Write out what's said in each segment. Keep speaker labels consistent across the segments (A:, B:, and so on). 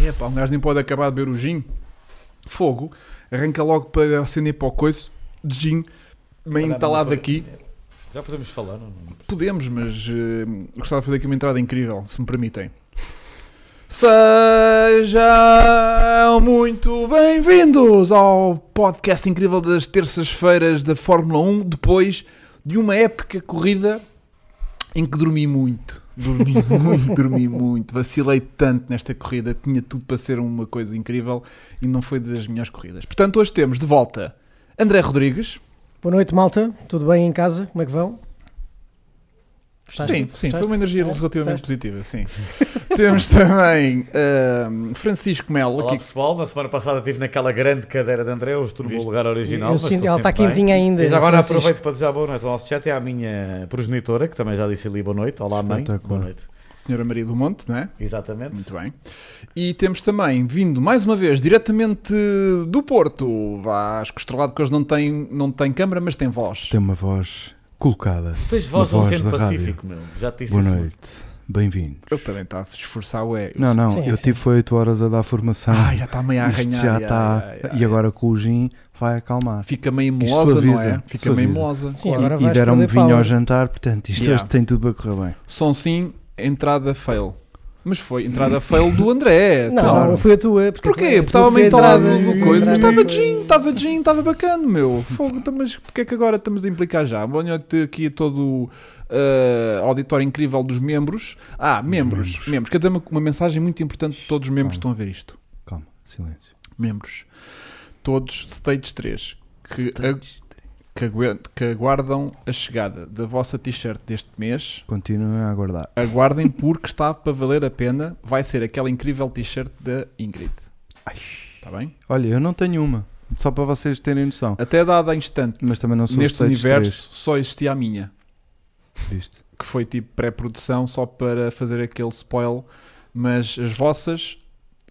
A: Epá, um gajo nem pode acabar de beber o gin. Fogo. Arranca logo para acender para o coiso. De gin. Meio
B: Para dar
A: entalado
B: uma-
A: aqui.
B: Já podemos falar, não? não-
A: Podemos, mas eh, gostava de fazer aqui uma entrada incrível, se me permitem. Sejam muito bem-vindos ao podcast incrível das terças-feiras da Fórmula 1, depois de uma épica corrida em que dormi muito. Dormi muito, dormi muito. Vacilei tanto nesta corrida, tinha tudo para ser uma coisa incrível e não foi das melhores corridas. Portanto, hoje temos de volta André Rodrigues.
C: Boa noite, malta. Tudo bem em casa? Como é que vão? Gostaste?
A: Sim, sim, foi uma
C: Gostaste?
A: energia
C: É?
A: relativamente
C: Gostaste?
A: positiva, sim. Temos também ahm, Francisco Melo
B: Olá
A: aqui.
B: pessoal, na semana passada estive naquela grande cadeira de André, hoje estou no meu
A: Viste?
B: lugar original.
C: Eu
B: mas
C: sinto-
B: estou
C: ela tá está
B: sempre bem.
C: quentinha ainda.
B: E já agora
C: Francisco.
B: aproveito para desejar boa noite ao nosso chat e à minha progenitora, que também já disse ali boa noite. Olá, mãe.
D: Espetacular.
B: Boa noite.
A: Senhora Maria do Monte, não é?
B: Exatamente.
A: Muito bem. E temos também, vindo mais uma vez, diretamente do Porto, Vasco Estrelado, que hoje não tem, não tem câmara, mas tem voz.
D: Tem uma voz colocada.
B: Tu tens voz
D: Uma
B: do
D: voz
B: Oceano
D: da rádio.
B: Pacífico, meu. Já te disse assim.
D: Boa
B: isso.
D: noite. Bem-vindos.
A: Eu também estava a esforçar, ué. Eu
D: Não, não,
C: Sim,
D: eu
C: sim.
D: tive foi 8 horas a dar formação.
A: Ai, já está meio a
D: Isto
A: arranhar.
D: já
A: ia,
D: está.
A: ia, ia,
D: E
A: ia.
D: agora com o gin vai acalmar.
A: Fica meio
D: Isto
A: moça, não é?
D: suaviza,
A: Fica meio
D: suaviza.
A: moça.
C: Sim,
D: E-
C: agora
D: e
C: vais
D: deram-me
C: perder
D: vinho
C: Paulo.
D: ao jantar, portanto, isto
A: Yeah.
D: hoje tem tudo para correr bem.
A: Som sim, entrada fail. Mas foi entrada fail do André.
C: Não,
A: então.
C: não, foi a tua. Porque
A: Porquê?
C: a
A: Porque
C: tua
A: estava
C: foi
A: meio
C: a
A: entalado
C: entrada.
A: do coisa, mas
C: A
A: estava
C: entrada foi-
A: gin, estava gin, estava bacana, meu. Fogo, então, mas porque é que agora estamos a implicar já? Boa noite aqui a todo o eh, auditório incrível dos membros. Ah, membros, membros.
D: membros.
A: Quero dizer uma, uma mensagem muito importante a todos os membros que estão a ver isto.
D: Calma, silêncio.
A: Membros. Todos stage 3. Que, a- que, aguent- que aguardam a chegada da vossa t-shirt deste mês.
D: Continuem a aguardar.
A: Aguardem porque está para valer a pena. Vai ser aquela incrível t-shirt da Ingrid. Está bem?
D: Olha, eu não tenho uma, só para vocês terem noção.
A: Até dado a instante,
D: Mas também não sou
A: neste
D: stage
A: universo, só existia a minha.
D: 3, viste?
A: Que foi tipo pré-produção só para fazer aquele spoil. Mas as vossas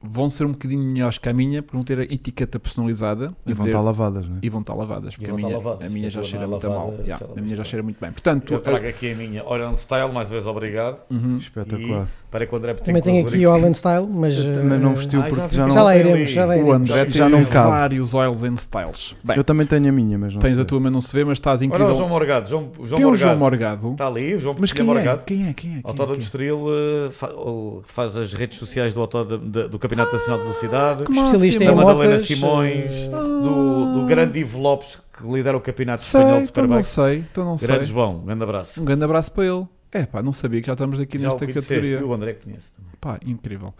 A: vão ser um bocadinho melhores que a minha porque vão ter a etiqueta personalizada. a
D: E vão
A: dizer-
D: estar lavadas, né?
A: E vão estar lavadas, porque
B: vão
A: a
B: estar
A: minha,
B: lavadas,
A: a minha
B: porque
A: já
B: a tua
A: cheira
B: não é
A: muito
B: lavada,
A: mal. Yeah,
B: sei lá,
A: a minha já
B: mas-
A: cheira muito bem. Portanto,
B: Eu trago aqui a minha Orient Style, mais uma vez obrigado.
A: uhum.
D: Espetacular.
B: Para que o André
C: Também tenho aqui o Alan Style, mas.
D: Eu também não
C: eh,
D: vesti o
B: Ah, já
D: porque
B: vi que
C: Já
D: já não.
C: lá
B: tem
C: iremos,
B: ali.
C: já lá
A: o
C: iremos.
A: André
D: Já
A: já
D: tem
A: não
D: um cabo.
A: vários oils and styles. Bem,
D: Eu também tenho a minha, mas não
A: tens
D: sei.
A: a tua, mas não se vê, mas estás
B: Olha
A: incrível.
B: o João Morgado. João, João
A: Tem o
B: Morgado.
A: João Morgado.
B: Está ali, o João
A: Mas
B: Petinha
A: quem é?
B: Morgado.
A: Quem é? Quem é? Quem
B: Autor
A: é?
B: do
A: Quem é?
B: Estoril, eh, fa- o- que faz as redes sociais do, autor da- da- do Campeonato Nacional de Velocidade.
A: que
C: eh, Especialista
B: da
C: em
A: Máximo.
B: Madalena
C: motas.
B: Simões,
C: eh,
B: do, do grande Ivo Lopes que lidera o campeonato espanhol
A: Sei,
B: de
A: então não
B: Superbike.
A: sei, então não
B: Grande
A: sei.
B: João, grande abraço.
A: Um grande abraço para ele. É pá, não sabia que já estamos aqui
B: Já o
A: nesta
B: conheceste,
A: categoria.
B: o André conhece também.
A: Pá, incrível.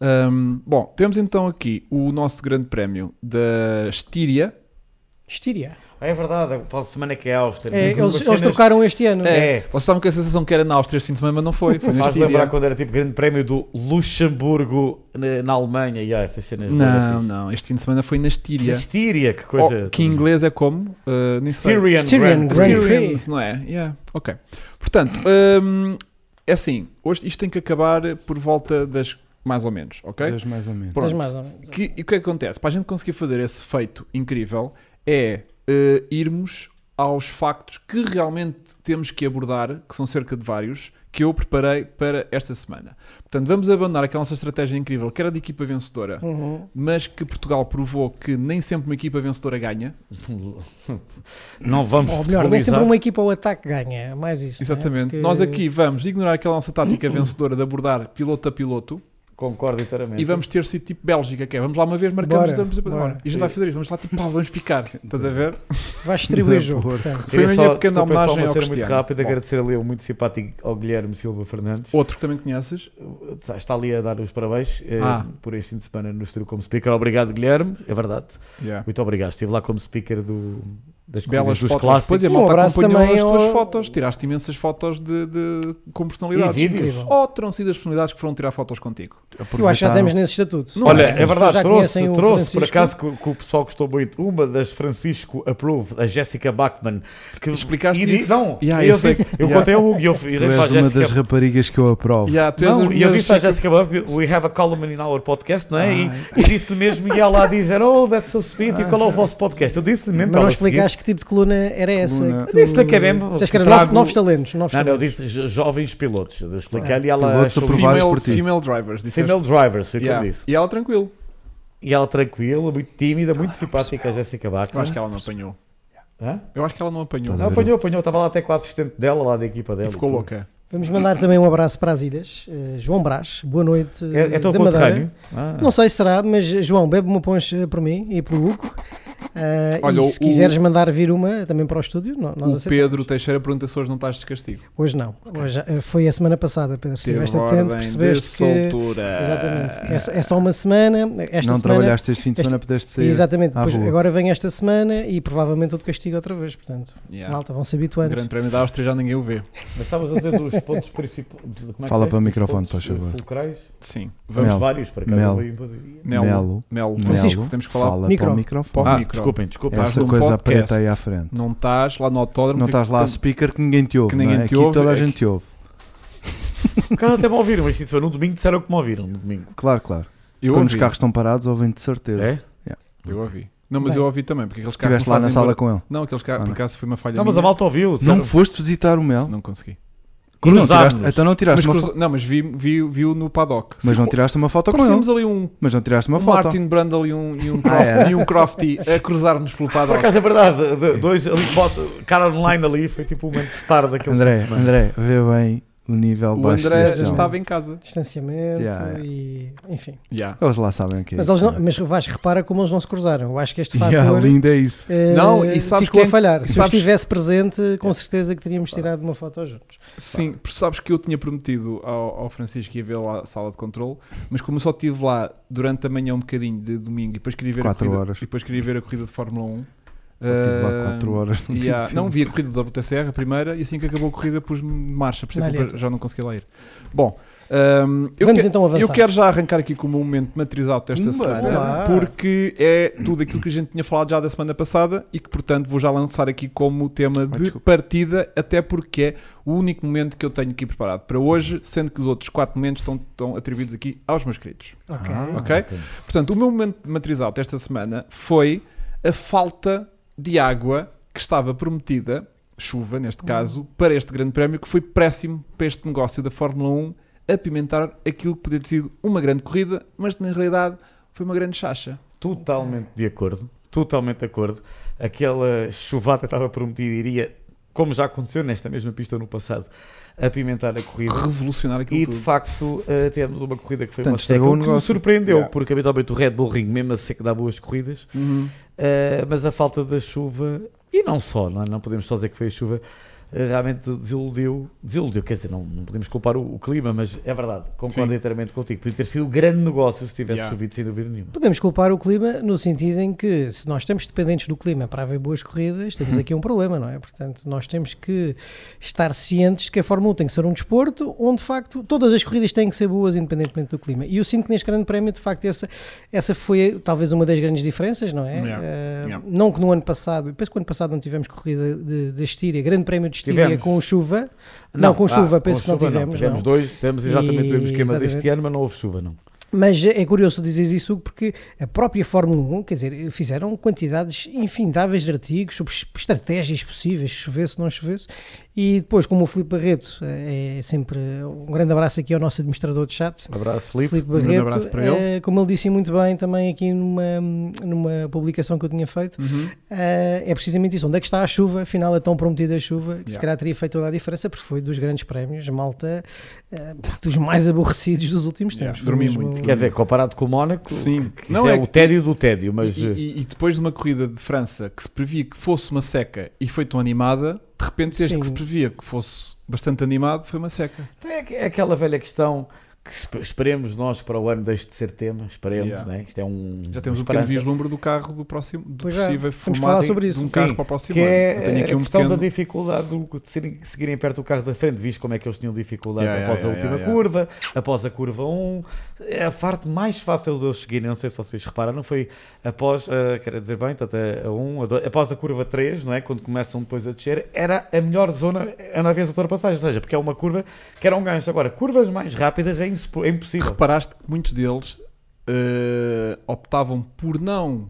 A: Hum, bom, temos então aqui o nosso grande prémio da Estíria.
C: Estíria.
B: Ah, é verdade, para a semana que é a Áustria.
C: É,
B: Umas
C: eles, eles
B: cenas-
C: trocaram este ano.
B: É.
A: Vocês estavam com a sensação que era na Áustria este fim de semana, mas não foi. Foi na
B: Faz lembrar
A: Estíria.
B: quando era tipo grande prémio do Luxemburgo na, na Alemanha. E há essas cenas
A: Não, não, este fim de semana foi na Estíria.
B: Estíria, que coisa.
A: Oh, que em inglês é como? Uh, nem sei.
B: Styrian Grand
C: Styrian Grand
B: Prix.
C: Prix.
A: Experience, não é? Yeah, ok. Portanto, hum, é assim, hoje isto tem que acabar por volta das mais ou menos, ok?
D: Dois mais ou menos.
A: Pronto.
C: Mas mais ou menos.
A: Que- e o que é que acontece? Para a gente conseguir fazer esse feito incrível é eh, irmos aos factos que realmente temos que abordar, que são cerca de vários, que eu preparei para esta semana. Portanto, vamos abandonar aquela nossa estratégia incrível, que era de equipa vencedora,
C: Uhum.
A: mas que Portugal provou que nem sempre uma equipa vencedora ganha.
B: Não vamos
C: Ou melhor, nem sempre
B: futebolizar.
C: uma equipa ao ataque ganha. É Mais isso. não é?
A: Exatamente.
C: Porque-
A: Nós aqui vamos ignorar aquela nossa tática vencedora de abordar piloto a piloto
B: Concordo inteiramente.
A: e vamos ter sido tipo Bélgica, que é vamos lá uma vez, marcamos,
C: Bora,
A: damos-
C: bora.
A: bora. e a gente vai fazer isto, vamos lá tipo, pá, vamos picar, estás a ver?
C: Vais distribuir
D: Não,
C: jogo.
D: porra.
C: Portanto.
A: Foi a
B: Queria
A: minha pequena
B: desculpa, só
A: homenagem
B: uma
A: ao
B: cena muito
A: Cristiano.
B: rápida,
A: Bom.
B: agradecer ali ao muito simpático ao Guilherme Silva Fernandes.
A: Outro que também conheces,
B: Está- Está ali a dar os parabéns eh,
A: Ah.
B: por este fim de semana no estúdio como speaker. Obrigado, Guilherme. É verdade.
A: yeah.
B: Muito obrigado. Estive lá como speaker do, das
A: belas
B: corridas dos
A: fotos.
B: clássicos.
A: Pois é,
C: Um
A: malta
C: abraço
A: acompanhou
C: também
A: as tuas
C: ao-
A: fotos, tiraste imensas fotos de, de- com
B: e
A: personalidades.
B: vídeos.
C: incrível.
A: Ou terão sido as personalidades que foram tirar fotos contigo.
C: Eu acho que já
D: Aproveitaram-
C: temos nesse estatuto.
A: Não,
B: Olha,
A: acho que
B: é
C: as pessoas
B: verdade,
C: já
B: trouxe,
C: conhecem o
B: trouxe por
C: Francisco.
B: acaso que, que o pessoal gostou muito. Uma das Francisco Approve, a Jéssica Bachmann. Que
A: Explicaste
B: e di-
A: isso?
B: Não,
A: Yeah,
B: eu,
A: eu sei
B: disse- eu
A: Yeah.
B: contei ao Hugo e eu
D: Tu
B: virei para a
D: és uma das
B: Jéssica.
D: raparigas que eu aprovo.
A: Yeah, tu és
B: Não,
A: o-
B: e eu
A: és-
B: disse à Jéssica Bachmann, we have a column in our podcast, não é? E, e disse-lhe mesmo, e ela a dizer, oh, that's so sweet, e qual é o vosso podcast? Eu disse-lhe mesmo,
C: Mas não
B: ela a seguir.
C: explicaste que tipo de coluna era essa?
D: Coluna.
C: Que tu...
B: Disse-lhe que é mesmo,
C: Disseste que era
B: trago-
C: novos, novos talentos. Novos
B: Não, não, eu
C: talentos.
B: disse jo- jovens pilotos. Eu expliquei-lhe e ela
D: Pilotos
B: achou
D: aprovados. Provados
A: Female,
D: por ti.
A: female drivers, disseste.
B: Female drivers, foi o que eu
A: Yeah.
B: disse.
A: E ela tranquilo.
B: E ela tranquila, muito tímida, muito simpática, a Jéssica
A: Eu
B: Bacon.
C: Ah.
A: acho que ela não apanhou.
B: Hã?
A: Eu acho que ela não apanhou.
D: Estás a
B: Não, apanhou, apanhou. Estava lá até com a assistente dela, lá da equipa dela.
A: E ficou
B: tudo.
A: louca.
C: Vamos mandar também um abraço para as ilhas. Eh, João Brás, boa noite. eh,
B: É, é teu
C: da Madeira.
B: conterrâneo? Ah.
C: Não sei se será, mas eh, João, bebe uma poncha por mim e pelo Hugo. Eh,
A: Olha,
C: e
A: o-
C: se quiseres mandar vir uma também para o estúdio, no- nós
A: O
C: aceitamos.
A: Pedro Teixeira pergunta se hoje não estás de castigo.
C: Hoje não. Hoje, eh, foi a semana passada, Pedro. Se estiveste
A: Teve
C: atento,
A: ordem
C: percebeste
A: de
C: que.
A: soltura.
C: Exatamente. É só, é só uma semana. Esta
D: não
C: semana.
D: trabalhaste este fim de
C: esta-
D: semana, pudeste sair.
C: Exatamente.
D: à
C: Depois,
D: rua.
C: agora vem esta semana e provavelmente outro castigo outra vez. Portanto,
A: Yeah.
C: malta, vão se
A: O
C: habituando.
A: Grande Prémio da Áustria já ninguém o vê.
B: Mas estavas a dizer dos pontos principais. como é que
D: Fala
B: é?
D: para o
B: Dos
D: microfone,
B: pontos,
D: faz favor.
B: eh, Fulcrais.
A: Sim.
B: Vamos
D: Mel.
B: vários, para cá.
D: Mel.
A: Melo.
D: Melo.
A: Melo.
D: Melo,
A: Francisco, temos que falar.
D: Fala para
C: Micro.
D: o microfone.
A: Para o
B: Ah,
A: micro.
B: desculpem, desculpem.
A: Estás
D: Essa
A: num
D: coisa
A: podcast.
D: preta aí à frente.
A: Não estás lá no autódromo.
D: Não
A: que-
D: estás lá a
A: tanto-
D: speaker que ninguém te ouve.
A: Que ninguém
D: não é?
A: te
D: Aqui
A: ouve,
D: toda a
A: é
D: gente te ouve.
B: Cara, até me ouviram. Mas isso foi no domingo, disseram que me ouviram. No domingo.
D: Claro, claro.
A: Eu
D: Quando
A: ouvi.
D: os carros estão parados, ouvem de certeza.
B: É?
A: Eu ouvi. Não, mas
C: Bem.
A: eu ouvi também, porque aqueles carros.
D: Estiveste
A: não
D: lá na
A: fazem
D: sala
A: barulho.
D: com ele.
A: Não, aqueles
D: Ah,
A: carros,
D: não.
A: por acaso foi uma falha.
B: Não, mas a
A: minha.
B: malta ouviu. disseram-
D: Não foste visitar o Mel?
A: Não consegui.
D: E não
B: Cruzámos-nos.
D: tiraste, então não
A: Mas,
D: tiraste uma
A: cruza- não, mas vi, vi, viu no paddock.
D: Mas
A: Se-
D: não tiraste uma foto com ele.
A: Parecíamos ali um,
D: Mas não tiraste uma
A: um
D: foto.
A: Martin Brundle e um, e um,
D: Ah,
A: Croft,
D: era?
A: e um Crofty a cruzar-nos pelo
B: Por
A: paddock.
B: acaso é verdade, de- dois ali, bota- cara online ali, foi tipo um momento star daquele
D: André,
B: fim de semana.
D: André, vê bem o nível
A: O
D: baixo
A: André
D: deste homem.
A: estava em casa.
C: Distanciamento
D: Yeah,
C: e. Enfim.
D: Eles lá sabem o que é
C: Mas,
D: isso,
C: eles não,
D: né?
C: mas vais, repara como eles não se cruzaram. Eu acho que este fator.
D: Yeah, lindo é isso.
C: eh,
A: Não, e sabes
C: ficou
A: quem- é
C: a falhar. Se eu
A: sabes-
C: estivesse presente, com certeza que teríamos tirado uma foto aos juntos.
A: Sim, porque sabes que eu tinha prometido ao, ao Francisco que ia ver lá a sala de controle, mas como eu só estive lá durante a manhã um bocadinho de domingo e depois queria ver, a
D: Quatro
A: corrida,
D: horas.
A: E depois queria ver a corrida de Fórmula 1.
D: Só tive
A: ah,
D: lá 4 horas.
A: e
D: tive
A: há-
D: tempo.
A: não vi a corrida do WTCR, a primeira, e assim que acabou a corrida pus-me de marcha, por isso é que
C: Na
A: eu
C: alheta.
A: já não consegui lá ir. Bom, ahm, eu,
C: Vamos
A: que-
C: então avançar.
A: eu quero já arrancar aqui com o meu momento matrizado desta
D: Uma.
A: semana,
C: Olá.
A: porque é tudo aquilo que a gente tinha falado já da semana passada e que, portanto, vou já lançar aqui como tema de
D: desculpa.
A: partida, até porque é o único momento que eu tenho aqui preparado para hoje, sendo que os outros quatro momentos estão, estão atribuídos aqui aos meus queridos.
C: Ok.
D: Ah.
A: Ok? Portanto, o meu momento de matrizal desta semana foi a falta de água que estava prometida, chuva neste
B: Hum.
A: caso, para este grande prémio, que foi péssimo para este negócio da Fórmula 1 apimentar aquilo que poderia ter sido uma grande corrida, mas que na realidade foi uma grande chacha.
B: Totalmente de acordo, totalmente de acordo. Aquela chuvada que estava prometida iria, como já aconteceu nesta mesma pista no passado, apimentar a corrida.
A: Revolucionar aquilo
B: E de
A: tudo.
B: facto eh, tivemos uma corrida que foi uma
D: Portanto,
B: seca,
D: estragou o
B: o que me
D: negócio.
B: surpreendeu,
A: Yeah.
B: porque habitualmente o Red Bull Ring, mesmo a seca, dá boas corridas,
A: Uhum.
B: Uh, mas a falta da chuva, e não só, não, é? Não podemos só dizer que foi a chuva, uh, realmente desiludiu, desiludiu, quer dizer, não, não podemos culpar o, o clima, mas é verdade, concordo
A: Sim.
B: inteiramente contigo, podia ter sido um grande negócio se tivesse
A: Yeah.
B: chovido sem dúvida nenhuma.
C: Podemos culpar o clima no sentido em que, se nós estamos dependentes do clima para haver boas corridas, temos aqui um problema, não é? Portanto, nós temos que estar cientes de que a Fórmula 1 tem que ser um desporto onde, de facto, todas as corridas têm que ser boas independentemente do clima. E eu sinto que neste Grande Prémio, de facto, essa, essa foi talvez uma das grandes diferenças, não é?
A: Yeah.
C: Eh,
A: Yeah.
C: Não que no ano passado, penso que no ano passado não tivemos corrida de, de Estíria, Grande Prémio de Estíria
B: Tivemos.
C: com chuva. Não, com
B: ah,
C: chuva, penso que não
B: chuva
C: tivemos.
B: tivemos
C: não.
B: dois, tivemos exatamente o mesmo
C: E-
B: esquema deste
C: exatamente.
B: ano, mas não houve chuva, não.
C: Mas é curioso tu dizeres isso Hugo, porque a própria Fórmula 1, quer dizer, fizeram quantidades infindáveis de artigos sobre es- estratégias possíveis, se chovesse, não chovesse, e depois, como o Filipe Barreto eh, é sempre um grande abraço aqui ao nosso administrador de chat,
B: Abraço, Felipe.
C: Filipe
A: um grande
C: Barreto,
A: abraço para ele.
C: eh, como ele disse muito bem também aqui numa, numa publicação que eu tinha feito,
A: Uhum.
C: eh, é precisamente isso, onde é que está a chuva, afinal é tão prometida a chuva, que se
A: Yeah.
C: calhar teria feito toda a diferença, porque foi dos grandes prémios, malta, eh, dos mais aborrecidos dos últimos
A: Yeah,
C: tempos. Foi
A: dormi
C: mesmo-
A: muito.
B: Quer dizer, comparado com o Mónaco,
A: Sim.
B: que
A: Não,
B: isso é,
A: é
B: o
A: que-
B: tédio do tédio, mas...
A: E,
B: eh,
A: e- e depois de uma corrida de França que se previa que fosse uma seca e foi tão animada, de repente este
C: Sim.
A: que se previa que fosse bastante animado foi uma seca.
B: É aqu- é aquela velha questão que esp- esperemos nós para o ano deixe de ser tema, esperemos,
A: Yeah.
B: né? isto é um
A: Já temos
B: uma
A: um pequeno
B: esperança,
A: vislumbre do carro do próximo, do
C: Pois já,
A: possível
C: temos que
A: formagem
C: falar sobre isso.
A: de um
C: Sim.
A: carro para o próximo
B: que
A: ano.
B: é
A: Eu tenho aqui
B: a
A: um
B: questão
A: pequeno...
B: da dificuldade do- de serem- seguirem perto do carro da frente, visto como é que eles tinham dificuldade
A: Yeah,
B: após
A: yeah,
B: a
A: yeah,
B: última
A: yeah,
B: curva, após a curva 1. A parte mais fácil deles seguirem, não sei se vocês repararam, foi após, ah, quero dizer bem, tanto a, a 1, a 2, após a curva 3, não é? quando começam depois a descer, era a melhor zona a não haver ultrapassagem, ou seja, porque é uma curva que era um gancho. Agora, curvas mais rápidas é, insupo- é impossível.
A: Reparaste que muitos deles eh, optavam por não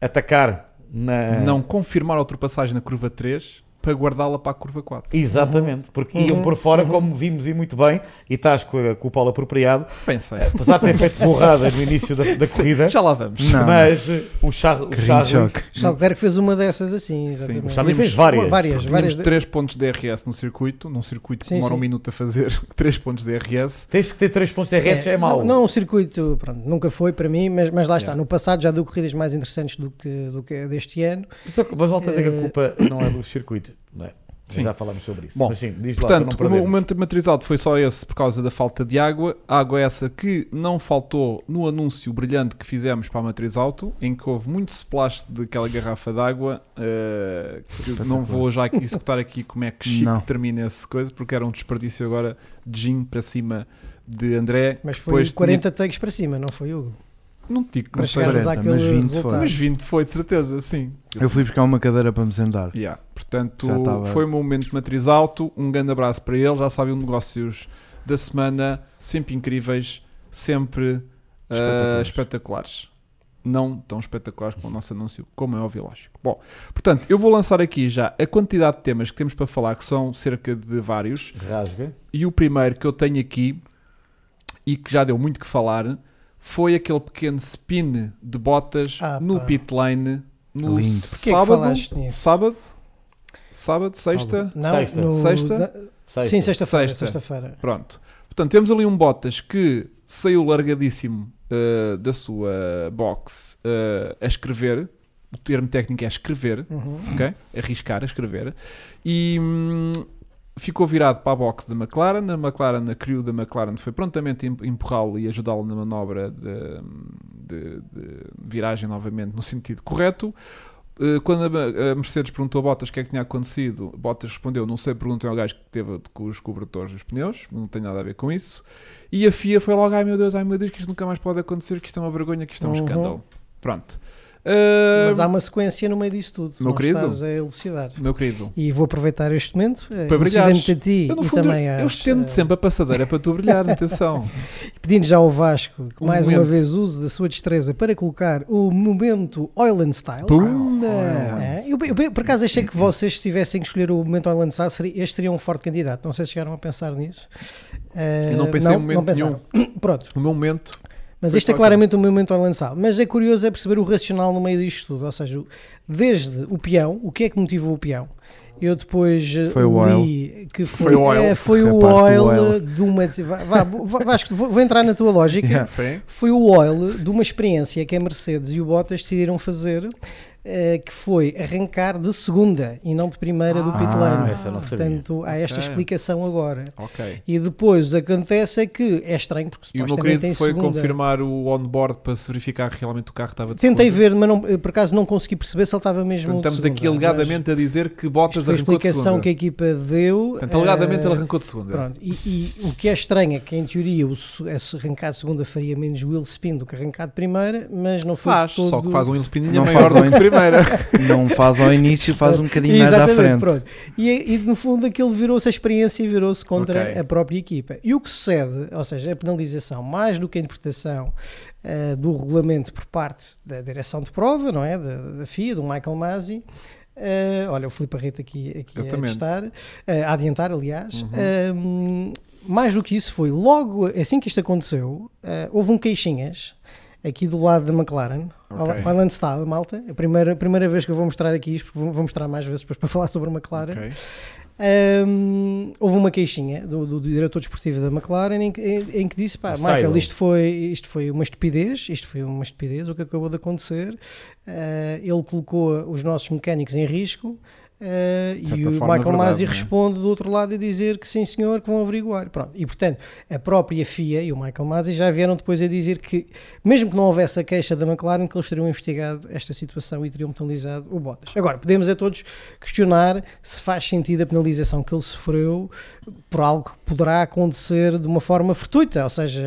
B: atacar
C: É.
B: na-
A: não confirmar a ultrapassagem na curva 3 para guardá-la para a curva 4.
B: Exatamente, porque iam
C: Uhum.
B: por fora,
C: Uhum.
B: como vimos e muito bem, e estás com, a- com o Paulo apropriado,
A: Pensei.
B: apesar de ter feito borradas no início da, da
C: É.
B: corrida,
A: Já lá vamos.
D: Não.
B: mas eh, o Charles, o
D: Carrinho de
B: Charles
D: choque.
C: Charles Leclerc fez uma dessas assim, exatamente.
A: o
B: Charles fez
C: Uma-
B: várias.
C: Várias, várias.
A: Tínhamos 3 pontos de DRS no circuito, num circuito que
C: Sim,
A: demora um
C: sim.
A: minuto a fazer 3 pontos de DRS.
B: Tens que ter 3 pontos de RS, já é mau.
C: Não, não, o circuito pronto, nunca foi para mim, mas, mas lá está.
A: Yeah.
C: No passado já deu corridas mais interessantes do que, do que a deste ano.
B: Só que- Mas volta a dizer que a
C: Eh,
B: culpa não é do circuito, não é?
A: Sim.
B: Já falámos sobre isso.
A: Bom,
B: Mas sim, diz lá,
A: Portanto,
B: para
A: o
B: não
A: meu- o
B: perdermos.
A: meu materializado foi só esse por causa da falta de água. Água essa que não faltou no anúncio brilhante que fizemos para a Matriz Auto, em que houve muito splash daquela garrafa de água. eh, que eu não vou já executar aqui como é que
D: Não.
A: Chico termina essa coisa, porque era um desperdício agora de gin para cima de André.
C: Mas foi
A: Pois,
C: 40 takes para cima, não foi Hugo?
A: Não te digo, que
C: Para
A: não sei,
C: chegarmos
D: 40,
C: àquele
D: mas 20 foi.
C: resultado.
A: mas 20 foi de certeza, sim.
D: Eu fui buscar uma cadeira para me sentar.
A: Yeah, Portanto,
D: Já estava-
A: foi o meu momento de matriz alto. Um grande abraço para ele. Já sabem, negócios da semana, sempre incríveis, sempre ah,
D: Espetaculares.
A: espetaculares. Não tão espetaculares como o nosso anúncio, como é óbvio, e lógico. Bom, portanto, eu vou lançar aqui já a quantidade de temas que temos para falar, que são cerca de vários.
B: Rasga.
A: E o primeiro que eu tenho aqui e que já deu muito que falar foi aquele pequeno spin de botas
C: Ah,
A: no
C: pá.
A: pit lane no
D: Lindo.
C: Porquê é que
A: sábado.
C: falaste nisso?
A: Sábado? Sábado, sexta?
C: Não,
B: Sexta.
C: no-
A: Sexta?
C: da- Sim, sexta-feira.
A: Sexta.
C: Sexta-feira.
A: Pronto. Portanto, temos ali um Bottas que saiu largadíssimo uh, da sua box uh, a escrever. O termo técnico é escrever,
C: Uhum.
A: ok? Arriscar a escrever. E hum, ficou virado para a box da McLaren. A McLaren, a crew da McLaren foi prontamente em- empurrá-lo e ajudá-lo na manobra de, de- de viragem novamente no sentido correto. Eh, Quando a Ma- a Mercedes perguntou a Bottas o que é que tinha acontecido, Bottas respondeu: Não sei, perguntem ao gajo que teve com os cobertores dos pneus, não tem nada a ver com isso. E a FIA foi logo: Ai meu Deus, ai meu Deus, que isto nunca mais pode acontecer, que isto é uma vergonha, que isto é um
C: Uhum.
A: escândalo. Pronto. Eh,
C: Mas há uma sequência no meio disso tudo.
A: Meu
C: não
A: querido.
C: estás a elucidar.
A: Eh, Meu querido,
C: E vou aproveitar este momento eh,
A: Para brilhares.
C: elucidando-te a ti
A: eu no
C: e
A: fundo,
C: também
A: eu, eu
C: às,
A: estendo
C: eh,
A: sempre a passadeira para tu brilhar, atenção.
C: Pedindo já ao Vasco, que
A: Um
C: mais uma
A: momento.
C: vez, use da sua destreza para colocar o momento Oiland Style. Ah,
A: Pumba!
C: É, eu, eu- por acaso achei que vocês, se tivessem que escolher o momento Oiland Style, seria, este seria um forte candidato. Não sei se chegaram a pensar nisso. Eh,
A: Eu não pensei em momento
C: pensaram. Pronto,
A: O meu momento,
C: mas
A: Foi
C: este é
A: só
C: claramente o momento Oiland Style. Mas é curioso é perceber o racional no meio disto tudo. Ou seja, o- desde o peão, o que é que motivou o peão? Eu depois eh,
D: Foi o
C: li que foi,
A: Foi o oil.
C: eh, foi
D: Foi a
C: o
D: parte do
C: oil,
D: oil.
C: de uma. Vá, vá, vá- Vasco, vou, vou entrar na tua lógica.
D: Yeah.
A: sim.
C: foi o oil de uma experiência que a Mercedes e o Bottas decidiram fazer, eh, que foi arrancar de segunda e não de primeira do pit
D: Ah,
C: lane.
B: essa não sabia.
C: Portanto, há esta
A: Ok.
C: explicação agora.
A: Ok.
C: E depois acontece é que é estranho, porque
A: E o meu
C: supostamente
A: querido
C: tem
A: foi
C: segunda.
A: confirmar o onboard para se verificar que realmente o carro estava de
C: Tentei
A: segunda.
C: ver, mas não- eh, por acaso não consegui perceber se ele estava mesmo.
A: Portanto,
C: de
A: estamos
C: segunda,
A: aqui alegadamente a dizer que
C: mas isto
A: Bottas
C: foi a
A: arrancou de
C: explicação
A: segunda.
C: que a equipa deu.
A: Portanto, alegadamente
C: eh,
A: ele arrancou de segunda.
C: Pronto, e, e o que é estranho é que, em teoria, o se- é se arrancar de segunda faria menos wheel spin do que arrancar de primeira, mas não foi
A: Faz,
C: de todo...
A: só que faz um espininha
D: Não
A: maior
D: faz
A: do
D: um-
A: que a primeira.
D: Não faz ao início, faz um bocadinho mais à
C: Exatamente,
D: frente.
C: pronto. E, e, no fundo aquilo virou-se a experiência e virou-se contra
A: Ok.
C: a própria equipa. E o que sucede, ou seja, a penalização, mais do que a interpretação eh, do regulamento por parte da direção de prova, não é? Da, da FIA, do Michael Masi. eh, olha, o Filipe Arreta aqui, aqui a
A: Exatamente.
C: testar, eh, a adiantar, aliás.
D: Uhum.
C: ehm, Ahm, mais do que isso foi, logo assim que isto aconteceu, eh, houve um queixinhas aqui do lado da McLaren,
A: Ok.
C: Island Style, malta. É A primeira, a primeira vez que eu vou mostrar aqui isto, porque vou, vou mostrar mais vezes depois para falar sobre a McLaren.
A: Ok.
C: Ahm, houve uma queixinha do, do diretor desportivo da McLaren em, que- em- em que disse: pá,
B: O
C: Michael,
B: Seidel.
C: isto foi, isto foi uma estupidez, isto foi uma estupidez o que acabou de acontecer. Ah, ele colocou os nossos mecânicos em risco. ah,
A: De certa
C: e o
A: forma, é
C: Michael
A: verdade, não
C: Masi
A: é?
C: responde do outro lado e dizer que sim senhor que vão averiguar Pronto. e portanto a própria FIA e o Michael Masi já vieram depois a dizer que mesmo que não houvesse a queixa da McLaren que eles teriam investigado esta situação e teriam penalizado o Bottas agora podemos a todos questionar se faz sentido a penalização que ele sofreu por algo que poderá acontecer de uma forma fortuita. Ou seja,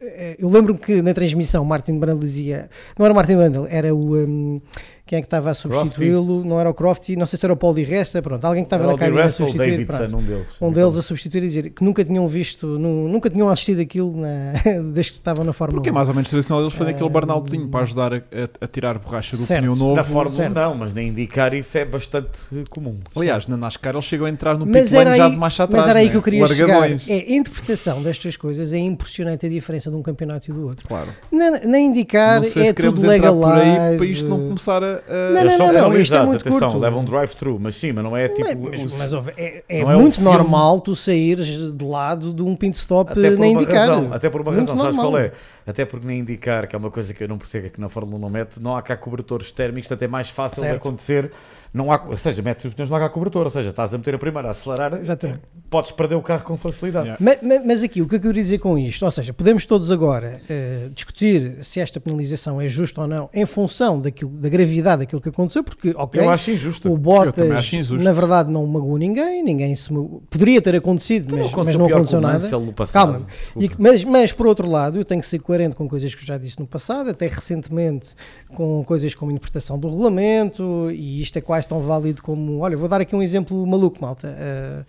C: eh, eu lembro-me que na transmissão Martin Brand dizia, não era Martin Brand, era o hum, quem é que estava a substituí-lo, não era o Croft e não sei se era o Paul Di Resta, pronto, alguém que estava na
B: Era o
C: cabine a
B: Russell
C: substituir,
B: Davidson,
C: pronto.
B: um deles.
C: um
A: então.
C: deles a substituir e dizer que nunca tinham visto, nu- nunca tinham assistido aquilo na, desde que estavam na Fórmula
A: Porque é
C: 1.
A: mais ou menos tradicional eles fazem aquele
C: Ah,
A: burnoutzinho para ajudar a, a- a tirar a borracha do
C: certo.
A: pneu novo.
B: Então, Da Fórmula 1
C: certo.
B: não, mas na indicar isso é bastante eh, comum.
A: Aliás, na NASCAR eles chegam a entrar no pit
C: Mas era,
A: lane já
C: aí,
A: de marcha atrás.
C: mas era aí
A: né?
C: que eu queria
A: Largadões.
C: chegar. É, a interpretação destas coisas é impressionante a diferença de um campeonato e do outro.
A: Claro.
C: Na, na indicar
A: não sei
C: é
A: se queremos
C: tudo
A: entrar
C: legal.
A: por aí para isto não começar a. a-
C: Não,
B: Eles são
C: não, isto é
B: penalizados,
C: muito
B: atenção,
C: curto.
B: levam um drive-thru, mas sim, mas não é tipo.
C: mas,
B: os-
C: mas, houve- é, é
B: não é um
C: muito
B: filme.
C: normal tu saíres de lado de um pit stop
B: até por
C: na
B: uma
C: indicar.
B: razão, até por uma
C: Muito
B: razão, sabes
C: normal.
B: qual é? Até porque nem indicar, que é uma coisa que eu não percebo é que na Fórmula 1 não mete, não há cá cobertores térmicos, portanto é mais fácil de
C: Certo.
B: acontecer, não há, ou seja, metes os pneus, não há cá cobertor, ou seja, estás a meter a primeira, a acelerar,
C: Exatamente.
B: podes perder o carro com facilidade.
A: Yeah.
C: Ma- ma- Mas, aqui, o que eu queria dizer com isto? Ou seja, podemos todos agora eh, discutir se esta penalização é justa ou não em função daquilo, da gravidade daquilo que aconteceu, porque, ok,
B: Eu acho injusto.
C: o
A: Eu
C: Bottas,
A: também acho injusto.
C: na verdade, não magoou ninguém, ninguém se magoou. Poderia ter acontecido,
B: Então
C: mas,
B: aconteceu
C: mas não
B: pior
C: aconteceu
B: com o
C: nada.
B: Mansell no passado.
C: Calma,
B: Desculpa.
C: E que- mas, mas por outro lado, eu tenho que ser coerente com coisas que eu já disse no passado, até recentemente com coisas como interpretação do regulamento, e isto é quase tão válido como. Olha, vou dar aqui um exemplo maluco, malta. Ah,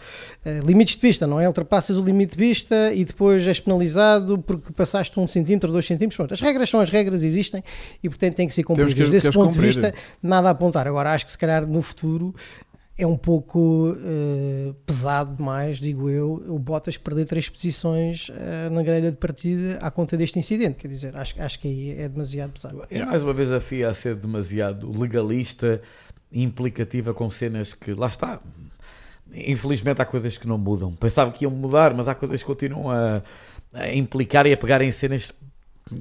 C: ah, limites de pista, não é? Ultrapassas o limite de pista e depois és penalizado porque passaste um centímetro, dois centímetros. Pronto, as regras são as regras, existem e portanto têm que ser cumpridas.
A: que-
C: Desse
A: temos
C: ponto
A: cumprir.
C: de vista, nada a apontar. Agora, acho que se calhar no futuro é um pouco eh, pesado demais, digo eu, o Bottas perder três posições eh, na grelha de partida à conta deste incidente. Quer dizer, acho, acho que aí é demasiado pesado.
B: É mais uma vez a FIA a ser demasiado legalista e implicativa com cenas que lá está. Infelizmente há coisas que não mudam. Pensava que iam mudar, mas há coisas que continuam a, a implicar e a pegar em cenas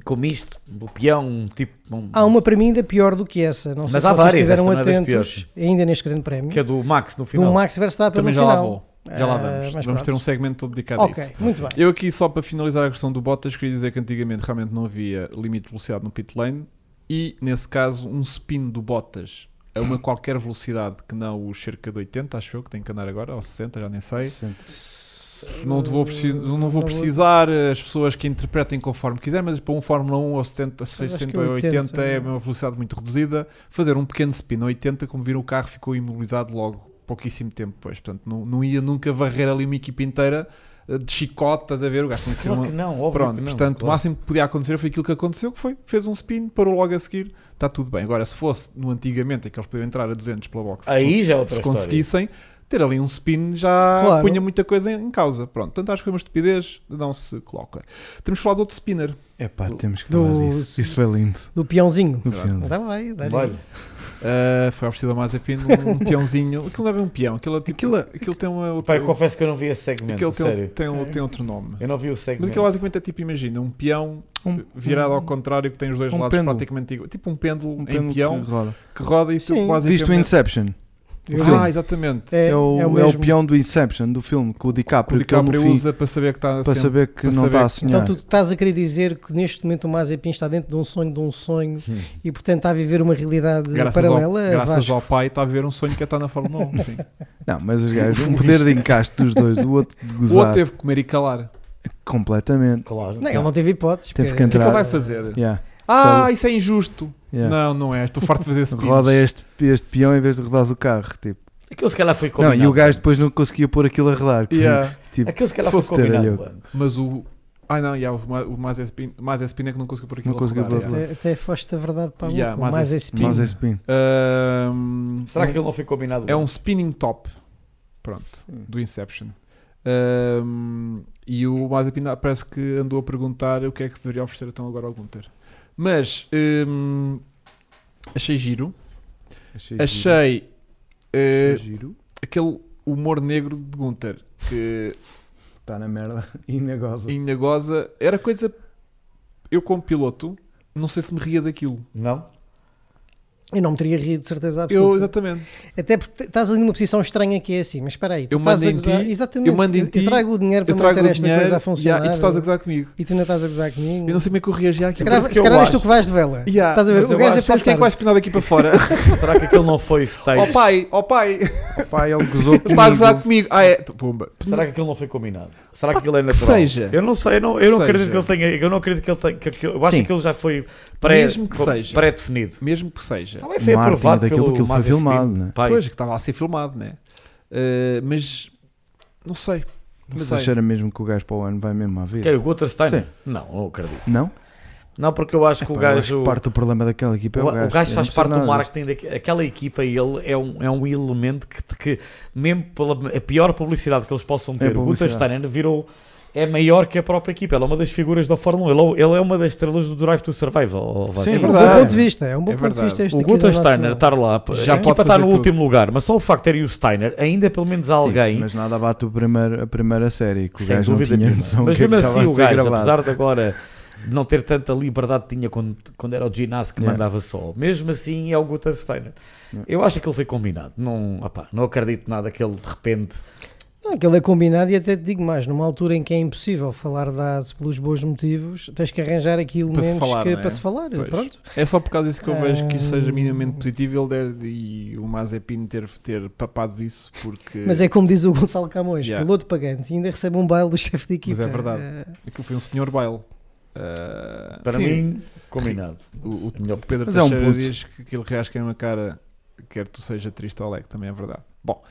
B: como isto, o peão, tipo. um-
C: Há uma para mim ainda pior do que essa. Não sei
B: Mas
C: se
B: há
C: vocês
B: várias,
C: estiveram
B: esta não é das
C: atentos ainda neste grande prémio.
B: que é do Max no
C: do
B: final.
C: Max Verstappen
A: Também
C: no
A: já lá
C: final.
A: vou. Já lá
C: Ah,
A: vamos.
C: mas
A: Vamos ter um
C: pronto.
A: segmento todo dedicado a isso.
C: Ok, muito bem.
A: Eu aqui, só para finalizar a questão do Bottas, queria dizer que antigamente realmente não havia limite de velocidade no pit lane e, nesse caso, um spin do Bottas a uma qualquer velocidade que não os cerca de 80, acho eu, que tem que andar agora, ou 60, já nem sei. Não, te vou, preci-
C: Hum,
A: não vou precisar eh, as pessoas que interpretem conforme quiser, mas para um Fórmula 1 ou 70,
C: que
A: 60
C: é
A: ou
C: 80,
A: 80 é uma velocidade muito reduzida. Fazer um pequeno spin a 80, como viram, o carro ficou imobilizado logo pouquíssimo tempo depois. Portanto, não, não ia nunca varrer ali uma equipe inteira eh, de chicote, estás a ver? O gajo tinha que ser
B: Claro
A: uma...
B: que não, óbvio
A: Pronto,
B: que não,
A: portanto, o
B: claro.
A: máximo que podia acontecer foi aquilo que aconteceu, que foi, fez um spin, parou logo a seguir, está tudo bem. Agora, se fosse no antigamente, é que eles podiam entrar a 200 pela box,
B: Aí já é outra
A: se
B: história.
A: conseguissem, ter ali um spin já
C: Claro.
A: punha muita coisa em, em causa. Pronto, portanto, acho que foi uma estupidez, não se coloca. Temos falado de outro spinner.
D: É pá, temos que
C: Do-
D: falar disso. Isso foi lindo.
C: Do peãozinho.
D: No
A: Pronto.
D: final.
C: Está bem, dá-lhe.
B: Olha, Eh,
A: Ah, foi oferecido a mais a pino, um peãozinho. Aquilo não é bem um peão, aquilo, é tipo, aquilo, tem uma outra.
B: pai, confesso que eu não vi esse segmento,
A: aquilo tem, um-
B: sério.
A: tem,
D: É.
A: um- tem outro nome.
B: Eu não vi o
A: Mas
B: segmento.
A: aquilo basicamente é tipo, imagina, um peão
D: Um-
A: virado ao contrário que tem os dois
D: um
A: lados
D: pêndulo.
A: praticamente igual. Tipo um pêndulo
D: Um
A: em
D: pêndulo
A: peão
D: que roda.
A: que roda e tu
C: Sim.
A: basicamente...
D: Viste o Inception?
C: Eu
D: filme.
A: Ah, exatamente.
C: É,
D: É, o, é, o
C: mesmo.
D: peão do Inception, do filme, com o
A: Que o
D: DiCaprio. que ele no
A: DiCaprio
D: fim,
A: usa para saber que está
D: para
A: sempre-
D: saber que
A: para
D: não
A: saber
D: está a
A: que-
D: sonhar.
C: Então tu estás a querer dizer que neste momento o Mazepin está dentro de um sonho de um sonho
B: Hum.
C: e portanto está a viver uma realidade
A: Graças,
C: paralela?
D: é
A: ao, graças
C: Vasco?
A: ao pai está a ver um sonho que é estar na Fórmula 1. Sim.
D: Não, mas os gajos, o poder de encaixe dos dois, o outro de
A: o outro
D: gozar
A: teve que comer e calar.
D: completamente.
B: Claro.
C: Não, ele não teve hipóteses.
D: Teve
C: porque-
A: O
D: que
A: que é que
D: entrar.
A: ele vai fazer?
D: Yeah,
A: Ah,
D: Sabe.
A: isso é injusto.
D: yeah.
A: Não, não é. Estou farto de fazer esse
D: Roda este, este peão em vez de rodares o carro. Tipo.
B: Aquilo se calhar foi
D: Não,
B: combinado.
D: e o gajo depois não conseguia pôr aquilo a rodar. porque,
A: Yeah.
D: Tipo,
B: Aquilo se calhar
D: Só
B: foi
D: se ter
B: combinado
D: olhado.
B: antes.
A: Mas o. Ah, não, yeah, o Ma- o mais Espin mais Espin é que não conseguiu por aquilo.
D: Não conseguiu
A: a rodar,
D: pôr
A: yeah.
C: Até, até foste da verdade para a boca.
A: Yeah, mas
C: mais
A: esse
C: esse
A: pin-
C: pin.
D: mas é spin.
A: Ahm,
B: Será que aquilo não foi combinado?
A: É um
B: antes?
A: spinning top. Pronto.
D: Sim.
A: do Inception. Ahm, e o Mazepin parece que andou a perguntar o que é que se deveria oferecer então agora ao Gunter. Mas ahm, achei giro. Achei eh,
D: giro.
A: aquele humor negro de Gunter que
D: Está na merda e negócio.
A: ainda goza. Era coisa. Eu, como piloto, não sei se me ria daquilo.
B: Não?
C: Eu não me teria rido, de certeza absoluta.
A: Eu, exatamente.
C: Até porque te- estás ali numa posição estranha que é assim, mas espera aí. tu
A: Eu
C: estás
A: mando
C: a
A: em
C: gozar-
A: ti,
C: Exatamente.
A: eu mando em ti,
C: trago o dinheiro
A: Eu
C: para
A: trago
C: manter
A: o
C: esta
A: dinheiro
C: coisa a funcionar.
A: yeah, e tu estás a gozar comigo.
C: e tu ainda estás a gozar comigo.
A: Eu não sei como é que eu reagia
C: se
A: aqui.
C: calhar,
B: Por isso que
C: se
B: eu
C: calhar és
B: acho.
C: tu que vais de vela.
A: Yeah.
C: Estás a ver?
B: Mas
C: O
B: eu
C: gajo
B: acho-
C: a
A: Sabes quem é que
C: pensar.
A: vai espinar daqui para fora?
B: Será que aquilo não foi
A: Ó
B: stage?
A: pai, ó pai!
D: Pai, ele gozou comigo.
A: Está a gozar comigo. Ah, é. Pumba.
B: Será que aquilo não foi combinado? Será que aquilo é
A: que
B: natural?
A: seja.
B: Eu não sei, eu não, eu não
A: Que
B: acredito que
A: seja.
B: ele tenha. Eu não acredito que ele tenha. Que, que- eu acho
D: Sim.
B: que ele já foi pré,
A: Mesmo que
B: co-
A: seja.
B: pré-definido.
A: Mesmo que seja.
B: Também foi
D: marketing
B: aprovado
D: daquilo,
B: pelo
D: aquilo foi
B: Mazepin.
D: filmado, né?
B: Pai,
A: Pois, que estava a ser filmado, né? Eh, mas não sei. Não
D: Mas
A: sei.
D: acharam mesmo que o gajo para o ano vai mesmo à vida?
B: quem, o Guter Stein?
D: Sim.
B: Não, não acredito.
D: Não?
B: Não, porque eu acho que o
D: Pá, eu acho
B: gajo.
D: que parte do problema daquela equipa é
B: O,
D: o
B: o gajo,
D: gajo.
B: faz
D: Eu não percebo
B: parte do
D: nada disto.
B: marketing daquela aquela equipa e ele é um, é um elemento que, que mesmo pela a pior publicidade que eles possam ter, o Guter
D: publicidade.
B: Steiner virou é maior que a própria equipa, ele é uma das figuras da Fórmula 1, ele, é- ele é uma das estrelas do Drive to Survive. ó, ó, Vasco.
A: Sim,
C: É
A: é
C: um bom
A: verdade.
C: ponto de vista. É um bom
A: É
C: ponto de
A: verdade.
C: vista este
B: O
C: aqui da
B: Guter
C: nossa-
B: Steiner estar lá,
A: Já
B: a
A: pode
B: equipa está
A: fazer
B: no
A: tudo.
B: último lugar, mas só o facto de terem o Steiner, ainda pelo menos há
D: Sim,
B: alguém
D: mas nada bate o primeiro, a primeira série, que o
B: Sem
D: gajo não
B: dúvida
D: tinha
B: nenhuma.
D: noção
B: Mas
D: que é que
B: mesmo
D: estava
B: assim,
D: a
B: o
D: ser
B: gajo,
D: gravado.
B: apesar de agora não ter tanta liberdade que tinha quando, quando era o Ginás que
D: Yeah.
B: mandava só, mesmo assim é o Guter Steiner.
D: Yeah.
B: Eu acho que ele foi combinado. Não, opá, não acredito nada que ele de repente.
C: Não, aquilo é combinado e até te digo mais, numa altura em que é impossível falar da ASE pelos bons motivos, tens que arranjar aqui
A: se
C: elementos
A: falar,
C: que,
A: não é?
C: para se falar.
A: Pois.
C: Pronto.
A: É só por causa disso que eu vejo que isto seja
C: Ah.
A: minimamente positivo ele deve, e o Mazepin ter, ter papado isso porque
C: Mas é como diz o Gonçalo Camões,
A: Yeah.
C: piloto pagante, e ainda recebe um baile do chefe de equipa.
A: Mas é verdade.
C: Eh,
A: aquilo foi um senhor baile. Ah,
B: Para
A: sim,
B: mim, combinado.
A: o, o
B: É melhor.
A: o Pedro
D: Mas é um
A: Teixeira
D: puto.
A: diz que aquilo reasca é uma cara, quer tu seja triste ou alegre, também é verdade. Bom,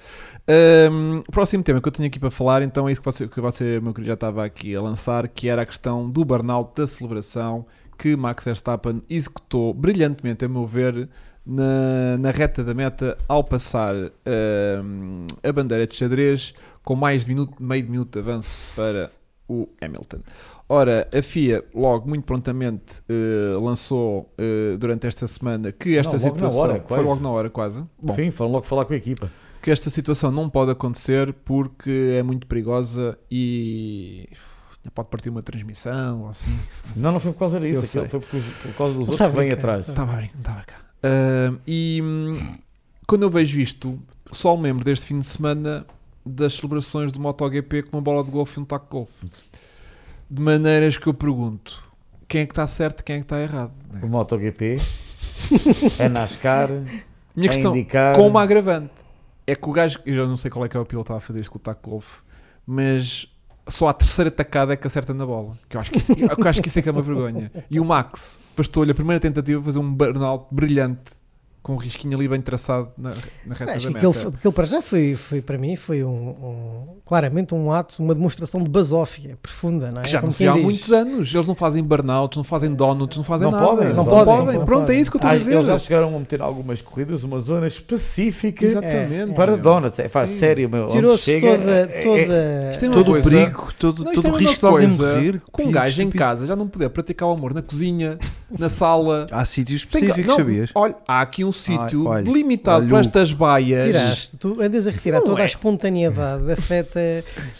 A: hum, o próximo tema que eu tinha aqui para falar, então é isso que você, que você, meu querido, já estava aqui a lançar, que era a questão do burnout da celebração que Max Verstappen executou brilhantemente, a meu ver, na, na reta da meta ao passar hum, a bandeira de xadrez com mais de minuto, meio de minuto de avanço para o Hamilton. Ora, a FIA logo muito prontamente eh, lançou eh, durante esta semana que esta
B: Não, logo na
A: situação
B: hora,
A: foi
B: quase.
A: logo na hora quase. Bom,
B: Sim, foram logo falar com a equipa.
A: que esta situação não pode acontecer porque é muito perigosa e pode partir uma transmissão ou assim.
B: Não, não foi por causa
A: Eu
B: disso. aquilo
A: sei.
B: Foi por, por causa dos
C: Não
B: outros que
C: estava
B: vêm
C: cá.
B: atrás.
A: Estava a brincar, estava cá. Ah, e hum, quando eu vejo isto, só me lembro deste fim de semana das celebrações do MotoGP com uma bola de golfe e um taco de golfe. De maneiras que eu pergunto quem é que está certo e quem é que está errado. né?
B: O MotoGP, a NASCAR,
A: Minha
B: a
A: questão,
B: indicar.
C: Ah.
A: com uma agravante, é que o gajo, eu já não sei qual é que é o piloto que estava a fazer isto com o taco de golfe, mas só a terceira tacada é que acerta na bola. Que eu acho que isso, eu acho que isso é que é uma vergonha. E o Max bastou-lhe a primeira tentativa a fazer um burnout brilhante, com um risquinho ali bem traçado na, na reta
C: Acho
A: da
C: que
A: meta.
C: aquilo, foi- aquilo para já foi, foi para mim, foi um, um- claramente um ato, uma demonstração de basófia profunda, não é?
A: Que já
C: Como
A: não se
C: quem
A: há
C: diz.
A: muitos anos. Eles não fazem burnouts, não fazem donuts, não fazem
B: Não
A: nada.
B: podem,
A: não,
B: não
A: podem.
B: podem,
C: não
A: Pronto, é
C: podem.
A: isso que eu estou a
B: Ah,
A: dizer.
B: eles já chegaram a meter algumas corridas, uma zona específica
C: É,
A: Exatamente.
B: para
A: meu.
B: donuts. É pá,
A: Sim.
B: sério, meu. onde
C: Tirou-se
B: chega,
C: toda,
B: é-
C: toda...
A: Isto é uma
D: Todo o
A: coisa-
D: perigo, todo,
A: Não, isto
D: todo
A: é
D: o
A: uma
D: risco de alguém
A: coisa
D: morrer.
A: Com um
D: Pio,
A: gajo em
D: estúpido.
A: casa já não poder praticar o amor na cozinha, na sala,
D: Há sítios
A: Tem que-
D: específicos,
A: não,
D: sabias?
A: Olha, há aqui um sítio
D: olha,
A: delimitado
D: olha
A: para
D: o-
A: estas baias.
C: Tiraste, tu andas a retirar
A: Não
C: toda
A: é.
C: a espontaneidade da feta.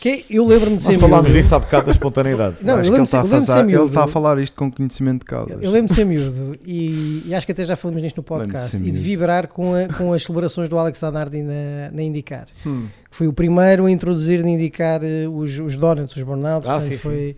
C: Que é- eu lembro-me de
B: Nós
C: ser
B: falámos
C: miúdo.
B: disso há bocado da espontaneidade.
C: Não, eu
D: acho que ele
C: lembro-me
D: está, a
C: eu lembro-me de ser
D: fazer, ele
C: miúdo.
D: está a falar isto com conhecimento de causa.
C: Eu eu lembro-me de ser miúdo e, e acho que até já falamos nisto no
D: Lembro-me de
C: podcast
D: ser
C: e de
D: miúdo.
C: vibrar com, a- com as celebrações do Alex Zanardi na, na IndyCar.
A: Hum.
C: que foi o primeiro a introduzir na indicar os, os donuts, os burnouts.
B: Ah,
C: portanto,
B: sim,
C: foi-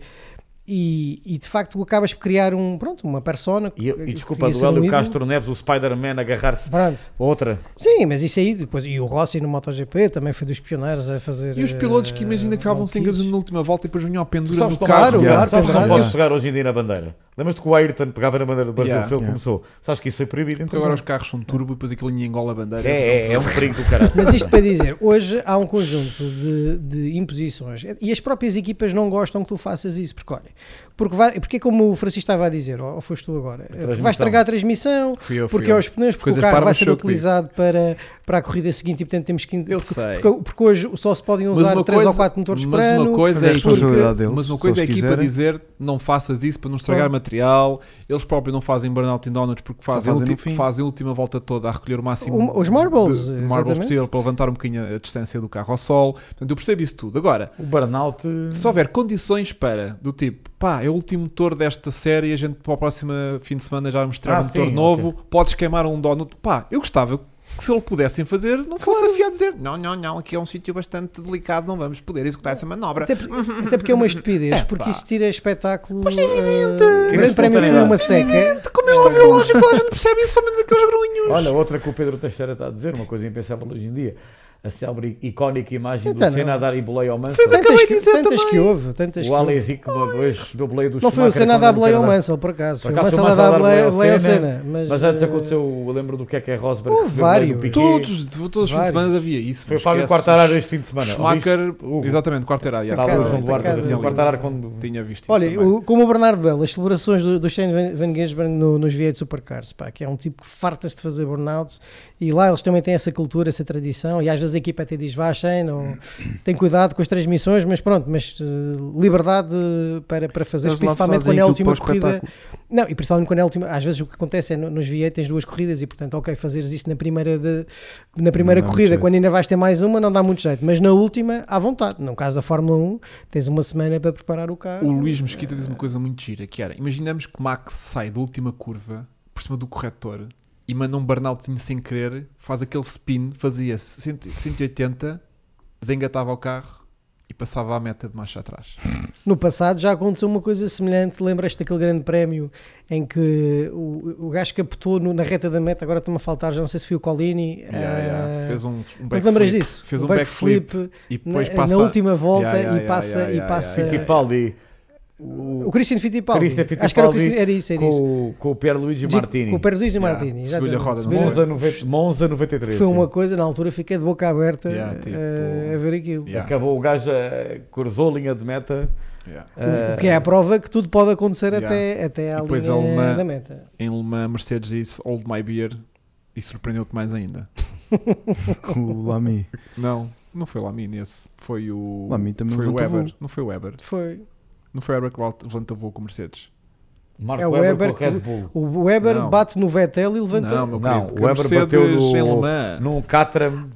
C: E, e, de facto acabas por criar um, pronto, uma persona.
B: E,
C: que-
B: e
C: que
B: desculpa,
C: ia
B: do
C: ser um
B: Hélio
C: ídolo.
B: Castro Neves, o Spider-Man agarrar-se.
C: Pronto.
B: Outra.
C: Sim, mas isso aí depois. E o Rossi no MotoGP também foi dos pioneiros a fazer.
A: E os pilotos que
C: eh,
A: imagina que ficavam sem
C: maluquices.
A: gasolina na última volta e depois vinham à pendura
B: Sabes
A: do
B: como é
A: carro.
C: claro,
B: que-
D: yeah.
B: sabes que não
D: Yeah.
B: podes pegar hoje em dia na bandeira? Lembras-te que o Ayrton pegava na bandeira do Brasil?
A: Yeah.
B: Foi ele que
D: Yeah.
B: começou. Sabes que isso foi proibido?
A: Porque
B: Então,
A: agora os carros são turbo e depois aquilo linha engola a bandeira.
B: é, é, é um perigo do caralho.
C: Mas isto para dizer, hoje há um conjunto de, de imposições e as próprias equipas não gostam que tu faças isso, porque olha, porque, vai, porque é como o Francisco estava a dizer, ou, ou foste tu agora, eh, porque
B: transmissão.
C: vai estragar a transmissão,
A: Fui eu, fui
C: porque é
A: eu.
C: aos pneus, porque
A: Coisas
C: o carro vai
A: parvas
C: ser
A: sou eu que
C: utilizado para, para a corrida seguinte e portanto temos que.
A: Eu sei.
C: Porque, porque hoje só se podem
A: Mas
C: usar
A: uma
C: 3 ou
A: coisa-
C: 4 motores por
A: mas uma
C: ano.
A: coisa
D: é a
A: é
C: porque-
D: responsabilidade deles.
A: Mas uma
D: se
A: coisa é
D: eles
A: aqui para
D: quiserem.
A: dizer não faças isso para não estragar
C: Claro.
A: material. Eles próprios não fazem burnout em donuts porque
D: Só
A: fazem, a
D: fazem
A: ulti-
D: no fim.
A: fazem a última volta toda a recolher o máximo
C: Um- os marbles,
A: de, de marbles
C: exatamente.
A: possível para levantar um bocadinho a distância do carro ao sol. Portanto, eu percebo isso tudo. Agora,
B: O burnout.
A: Se houver condições para, do tipo, pá, é o último motor desta série, a gente para o próximo fim de semana já mostrar
B: Ah,
A: um motor
B: sim,
A: novo, podes queimar um donut. Pá, eu gostava que se ele pudessem fazer, não fosse a FIA dizer, não, não, não, aqui é um sítio bastante delicado, não vamos poder executar essa manobra.
C: Até, por- até porque é uma estupidez, porque isso tira espetáculo. Mas é evidente! o
B: Tira
C: grande prémio foi uma
B: espontaneidade.
C: seca.
A: Como é óbvio, lógico, toda a gente percebe isso, só menos aqueles grunhos.
B: Olha, outra que o Pedro Teixeira está a dizer, uma coisa impensável hoje em dia. a célebre e icónica imagem
C: Então,
B: do Senna
C: não.
B: a dar e boleia ao Mansell.
A: Foi bem
C: Tantas,
A: acabei de
C: que,
A: dizer
C: tantas
A: também.
C: que houve, tantas que
B: O
C: houve.
B: Alex Ico uma vez recebeu boleia do
C: Não foi o
B: Schumacher
C: Senna a
B: quando
C: dar
B: ele
C: boleia ao
B: queria dar.
C: Mansell, por acaso.
B: Por
C: Foi o
B: acaso, foi
C: Mansell a
B: o Mansell
C: dar
B: a dar
C: boleia
B: boleia
C: boleia
B: ao
C: ao
B: Senna,
C: Senna. Mas,
B: Mas antes
C: eh,
B: aconteceu, eu lembro do que é que é Rosberg.
C: Houve
B: recebeu boleia do
C: vários.
B: Piquet.
A: Todos, todos os fins de
C: Vários.
A: semana havia isso.
B: Foi o
A: mas
B: Fábio
A: esquece.
B: Quartararo este fim de semana. Ouviste?
A: Schumacher,
B: Hugo.
A: exatamente, Quartararo. já.
B: Estava o
C: Tacada,
B: João Duarte
C: tacada.
B: do Quartararo quando
A: Tinha visto isso
C: Olha,
A: também.
C: o- como o Bernardo Bell, as celebrações do, do Shane Van- Van Gisbergen no, nos Viet Supercars, pá, que é um tipo que farta-se de fazer burnouts e lá eles também têm essa cultura, essa tradição e às vezes a equipa até diz, vá Shane, ou, tem cuidado com as transmissões, mas pronto, mas eh, liberdade eh, para, para fazer,
D: Eles lá
C: principalmente
D: fazem
C: quando é a
D: aquilo
C: última
D: para o
C: corrida.
D: espetáculo.
C: Não, e principalmente quando é a última, às vezes o que acontece é no- nos Viet tens duas corridas e portanto, ok, fazeres isso na primeira, de- na primeira
D: Não dá muito
C: corrida,
D: jeito.
C: quando ainda vais ter mais uma, não dá muito jeito, mas na última, à vontade. No caso da Fórmula 1, tens uma semana para preparar o carro.
A: O Luís Mesquita diz uma coisa muito gira, que era, imaginamos que Max sai da última curva, por cima do corretor, e manda um burnoutinho sem querer, faz aquele spin, fazia 100 180, desengatava o carro e passava a meta de marcha atrás.
C: No passado já aconteceu uma coisa semelhante. Lembras-te daquele grande prémio em que o, o gajo captou no- na reta da meta, agora está-me a faltar, já não sei se foi o Colini.
A: Yeah,
C: eh,
A: yeah. Fez um, um
C: não te lembras
A: backflip
C: disso?
A: fez
C: O
A: um backflip e
C: na,
A: depois passa...
C: na última volta
A: Yeah, yeah,
C: e
A: yeah,
C: passa.
A: yeah,
C: e
A: yeah,
C: passa
A: yeah.
B: Fittipaldi
C: É. O Christian Fittipaldi.
B: Christian
C: Acho que era, o
B: Fittipaldi
C: Christian, era isso, era
B: com,
C: isso.
B: o- com o Pierluigi Martini.
C: Com o Peruzis e
A: Yeah.
C: Martini.
A: Segura-lhe a roda, não
C: exatamente.
B: Monza, nove- Monza 93.
C: Foi
B: sim.
C: uma coisa, na altura fiquei de boca aberta
A: Yeah, tipo,
C: eh, a ver aquilo.
A: Yeah.
B: Acabou o gajo, eh, cruzou a linha de meta.
A: Yeah.
C: O-
B: eh,
C: O que é a prova que tudo pode acontecer
A: Yeah.
C: até, até à
A: E depois
C: linha
A: há uma-
C: da meta.
A: Em Le Mans, Mercedes disse, hold my beer, e surpreendeu-te mais ainda.
D: com o Lamy.
A: Não, não foi o Lamy nesse, foi o...
D: Lamy também
A: foi o
D: levantou
A: Weber,
D: voo.
A: não foi o Weber.
C: Foi.
A: Não foi o Weber que levantou voo com o Mercedes.
B: Marco
C: É o
B: Weber,
C: Weber
B: com o Red Bull.
C: O Weber
A: Não.
C: bate no Vettel e levanta.
A: Não, meu
B: Não,
A: querido,
B: o
A: que a
B: Weber
A: Mercedes
B: bateu no-
A: em Le Mans.
B: Num Catram.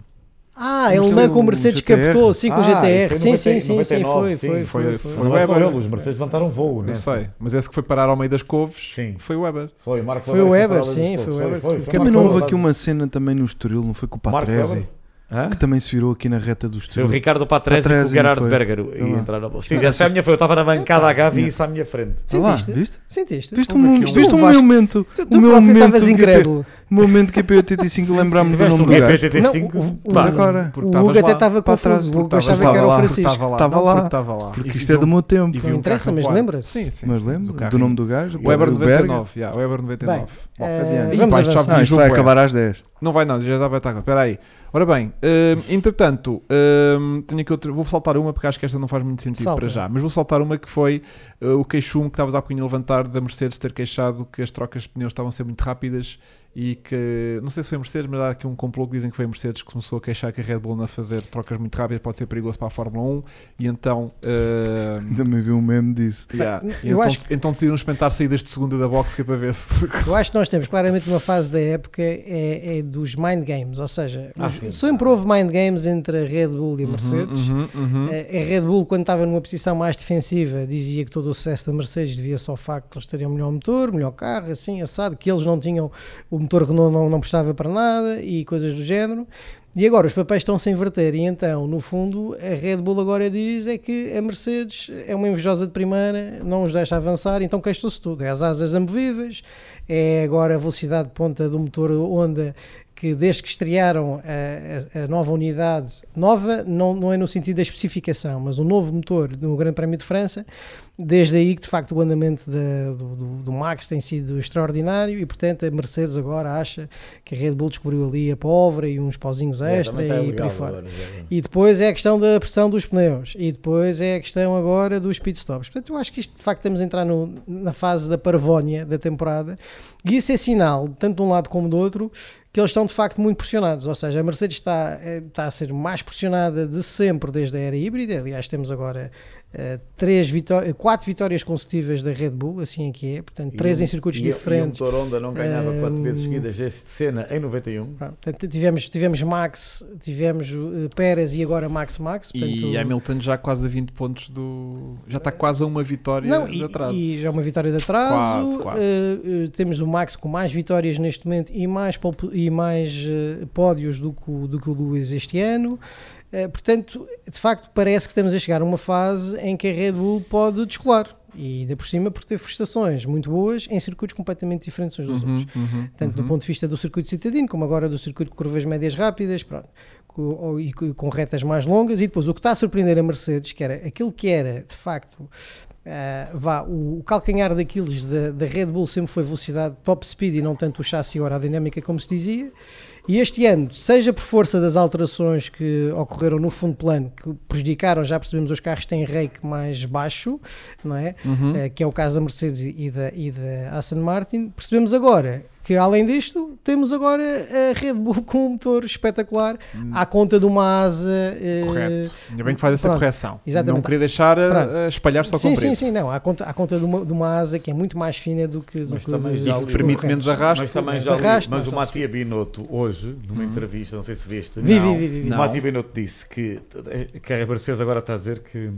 C: Ah,
D: Não
C: ele
D: sei,
C: não com o
D: o
C: Mercedes
D: GTR.
C: captou, sim, com o
B: Ah,
C: GTR.
B: isso foi
C: Sim,
B: em
C: sim, sim, sim,
B: 99, sim.
C: foi, foi,
A: Foi-
C: foi.
A: foi
B: Foi
A: o
B: não é só
A: Weber.
B: ele, os Mercedes levantaram voo, né?
A: Não sei, mas esse que foi parar ao meio das couves
B: Sim.
A: foi o Weber.
B: Foi o Marco
C: Foi o
B: Weber,
C: Weber,
B: que
C: sim,
B: parou
C: foi o
B: dos
C: Weber.
B: voos. Foi, foi, foi
D: Também
B: Marco
D: não houve
B: Weber.
D: aqui uma cena também no Estoril, não foi com o
B: Marco
D: Patrese?
B: Weber? Hã?
D: Que também se virou aqui na reta do
B: Foi o
D: Estoril.
B: Ricardo Patrese e com o
D: Patrese,
B: Gerard
D: foi.
B: Berger. E
D: Sei lá.
B: entraram. Sim, essa foi a minha foi. Eu estava na bancada a Gavi e isso à minha frente.
D: Olha lá,
C: Sentiste?
D: viste?
C: Sentiste?
D: Viste
A: houve
D: um,
A: aqui um-
D: viste
C: Tu
D: um
C: vais-
D: momento,
C: Tu,
D: o
C: tu
D: meu
C: próprio
D: momento
C: estavas
D: GP,
C: incrédulo.
D: o momento GP85, lembrar-me do
B: Tiveste
D: nome
B: um
D: do gajo.
B: GP85.
C: Não, o- o-
D: Pá,
C: Não,
D: agora,
A: Porque
C: O
A: estavas
C: Hugo até
A: lá.
C: estava
D: para trás,
C: confuso. O Hugo
A: porque
C: achava que
D: estavas
C: era o
D: lá,
A: Porque
C: Francisco.
A: Estava lá.
D: Estava
A: não,
D: lá.
A: porque Estava lá.
D: porque
A: E
D: isto
A: vi
D: é do
A: um-
D: meu
A: e
D: tempo.
A: vi um
C: interessa,
A: carro a
C: mas
A: voar.
C: lembra-se?
A: Sim, sim.
D: Mas
A: sim,
D: lembro,
A: carro.
D: do nome do gajo.
A: Weber
D: do Berger.
A: 99. yeah, Weber 99.
D: Bom,
C: eh, vamos
D: adiante.
A: E pá,
C: avançar.
A: já
D: Ah, isto vai
A: Jogo é.
D: acabar às 10.
A: Não vai nada, já dá bataca. Espera aí. Ora bem, hum, entretanto, hum, tenho aqui outra. Vou saltar uma porque acho que esta não faz muito sentido
C: Salta.
A: para já. Mas vou saltar uma que foi uh, o queixume que estavas há bocadinho a levantar da Mercedes ter queixado que as trocas de pneus estavam a ser muito rápidas e que. Não sei se foi a Mercedes, mas há aqui um complô que dizem que foi a Mercedes que começou a queixar que a Red Bull não fazer trocas muito rápidas pode ser perigoso para a Fórmula 1 e então. hum,
D: Também vi um meme disso.
A: yeah,
C: Bem,
A: e
C: eu
A: então,
C: acho
A: então decidiram experimentar saídas de segunda da box que é para ver se.
C: Eu acho que nós temos claramente uma fase da época é, é dos mind games, ou seja,
B: Ah,
C: os-
B: sim.
C: sempre houve mind games entre a Red Bull e a Mercedes. É,
A: Uhum, uhum, uhum.
C: A a Eh, Red Bull, quando estava numa posição mais defensiva, dizia que todo o sucesso da Mercedes devia-se ao facto que eles teriam melhor motor, melhor carro, assim, assado, que eles não tinham, o motor Renault não, não prestava para nada e coisas do género. E agora os papéis estão-se a inverter e então, no fundo, a Red Bull agora diz é que a Mercedes é uma invejosa de primeira, não os deixa avançar, então queixou-se tudo. É as asas amovíveis, é agora a velocidade de ponta do motor Honda que desde que estrearam a, a- a nova unidade, nova não, não é no sentido da especificação, mas um novo motor no Grande Prémio de França, desde aí que de facto o andamento da- do, do- do Max tem sido extraordinário e portanto a Mercedes agora acha que a Red Bull descobriu ali a pólvora e uns pauzinhos
B: É,
C: extra
B: também está
C: e por
B: ilegal
C: aí fora.
B: agora, já.
C: E depois é a questão da pressão dos pneus. E depois é a questão agora dos pitstops. Portanto, eu acho que isto, de facto, estamos a entrar no- na fase da parvónia da temporada. E isso é sinal, tanto de um lado como do outro, que eles estão, de facto, muito pressionados. Ou seja, a Mercedes está, eh, está a ser mais pressionada de sempre desde a era híbrida. Aliás, temos agora eh, três vitó- eh, quatro vitórias consecutivas da Red Bull, assim é que é. Portanto, três
B: E- um-
C: em circuitos
B: e-
C: diferentes.
B: E o Toronda não ganhava
C: Ehm,
B: quatro vezes seguidas este cena em 91.
C: Pá, Portanto, tivemos, tivemos Max, tivemos eh, Pérez e agora Max Max.
A: E
C: portanto- Eh,
A: Hamilton já quase a 20 pontos do. Já está quase a uma vitória
C: Não,
A: de
C: e,
A: atraso.
C: e já é uma vitória de atraso.
A: Quase, quase.
C: Eh, eh, temos o Max com mais vitórias neste momento e mais, palp- e mais eh, pódios do que, o- do que o Lewis este ano. Eh, portanto, de facto, parece que estamos a chegar a uma fase em que a Red Bull pode descolar. E ainda por cima, porque teve prestações muito boas em circuitos completamente diferentes uns dos outros
A: Uhum, uhum,
C: tanto do
A: uhum.
C: ponto de vista do circuito citadino como agora do circuito de curvas médias rápidas. Pronto. co- e co- com retas mais longas. E depois o que está a surpreender a Mercedes, que era aquilo que era de facto. ah, vá, o, o calcanhar daqueles da, da Red Bull sempre foi velocidade top speed e não tanto o chassi ou a aerodinâmica como se dizia e este ano, seja por força das alterações que ocorreram no fundo plano, que prejudicaram, já percebemos, os carros têm rake mais baixo, não é?
A: Uhum.
C: Eh, que é o caso da Mercedes e da, e da Aston Martin, percebemos agora que além disto, temos agora a Red Bull com um motor espetacular à conta de uma asa. eh,
A: Hum. Correto. Ainda bem que faz essa
C: pronto,
A: correção.
C: exatamente.
A: Não queria deixar a-
C: Pronto.
A: a espalhar só
C: Sim,
A: com
C: sim,
A: preço.
C: sim, não, à conta, à conta de, uma, de uma asa que é muito mais fina do que. do
B: Mas
C: que
B: também já
C: dos- dos
A: E que
B: Algo
A: permite
C: concorrentes.
A: menos arrasto.
B: Mas também
C: mas
B: já li,
C: arrasto,
B: mas o
C: não,
B: Matia Binotto, hoje, numa entrevista, não sei se viste,
C: Vi,
B: não,
C: vi, vi, vi, vi.
B: o Matia Binotto disse que, que a Mercedes agora está a dizer que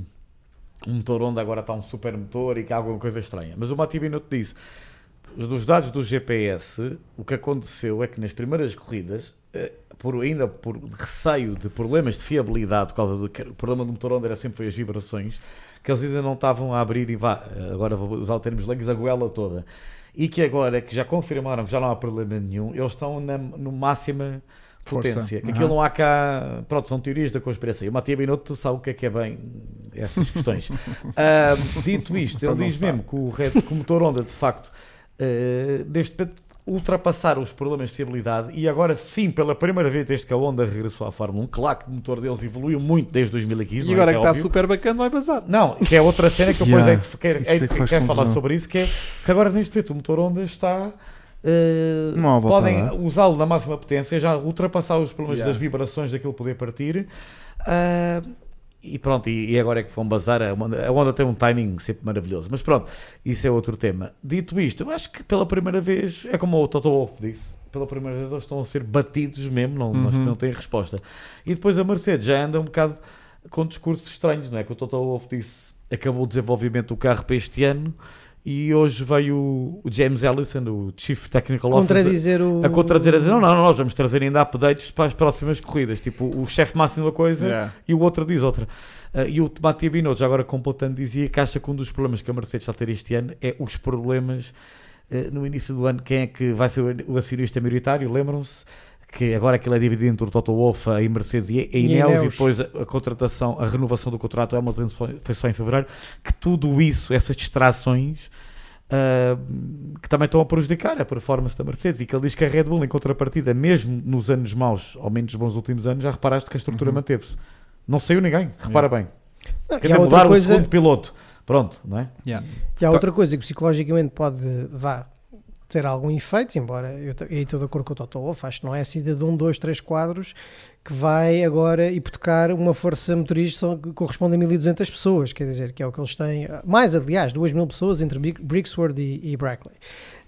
B: o motor Honda agora está um super motor e que há alguma coisa estranha. Mas o Matia Binotto disse, dos dados do GPS, o que aconteceu é que nas primeiras corridas, eh, por, ainda por receio de problemas de fiabilidade, por causa do que o problema do motor Honda era sempre foi as vibrações, que eles ainda não estavam a abrir e vá, agora vou usar o termo legs, a goela toda. E que agora, que já confirmaram que já não há problema nenhum, eles estão na no máxima
A: Força.
B: potência. Que
A: Aham.
B: Aquilo não há cá. Pronto, são teorias da conspiração. E o Matia Binotto sabe o que é que é bem essas questões. Ah, dito isto, ele
A: Então não
B: diz
A: sabe.
B: mesmo que o, Red, que o motor Honda, de facto, eh, neste momento ultrapassaram os problemas de fiabilidade e agora sim, pela primeira vez desde que a Honda regressou à Fórmula 1, claro que o motor deles evoluiu muito desde
A: E
B: 2015, não é?
A: agora que
B: Isso é
A: está
B: óbvio.
A: super bacana, vai bazar.
B: Não, que é outra cena que eu depois
D: Yeah.
B: é de- quero,
D: Isso
B: é
D: é
B: de-
D: que faz
B: quero
D: confusão.
B: falar sobre isso, que é que agora neste momento o motor Honda está... eh,
D: Não há volta a
B: podem
D: dar.
B: usá-lo na máxima potência, já ultrapassar os problemas
A: Yeah.
B: das vibrações daquilo poder partir. Ah, e pronto, e, e agora é que vão bazar. A onda, a onda tem um timing sempre maravilhoso. Mas pronto, isso é outro tema. Dito isto, eu acho que pela primeira vez, é como o Toto Wolff disse, pela primeira vez eles estão a ser batidos mesmo, não, nós
D: Uhum.
B: não têm resposta. E depois a Mercedes já anda um bocado com discursos estranhos, não é? Que o Toto Wolff disse, acabou o desenvolvimento do carro para este ano e hoje veio o o James Ellison, o Chief Technical Officer,
C: Contradizer o.
B: a contradizer a dizer, não, não, não, nós vamos trazer ainda updates para as próximas corridas. Tipo, o chefe máximo da coisa
A: Yeah.
B: e o outro diz outra. Ah, e o Matia Binotto, já agora completando, dizia que acha que um dos problemas que a Mercedes está a ter este ano é os problemas eh, no início do ano, quem é que vai ser o- o acionista maioritário, lembram-se? Que agora aquilo é dividido entre o Toto Wolff, a Mercedes e a a
C: E a
B: Ineos, e
C: Ineos.
B: depois a, a contratação, a renovação do contrato é uma só- foi só em fevereiro. Que tudo isso, essas distrações, ah, que também estão a prejudicar a performance da Mercedes e que ele diz que a Red Bull, em contrapartida, mesmo nos anos maus ou menos bons últimos anos, já reparaste que a estrutura manteve-se. Não saiu ninguém, repara bem.
C: Não,
B: Quer
C: e há
B: dizer,
C: outra
B: mudar
C: coisa-
B: o segundo piloto. Pronto, não é?
C: E há
A: Tá.
C: outra coisa que psicologicamente pode vá ter algum efeito, embora eu t- e aí estou de acordo com o Toto Wolff, acho que não é a saída de um, dois, três quadros que vai agora hipotecar uma força motorista só que corresponde a 1200 pessoas, quer dizer, que é o que eles têm, mais aliás, 2000 pessoas entre Bri- Brixworth e, e Brackley.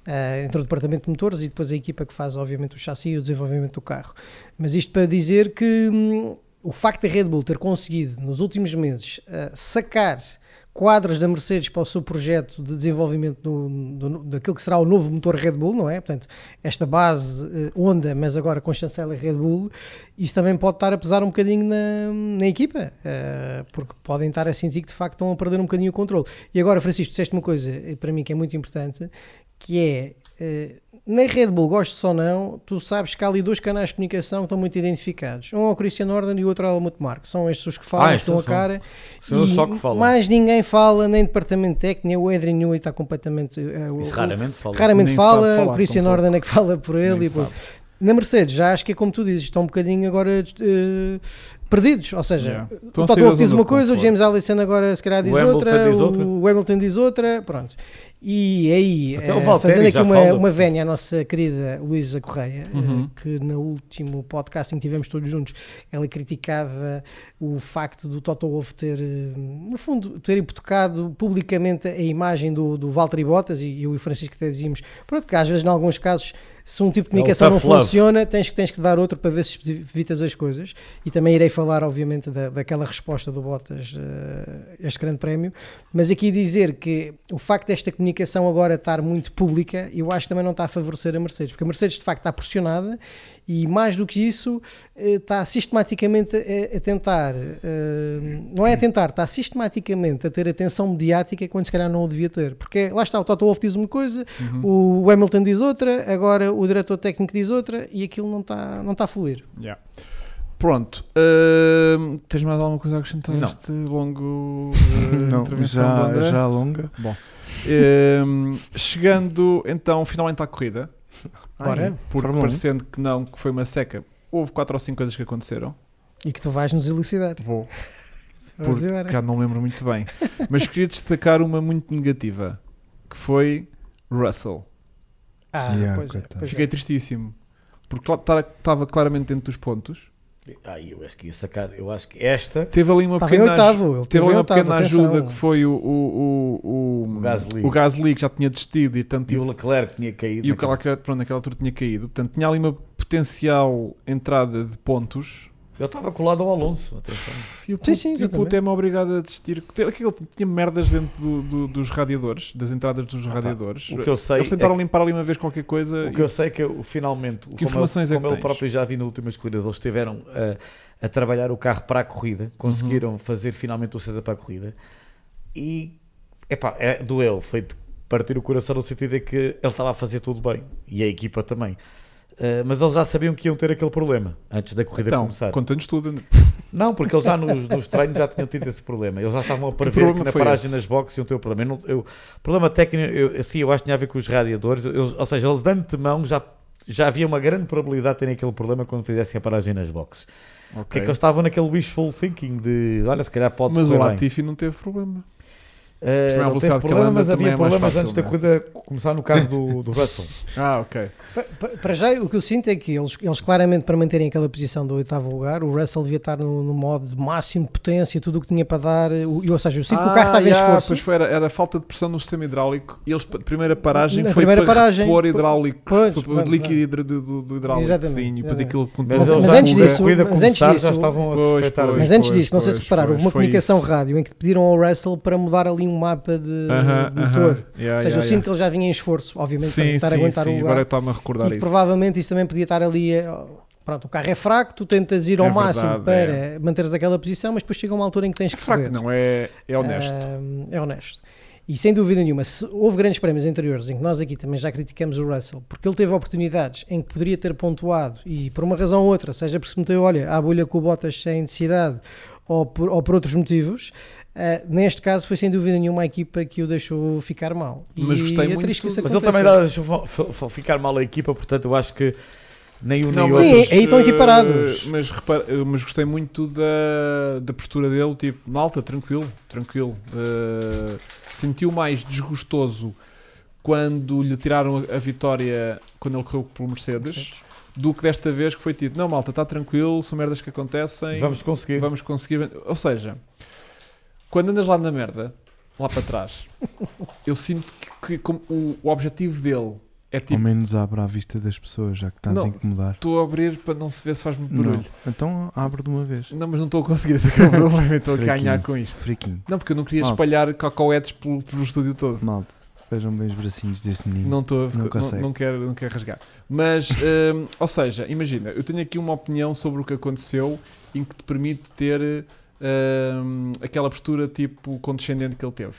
C: ah, entre o departamento de motores e depois a equipa que faz obviamente o chassi e o desenvolvimento do carro mas isto para dizer que hum, o facto da Red Bull ter conseguido nos últimos meses ah, sacar quadros da Mercedes para o seu projeto de desenvolvimento do, do- daquilo que será o novo motor Red Bull, não é? Portanto, esta base eh, Honda, mas agora com chancela Red Bull, isso também pode estar a pesar um bocadinho na, na equipa, eh, porque podem estar a sentir que de facto estão a perder um bocadinho o controle. E agora, Francisco, disseste uma coisa eh, para mim que é muito importante, que é. eh, na Red Bull, gostes ou não, tu sabes que há ali dois canais de comunicação que estão muito identificados. Um é o Christian Orden e o outro é o Helmut Marko. São estes os que falam,
B: Ah, estes
C: estão a
B: são-
C: cara.
B: são
C: e
B: só que falam.
C: Mais ninguém fala, nem departamento técnico, nem o Adrian Newey está completamente. eh, o-
B: Isso raramente fala.
C: raramente
A: Nem sabe
C: fala,
A: falar
C: o Christian
A: completo.
C: Orden é que fala por ele.
A: Nem
C: e por-
A: sabe.
C: Na Mercedes, já acho que é como tu dizes, estão um bocadinho agora eh, perdidos. Ou seja,
A: Yeah.
C: o
A: Estão a
C: Toto
A: sair da
C: Wolff Então, diz
A: zona
C: uma
A: de
C: coisa, o
A: conforto.
C: James Allison agora se calhar diz
B: O Hamilton
C: outra,
B: diz outra.
C: o Hamilton diz outra, pronto. E aí,
B: Até o
C: eh,
B: Valtteri
C: fazendo aqui
B: já
C: uma,
B: fala.
C: uma vénia à nossa querida Luísa Correia, eh,
A: Uhum.
C: que no último podcast em que tivemos todos juntos, ela criticava o facto do Toto Wolff ter, eh, no fundo, ter hipotecado publicamente a imagem do, do Valtteri Bottas, e eu e o Francisco até dizíamos, pronto, que às vezes, em alguns casos, se um tipo de
B: É o
C: comunicação não
B: tough love.
C: funciona, tens que, tens que dar outro para ver se evitas as coisas. E também irei falar, obviamente, da, daquela resposta do Bottas eh, este grande prémio. Mas aqui dizer que o facto desta comunicação agora estar muito pública, eu acho que também não está a favorecer a Mercedes, porque a Mercedes de facto está pressionada e mais do que isso eh, está sistematicamente a, a tentar, eh, não é a tentar, está sistematicamente a ter atenção mediática quando se calhar não o devia ter, porque lá está, o Toto Wolff diz uma coisa,
A: Uhum.
C: o Hamilton
A: tá,
C: diz outra, agora o diretor técnico diz outra e aquilo não está, não está a fluir.
A: Yeah. Pronto. Ahm, tens mais alguma coisa a acrescentar a
B: Não.
A: este longo eh,
D: Não,
A: intervenção do
D: já,
A: André?
D: já longa.
A: Ahm, chegando então finalmente à corrida,
C: Bora.
A: porque
D: Fórmula um.
A: parecendo que não, que foi uma seca, houve quatro ou cinco coisas que aconteceram.
C: E que tu vais nos elucidar.
A: Vou.
C: Vamos
A: Porque
C: embora.
A: já não lembro muito bem. Mas queria destacar uma muito negativa, que foi Russell.
C: Ah,
D: Yeah,
C: pois é,
D: coitado.
C: pois é.
A: Fiquei tipo tristíssimo, porque estava claramente dentro dos pontos.
B: Ah, eu acho que ia sacar. Eu acho que esta.
A: Teve ali uma
C: Estava em
A: pequena aj-
C: oitavo. Ele
A: Teve
C: em
A: ali uma
C: oitavo,
A: pequena
C: atenção.
A: ajuda que foi o, o, o,
B: O Gasly.
A: o Gasly, que já tinha desistido e tanto
B: E o Leclerc que tinha caído.
A: E o
B: naquela-
A: Calaca, pronto, naquela altura tinha caído. Portanto, tinha ali uma potencial entrada de pontos.
B: Ele estava colado ao Alonso. Atenção.
A: E o
C: Sim, sim,
A: puto, e o
C: exatamente.
A: puto é-me obrigado a desistir. é Que te- Aquilo tinha merdas dentro do- do- dos radiadores, das entradas dos
B: pá,
A: radiadores.
B: O que eu sei.
A: Eles
B: é
A: tentaram limpar ali uma vez qualquer coisa.
B: O que eu sei é que eu, finalmente, como,
A: informações é
B: eu,
A: que
B: como eu
A: tens?
B: próprio já vi nas últimas corridas, eles estiveram a, a trabalhar o carro para a corrida, conseguiram
A: Uhum.
B: fazer finalmente o setup para a corrida e epá, é, doeu, foi de partir o coração no sentido é que ele estava a fazer tudo bem e a equipa também. Ah, mas eles já sabiam que iam ter aquele problema antes da corrida
A: então,
B: começar.
A: conta-nos tudo.
B: Não, porque eles já nos, nos treinos já tinham tido esse problema. Eles já estavam a prever
A: problema
B: que na
A: foi
B: paragem
A: esse?
B: nas boxes iam ter o problema. Eu não- eu- problema técnico, eu, sim, eu acho que tinha a ver com os radiadores. Eles- ou seja, eles de antemão já, já havia uma grande probabilidade de terem aquele problema quando fizessem a paragem nas boxes. Porque é que eles estavam naquele wishful thinking de olha, se calhar pode
A: Mas o
B: correr bem.
A: Latifi não teve problema.
B: Eh,
A: também a
B: não teve
A: velocidade que
B: problema,
A: ela anda
B: mas
A: também
B: havia
A: é mais
B: problemas
A: fácil,
B: antes da
A: não é?
B: corrida começar no carro do, do Russell.
A: Ah, ok.
C: Pa- pa- Para já, o que eu sinto é que eles, eles claramente, para manterem aquela posição do oitavo lugar, o Russell devia estar no, no modo de máximo potência, tudo o que tinha para dar. O, e, ou seja, eu sinto que o carro
A: Ah,
C: estava em
A: yeah,
C: esforço.
A: pois foi, era, era falta de pressão no sistema hidráulico. E eles, a primeira paragem
C: Na
A: foi
C: primeira
A: para
C: paragem,
A: repor
C: pô-
A: hidráulico.
C: pois,
A: Foi para
C: claro,
A: o líquido hidro- do, do, do hidráulicozinho.
C: Exatamente,
A: E depois
C: exatamente.
A: aquilo quando
B: Mas,
C: Mas-
B: eles
C: mas
B: já,
C: antes
B: com a
C: disso-
B: corrida
C: mas
B: começar,
C: antes disso-
B: já estavam a
A: Pois,
B: respeitar.
A: pois.
C: Mas é antes disso, não sei
A: pois,
C: se repararam, houve uma
A: foi
C: comunicação
A: isso.
C: rádio em que pediram ao Russell para mudar ali um mapa de,
A: Aham,
C: de
A: aham.
C: motor.
A: Yeah,
C: Ou seja,
A: yeah,
C: eu
A: yeah.
C: sinto que ele já vinha em esforço, obviamente, para
A: Sim,
C: tentar
A: sim,
C: aguentar o
A: sim.
C: lugar.
A: Agora está-me a recordar
C: e que
A: isso.
C: provavelmente isso também podia estar ali. eh, Pronto, o carro é fraco, tu tentas ir ao
A: É
C: máximo
A: verdade, é.
C: para manteres aquela posição, mas depois chega uma altura em que tens que
A: Será
C: ceder.
A: que não? É, é honesto.
C: Ah, é honesto. E sem dúvida nenhuma, se houve grandes prémios anteriores em que nós aqui também já criticamos o Russell, porque ele teve oportunidades em que poderia ter pontuado e por uma razão ou outra, seja porque se meteu, olha, à bolha com o Bottas sem necessidade ou por, ou por outros motivos, ah, neste caso foi sem dúvida nenhuma a equipa que o deixou ficar mal.
A: Mas
C: E
A: gostei
C: é
A: muito
C: triste que isso
B: Mas ele
C: aconteça.
B: também dá, deixou fa- fa- ficar mal a equipa, portanto eu acho que nem um nem
C: mas-
B: outro.
C: Sim, aí estão equiparados.
A: eh, Mas, repara- eh, mas gostei muito da, da postura dele, tipo, malta, tranquilo, tranquilo. Eh, sentiu mais desgostoso quando lhe tiraram a, a vitória quando ele correu pelo Mercedes, do que desta vez que foi tido. Não, malta, está tranquilo, são merdas que acontecem.
B: Vamos conseguir.
A: Vamos conseguir. Ou seja, quando andas lá na merda, lá para trás, eu sinto que, que como o, o objetivo dele é
D: Ao
A: tipo,
D: menos abre à vista das pessoas, já que estás a
A: Não.
D: incomodar.
A: estou a abrir para não se ver se faz muito barulho.
D: Não. Então abre de uma vez.
A: Não, mas não estou a conseguir, esse é que é o problema, eu estou a
D: Fraquinho.
A: ganhar com isto.
D: Friquinho.
A: Não, porque eu não queria
D: Malta.
A: espalhar cacauetes pelo, pelo estúdio todo.
D: Malta, vejam bem os bracinhos deste menino.
A: Não estou a
D: Hum. Não
A: não,
D: consegue.
A: não quero, não quero rasgar. Mas, hum, ou seja, imagina, eu tenho aqui uma opinião sobre o que aconteceu em que te permite ter hum, aquela postura tipo condescendente que ele teve.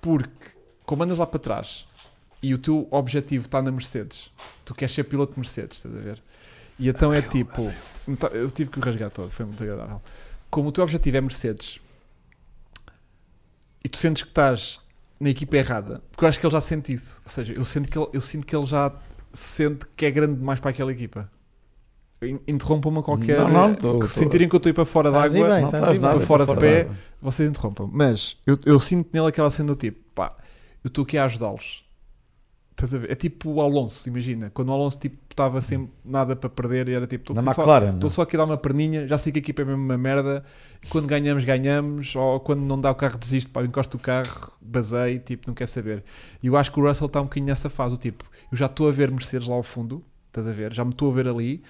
A: Porque, como andas lá para trás e o teu objetivo está na Mercedes, tu queres ser piloto de Mercedes, estás a ver? E então é tipo. Então, Eu tive que o rasgar todo, foi muito agradável. Como o teu objetivo é Mercedes e tu sentes que estás na equipa errada, porque eu acho que ele já sente isso. Ou seja, eu sinto que ele, eu sinto que ele já sente que é grande demais para aquela equipa. In- Interrompam-me a qualquer.
B: Não, não, tô-
A: que
B: tô-
A: se sentirem que eu estou a ir para fora
C: Estás aí
A: d'água,
C: bem,
B: Não
C: estás
B: faz
C: aí bem.
B: nada,
A: Estou fora de
B: estou
A: pé.
B: de água.
A: vocês interrompam. Mas eu, eu sinto nele aquela cena do tipo, pá, eu estou aqui a ajudá-los. Estás a ver? É tipo o Alonso, imagina. Quando o Alonso tipo estava sem nada para perder e era tipo,
B: Na
A: estou só,
B: McLaren.
A: estou só aqui a dar uma perninha, já sei que a equipa é mesmo uma merda. E quando ganhamos, ganhamos. Ou quando não dá o carro, desisto, pá, eu encosto o carro, basei, tipo, não quer saber. E eu acho que o Russell está um bocadinho nessa fase, o tipo, eu já estou a ver Mercedes lá ao fundo, estás a ver? Já me estou a ver ali.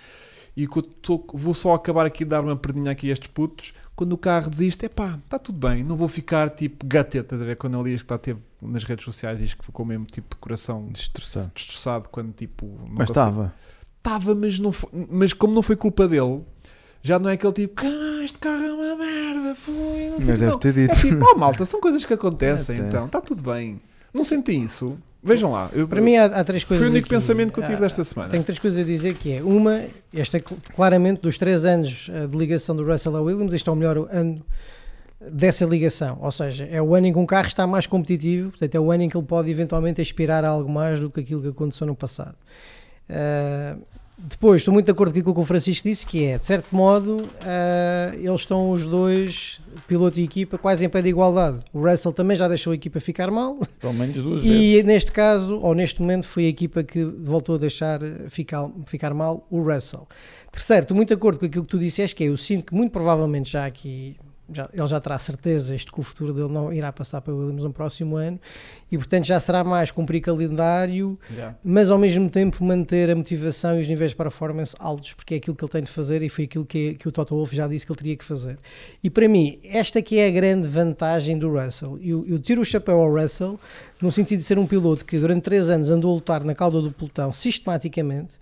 A: E que eu tô- vou só acabar aqui de dar uma perninha aqui a estes putos. Quando o carro desiste, é pá, está tudo bem. Não vou ficar tipo gateta, estás a ver? Quando ele diz que está teve nas redes sociais, diz que ficou mesmo tipo de coração
D: Destroçado.
A: destroçado quando tipo. não
D: Mas
A: consegue-
D: estava.
A: Estava, mas, não foi- mas como não foi culpa dele, já não é aquele tipo, caralho, este carro é uma merda, fui, não sei
D: Mas
A: o que
D: deve
A: não.
D: ter
A: É
D: dito.
A: tipo, oh malta, são coisas que acontecem,
D: Até.
A: então, está tudo bem. Não senti isso. Vejam lá. eu-
C: Para mim há, há três
A: foi
C: coisas.
A: o único
C: aqui. ah,
A: pensamento que eu tive
C: Há-
A: desta semana.
C: Tenho três coisas a dizer que é uma, esta é cl- claramente dos três anos eh, de ligação do Russell a Williams, este é o melhor ano dessa ligação, ou seja, é o ano em que um carro está mais competitivo, portanto é o ano em que ele pode eventualmente aspirar a algo mais do que aquilo que aconteceu no passado. Eh, depois, estou muito de acordo com aquilo que o Francisco disse, que é, de certo modo, eh, eles estão os dois, piloto e equipa, quase em pé de igualdade. O Russell também já deixou a equipa ficar mal,
B: Pelo menos duas vezes.
C: e neste caso, ou neste momento, foi a equipa que voltou a deixar eh, ficar, ficar mal o Russell. Terceiro, estou muito de acordo com aquilo que tu disseste, que é, eu sinto que muito provavelmente já aqui, já, ele já terá certeza este que o futuro dele não irá passar para o Williams no próximo ano, e portanto já será mais cumprir calendário,
B: Yeah.
C: mas ao mesmo tempo manter a motivação e os níveis de performance altos, porque é aquilo que ele tem de fazer e foi aquilo que, que o Toto Wolff já disse que ele teria que fazer. E para mim, esta que é a grande vantagem do Russell. Eu, eu tiro o chapéu ao Russell, no sentido de ser um piloto que durante três anos andou a lutar na cauda do pelotão sistematicamente,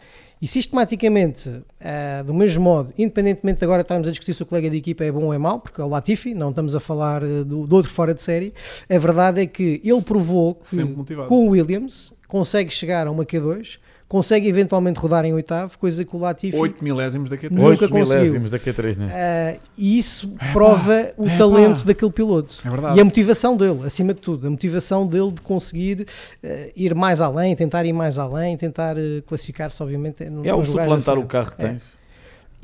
C: e sistematicamente, ah, do mesmo modo, independentemente de agora estarmos a discutir se o colega de equipa é bom ou é mau, porque é o Latifi, não estamos a falar eh, do, do outro fora de série, a verdade é que ele provou que
A: Sempre motivado.
C: com o Williams consegue chegar a uma Q2, consegue eventualmente rodar em oitavo, coisa que o Latifi...
A: 8 milésimos daqui a
C: Nunca
B: Oito
C: conseguiu.
B: milésimos daqui a três, né?
C: ah, e isso prova o talento daquele piloto.
A: É verdade.
C: E a motivação dele, acima de tudo, a motivação dele de conseguir eh, ir mais além, tentar ir mais além, tentar eh, classificar-se, obviamente, no,
B: É o
C: nos lugares da
B: suplantar o
C: frente.
B: carro que
C: É.
B: tens.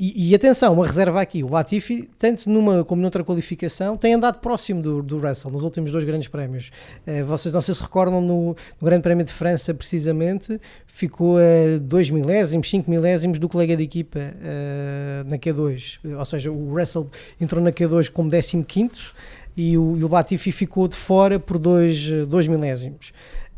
C: E, e atenção, uma reserva aqui. O Latifi, tanto numa como noutra qualificação, tem andado próximo do, do Russell nos últimos dois grandes prémios. Eh, vocês não sei se recordam, no, no Grande Prémio de França, precisamente, ficou a 2 milésimos, 5 milésimos do colega de equipa eh, na Q2. Ou seja, o Russell entrou na Q2 como 15 e o, e o Latifi ficou de fora por 2 dois, milésimos.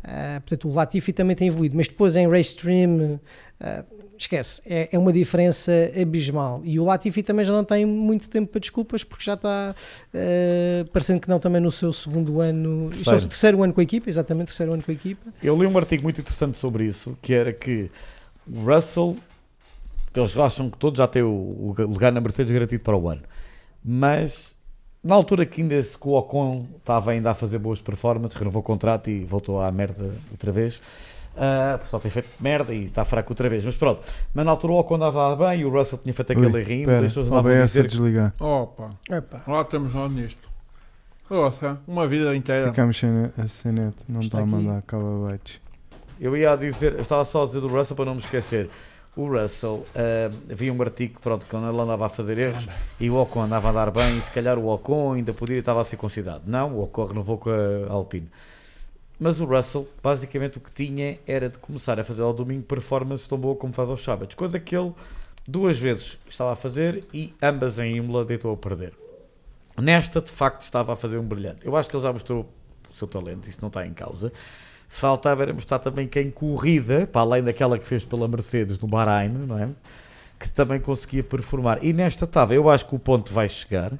C: Ah, portanto, o Latifi também tem evoluído, mas depois em race stream, ah, esquece, é, é uma diferença abismal. E o Latifi também já não tem muito tempo para desculpas, porque já está, ah, parecendo que não, também no seu segundo ano, isto é o
B: Terceiro.
C: terceiro ano com a equipa, exatamente, terceiro ano com a equipa.
B: Eu li um artigo muito interessante sobre isso, que era que o Russell, que eles acham que todos já têm o, o lugar na Mercedes garantido para o ano, mas na altura que ainda se que o Ocon estava ainda a fazer boas performances, renovou o contrato e voltou à merda outra vez. ah, porque só tem feito merda e está fraco outra vez, mas pronto. Mas na altura o Ocon andava bem e o Russell tinha feito aquele rim, as pessoas andavam a
D: OBS a
B: dizer
D: desligar.
A: Opa,
C: Epá,
A: lá estamos nós nisto. Nossa, uma vida inteira.
D: Ficamos sem, a- sem net, não
C: É. Está
D: está a
C: aqui.
D: mandar cava bytes.
B: Eu ia a dizer, eu estava só a dizer do Russell para não me esquecer. O Russell, ah, havia um artigo pronto, que ele andava a fazer erros e o Ocon andava a andar bem e se calhar o Ocon ainda podia e estava a ser considerado. Não, o Ocon renovou com a Alpine. Mas o Russell, basicamente o que tinha era de começar a fazer ao domingo performances tão boa como faz aos sábados, coisa que ele duas vezes estava a fazer e ambas em Imola deitou a perder. Nesta, de facto, estava a fazer um brilhante. Eu acho que ele já mostrou o seu talento, isso não está em causa. Faltava era mostrar também que em corrida, para além daquela que fez pela Mercedes no Bahrein, não é? Que também conseguia performar. E nesta estava, eu acho que o ponto vai chegar.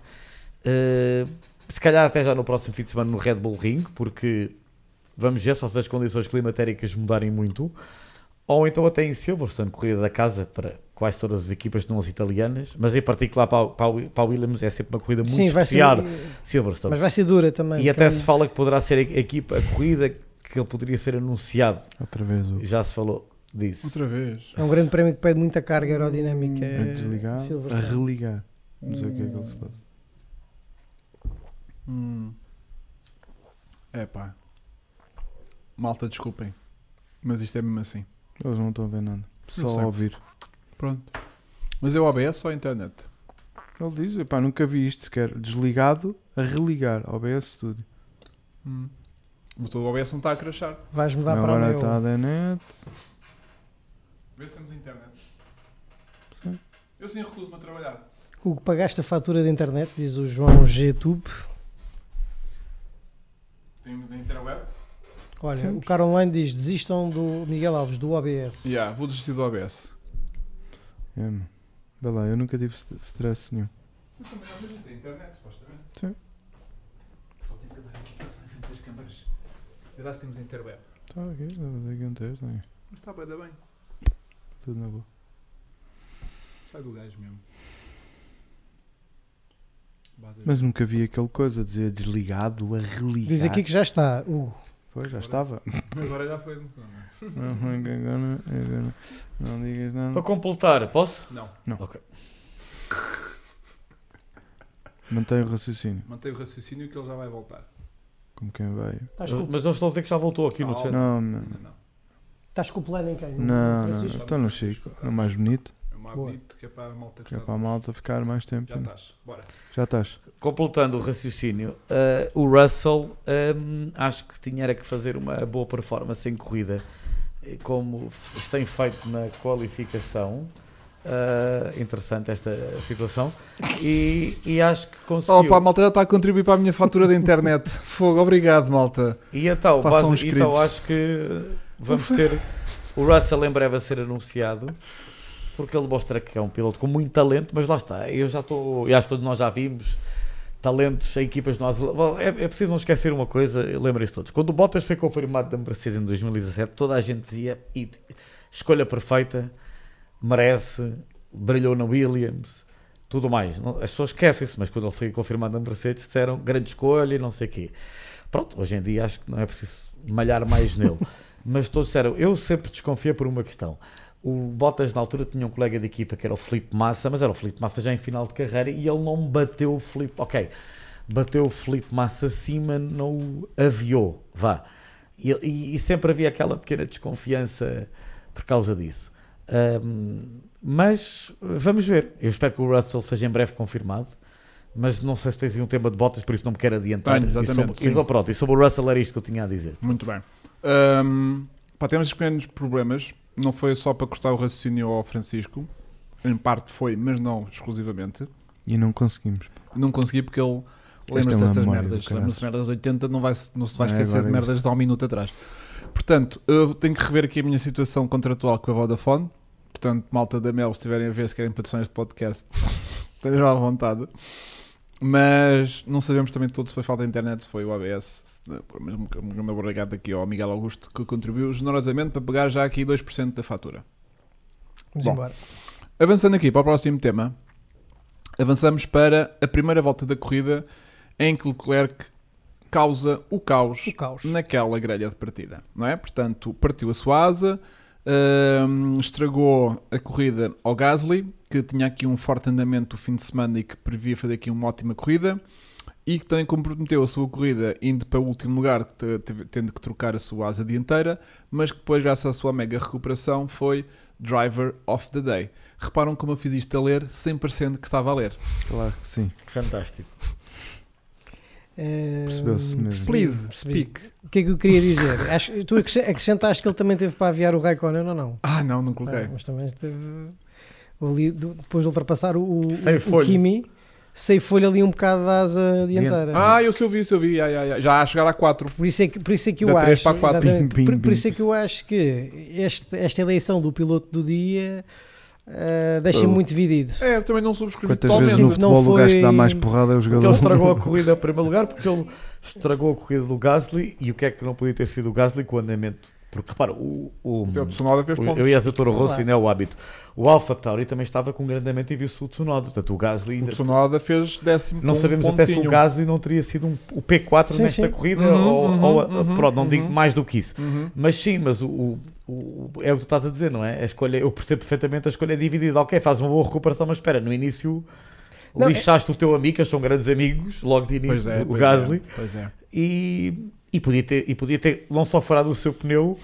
B: Eh, se calhar até já no próximo fim de semana no Red Bull Ring, porque vamos ver só se as condições climatéricas mudarem muito. Ou então até em Silverstone, corrida da casa para quase todas as equipas não as italianas, mas em particular para, o- para, o- para o Williams é sempre uma corrida muito
C: sim, vai ser, um-
B: especial. Silverstone.
C: mas vai ser dura
B: E
C: também. porque
B: até
C: é um-
B: se fala que poderá ser a equipa, a corrida que ele poderia ser anunciado.
D: Outra vez o.
B: Já se falou disso.
A: Outra vez.
C: É um grande prémio que pede muita carga aerodinâmica. é
D: A desligar, a
C: Silverstone.
D: religar. Não sei o que é que ele se passa.
A: Hum. Epá. Malta, desculpem. Mas isto é mesmo assim.
D: Eles não estão a ver nada.
A: Eu
D: Só
A: sei.
D: a ouvir.
A: Pronto. Mas é o OBS ou a internet?
D: Ele diz, epá, nunca vi isto sequer. Desligado a religar. OBS Studio.
A: Hum. Mas o OBS não está a crashar.
C: Vais mudar para o
D: Agora
C: meu.
D: está a da net.
A: Vê se temos internet.
D: Sim.
A: Eu sim recuso-me a trabalhar.
C: O que pagaste a fatura da internet, diz o João Gtube.
A: Temos a interweb?
C: Olha,
D: Temos.
C: o cara online diz: desistam do Miguel Alves, do OBS.
A: Yeah, vou desistir do OBS.
D: É, mano. Vê lá, eu nunca tive st- stress nenhum.
A: Mas também às vezes não tem internet, supostamente.
D: Sim.
A: Só tem que andar aqui passar em frente das câmaras. Verá se temos interweb.
D: Está aqui, está aqui um texto. aí.
A: Mas está bem, bem.
D: Tudo na boa.
A: Sai do gajo mesmo. Base-
D: Mas nunca vi aquele coisa, dizer desligado a religar.
C: Diz aqui que já está. Hugo.
D: Pois, já estava.
A: Agora já foi.
D: Não digas
B: Para
D: nada.
B: completar, posso?
A: Não,
D: Mantém o raciocínio,
A: mantém o raciocínio que ele já vai voltar.
D: como quem veio.
C: Estás com,
B: Mas não estou a dizer que já voltou aqui no
A: Ah,
B: chat.
D: Não, não,
A: Ainda não.
C: estás com o plano em quem? No
D: não, não.
C: Francisco?
D: Estou no Chico, é o mais bonito,
A: É mais
C: Boa.
A: bonito que é para a malta
D: que é
A: gostar.
D: para a malta ficar mais tempo.
A: Já tá. estás. Bora.
D: Já estás.
B: Completando o raciocínio, eh, o Russell ehm, acho que tinha era que fazer uma boa performance em corrida, eh, como f- tem feito na qualificação. Ah, interessante esta situação. E, e acho que conseguiu.
A: Olha, pá, a malta já está a contribuir para a minha fatura da internet. Fogo, obrigado, malta.
B: E então,
A: Façam
B: base,
A: uns
B: então
A: queridos.
B: acho que vamos ter o Russell em breve a ser anunciado. Porque ele mostra que é um piloto com muito talento, mas lá está. Eu já estou, e acho que todos nós já vimos talentos em equipas nós. É, é preciso não esquecer uma coisa, lembrem-se todos. Quando o Bottas foi confirmado da Mercedes em 2017, toda a gente dizia: "It- escolha perfeita, merece, brilhou na Williams, tudo mais. Não- As pessoas esquecem-se, mas quando ele foi confirmado na Mercedes, disseram grande escolha e não sei o quê. Pronto, hoje em dia acho que não é preciso malhar mais nele. Mas todos disseram, eu sempre desconfiei por uma questão. O Bottas na altura tinha um colega de equipa que era o Felipe Massa, mas era o Felipe Massa já em final de carreira e ele não bateu o Felipe. Ok, bateu o Felipe Massa acima, não o aviou, vá. E, e- e sempre havia aquela pequena desconfiança por causa disso. Ahm, mas vamos ver. Eu espero que o Russell seja em breve confirmado. Mas não sei se tens aí um tema de Bottas, por isso não me quero adiantar.
A: Tenho,
B: e sobre,
A: exatamente,
B: e,
A: sim.
B: pronto, e sobre o Russell era isto que eu tinha a dizer.
A: Muito bem. Ahm, pá, temos os pequenos problemas. Não foi só para cortar o raciocínio ao Francisco. Em parte foi, mas não exclusivamente.
D: E não conseguimos.
A: Não consegui porque ele
D: Esta é
A: lembra-se
D: uma
A: destas
D: memória do
A: merdas.
D: caraças.
A: Lembra-se de merdas de 80, não, vai, não se vai
D: É,
A: esquecer
D: agora
A: de merdas de há um minuto atrás. Portanto, eu tenho que rever aqui a minha situação contratual com a Vodafone. Portanto, malta da Mel, se tiverem a ver, se querem produções de podcast, estejam à vontade. Mas não sabemos também todo se foi falta de internet, se foi o ABS. se- Mas um um grande obrigado aqui ao Miguel Augusto que contribuiu generosamente para pagar já aqui 2% da fatura.
C: Vamos
A: Bom.
C: embora.
A: Avançando aqui para o próximo tema, avançamos para a primeira volta da corrida em que Leclerc causa o caos
C: O caos.
A: naquela grelha de partida, não é? Portanto, partiu a sua asa, hum, estragou a corrida ao Gasly, que tinha aqui um forte andamento o fim de semana e que previa fazer aqui uma ótima corrida, e que também comprometeu a sua corrida indo para o último lugar, te- te- tendo que trocar a sua asa dianteira, mas que depois, graças à sua mega recuperação, foi Driver of the Day. Reparam como eu fiz isto a ler, 100% que estava a ler.
D: Claro que sim.
B: Fantástico.
C: Eh,
D: Percebeu-se mesmo.
A: Please,
C: percebi.
A: speak.
C: O que é que eu queria dizer? Acho, tu acresce- acrescentaste que ele também teve para aviar o Raikkonen, não, não.
A: Ah, não, não coloquei.
C: Ah, mas também teve ali, do- depois de ultrapassar o, o,
B: Sem
C: o
B: folha.
C: Kimi, sem folha ali um bocado da asa dianteira.
A: Ah, eu se eu vi, se eu vi. ai, ai, ai. Já a chegar a 4.
C: Por isso é que, por isso é que eu
A: Da três
C: acho.
A: para quatro.
C: exatamente,
D: Bim, bim,
C: por, por
D: bim.
C: isso é que eu acho que este- esta eleição do piloto do dia eh, deixa-me
D: Oh.
C: muito dividido.
A: É, eu também não subscrevi
D: Quantas
A: totalmente.
D: vezes no
C: menos não
D: futebol o gajo que dá
C: foi-
D: mais porrada é o
B: Porque ele
D: jogador?
B: estragou a corrida em primeiro lugar, porque ele estragou a corrida do Gasly e o que é que não podia ter sido o Gasly com o andamento? Porque repara, o, o,
A: Teu Tsunoda fez
B: o-
A: pontos.
B: eu ia dizer o Toro Rosso
C: Claro.
B: e não é o hábito. O Alpha Tauri também estava com um grande andamento e viu-se o Tsunoda. Portanto, o Gasly
A: O
B: ainda.
A: Tsunoda fez décimo
B: Não
A: com um
B: sabemos até se o
A: pontinho.
B: Gasly não teria sido um- o P4
C: Sim,
B: nesta
C: sim.
B: corrida
A: Uhum,
B: ou,
A: uhum,
B: ou a-
A: uhum,
B: pronto, não digo
A: uhum.
B: mais do que isso.
A: Uhum.
B: Mas sim, mas o, o- o- é o que tu estás a dizer, não é? A escolha, eu percebo perfeitamente a escolha é dividida. Ok, faz uma boa recuperação, mas espera, no início
C: Não, é-
B: lixaste o teu amigo, eles são grandes amigos, logo de
A: Pois
B: início,
A: é,
B: o
A: pois
B: Gasly,
A: é, pois é.
B: e, e, podia ter, e podia ter não só furado o seu pneu,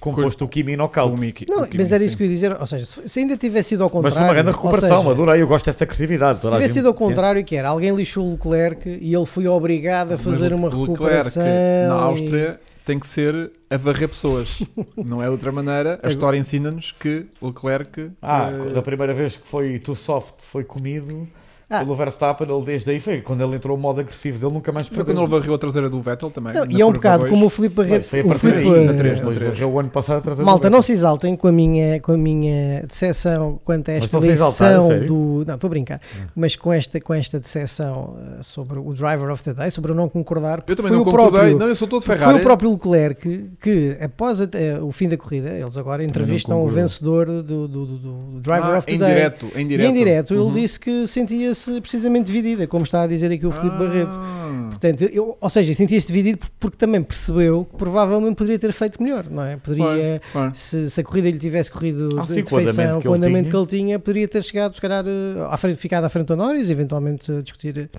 B: composto o Kimi
A: Com o
B: knockout.
A: Miki.
C: Não,
A: com o Kimi,
C: mas era isso
A: sim.
C: que eu ia dizer. Ou seja, se- se ainda tivesse sido ao
B: Mas
C: contrário.
B: foi uma grande
C: ou
B: recuperação,
C: seja,
B: adorei, eu gosto dessa criatividade.
C: Se
B: toda a
C: tivesse
B: gente
C: sido ao
B: pensa.
C: contrário, que era alguém lixou o Leclerc e ele foi obrigado a
A: Mas
C: fazer
A: o
C: uma
A: Leclerc, é
C: recuperação.
A: na
C: e-
A: Áustria tem que ser a varrer pessoas. não é de outra maneira. A história ensina-nos que Leclerc.
B: Ah,
A: eh,
B: da primeira vez que foi too soft, foi comido
C: Ah.
B: pelo Verstappen, ele desde aí foi quando ele entrou o modo agressivo dele, nunca mais
A: foi
B: perdeu.
A: quando ele varreu a traseira do Vettel também.
C: Não,
A: na
C: e é um
A: curva
C: bocado
A: dois.
C: como o Filipe
B: Bem,
C: Barreto.
B: foi a
C: o
B: partir
C: Filipe,
B: daí, na
C: eh,
A: três, na
B: Depois
A: três.
B: varreu o ano passado atrás do
C: Malta,
B: Vettel.
C: não se exaltem com a minha, com a minha decepção quanto a
B: Mas
C: esta
B: estão-se a exaltar, a
C: eleição
B: sério?
C: do. Não, estou a brincar.
B: Hum.
C: Mas com esta, com esta decepção eh, sobre o Driver of the Day, sobre eu não concordar.
A: Eu também
C: foi
A: não
C: o
A: concordei.
C: próprio-
A: Não, eu sou todo
C: Porque
A: Ferrari.
C: Foi o próprio Leclerc que, que após até o fim da corrida, eles agora entrevistam o
D: concordou.
C: vencedor do, do, do- do Driver
A: Ah,
C: of the
A: em
C: Day.
A: direto, em
C: E
A: direto.
C: em direto
A: Uhum.
C: ele disse que sentia sentia-se precisamente dividida, como está a dizer aqui o Filipe
A: Ah.
C: Barreto. Portanto, eu- ou seja, sentia-se dividido por- porque também percebeu que provavelmente poderia ter feito melhor, não é? Poderia, se, se a corrida lhe tivesse corrido
B: Ah,
C: de,
B: sim,
C: de
B: com o
C: feição,
B: andamento que
C: com o
B: ele
C: andamento que
B: tinha.
C: ele tinha, poderia ter chegado, se calhar, eh, à frente, ficado à frente do Norris, eventualmente eh, discutir, eh,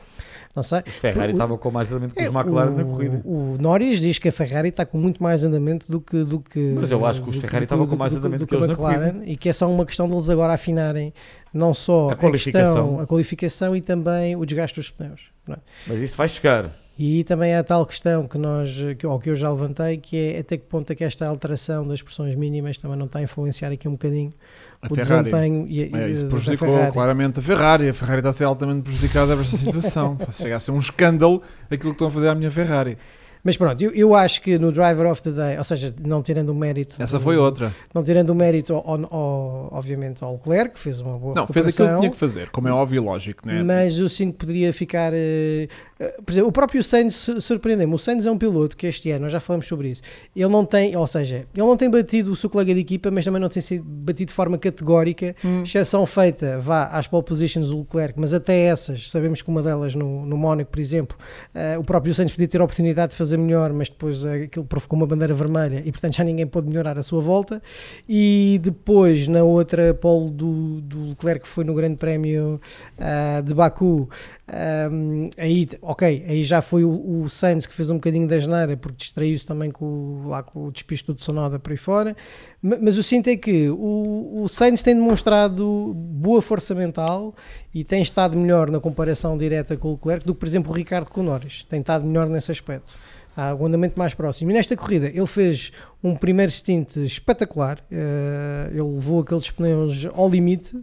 C: não sei.
B: Os Ferrari
C: O-
B: estavam com mais andamento que os
C: É,
B: McLaren
C: o,
B: na corrida.
C: O Norris diz que a Ferrari está com muito mais andamento do que. Do que
B: Mas eu acho que os
C: do
B: Ferrari
C: do
B: estavam com
C: do
B: mais
C: do
B: andamento
C: do
B: que eles na
C: McLaren E que é só uma questão deles agora afinarem não só
B: A
C: a qualificação,
B: qualificação.
C: a qualificação e também o desgaste dos pneus. não é?
B: Mas isso vai chegar.
C: E também há a tal questão que nós, que, ou que eu já levantei, que é até que ponto é que esta alteração das pressões mínimas também não está a influenciar aqui um bocadinho
A: A
C: o
A: Ferrari.
C: desempenho e, a-
A: É,
C: e
A: isso
C: da
A: prejudicou
C: Ferrari.
A: claramente a Ferrari. A Ferrari está a ser altamente prejudicada por esta situação. Se chegar a ser um escândalo aquilo que estão a fazer à minha Ferrari.
C: Mas pronto, eu, eu acho que no Driver of the Day, ou seja, não tirando o mérito.
A: Essa
C: do-
A: foi outra.
C: Não tirando o mérito, ao, ao- ao- obviamente, ao Leclerc, que fez uma boa
A: Não, fez aquilo que
C: recuperação,
A: tinha que fazer, como é óbvio e lógico, né?
C: Mas eu sinto que poderia ficar. eh, eh, por exemplo, o próprio Sainz su- surpreendeu-me. O Sainz é um piloto que este ano, nós já falamos sobre isso. Ele não tem, ou seja, ele não tem batido o seu colega de equipa, mas também não tem sido batido de forma categórica.
A: Hum.
C: Exceção feita, vá às pole positions do Leclerc, mas até essas, sabemos que uma delas no, no Mónaco, por exemplo, eh, o próprio Sainz podia ter a oportunidade de fazer melhor, mas depois eh, aquilo provocou uma bandeira vermelha e, portanto, já ninguém pôde melhorar a sua volta. E depois, na outra pole do, do Leclerc, que foi no Grande Prémio ah, de Baku, Ahm, aí, t- ok, aí já foi o, o Sainz que fez um bocadinho da geneira porque distraiu-se também com, o- lá com o despisto do Sonoda por aí fora. Ma- Mas o sinto é que o, o Sainz tem demonstrado boa força mental e tem estado melhor na comparação direta com o Leclerc do que, por exemplo, o Ricardo com o Norris. Tem estado melhor nesse aspecto. Há um andamento mais próximo. E nesta corrida ele fez um primeiro stint espetacular. eh, ele levou aqueles pneus ao limite.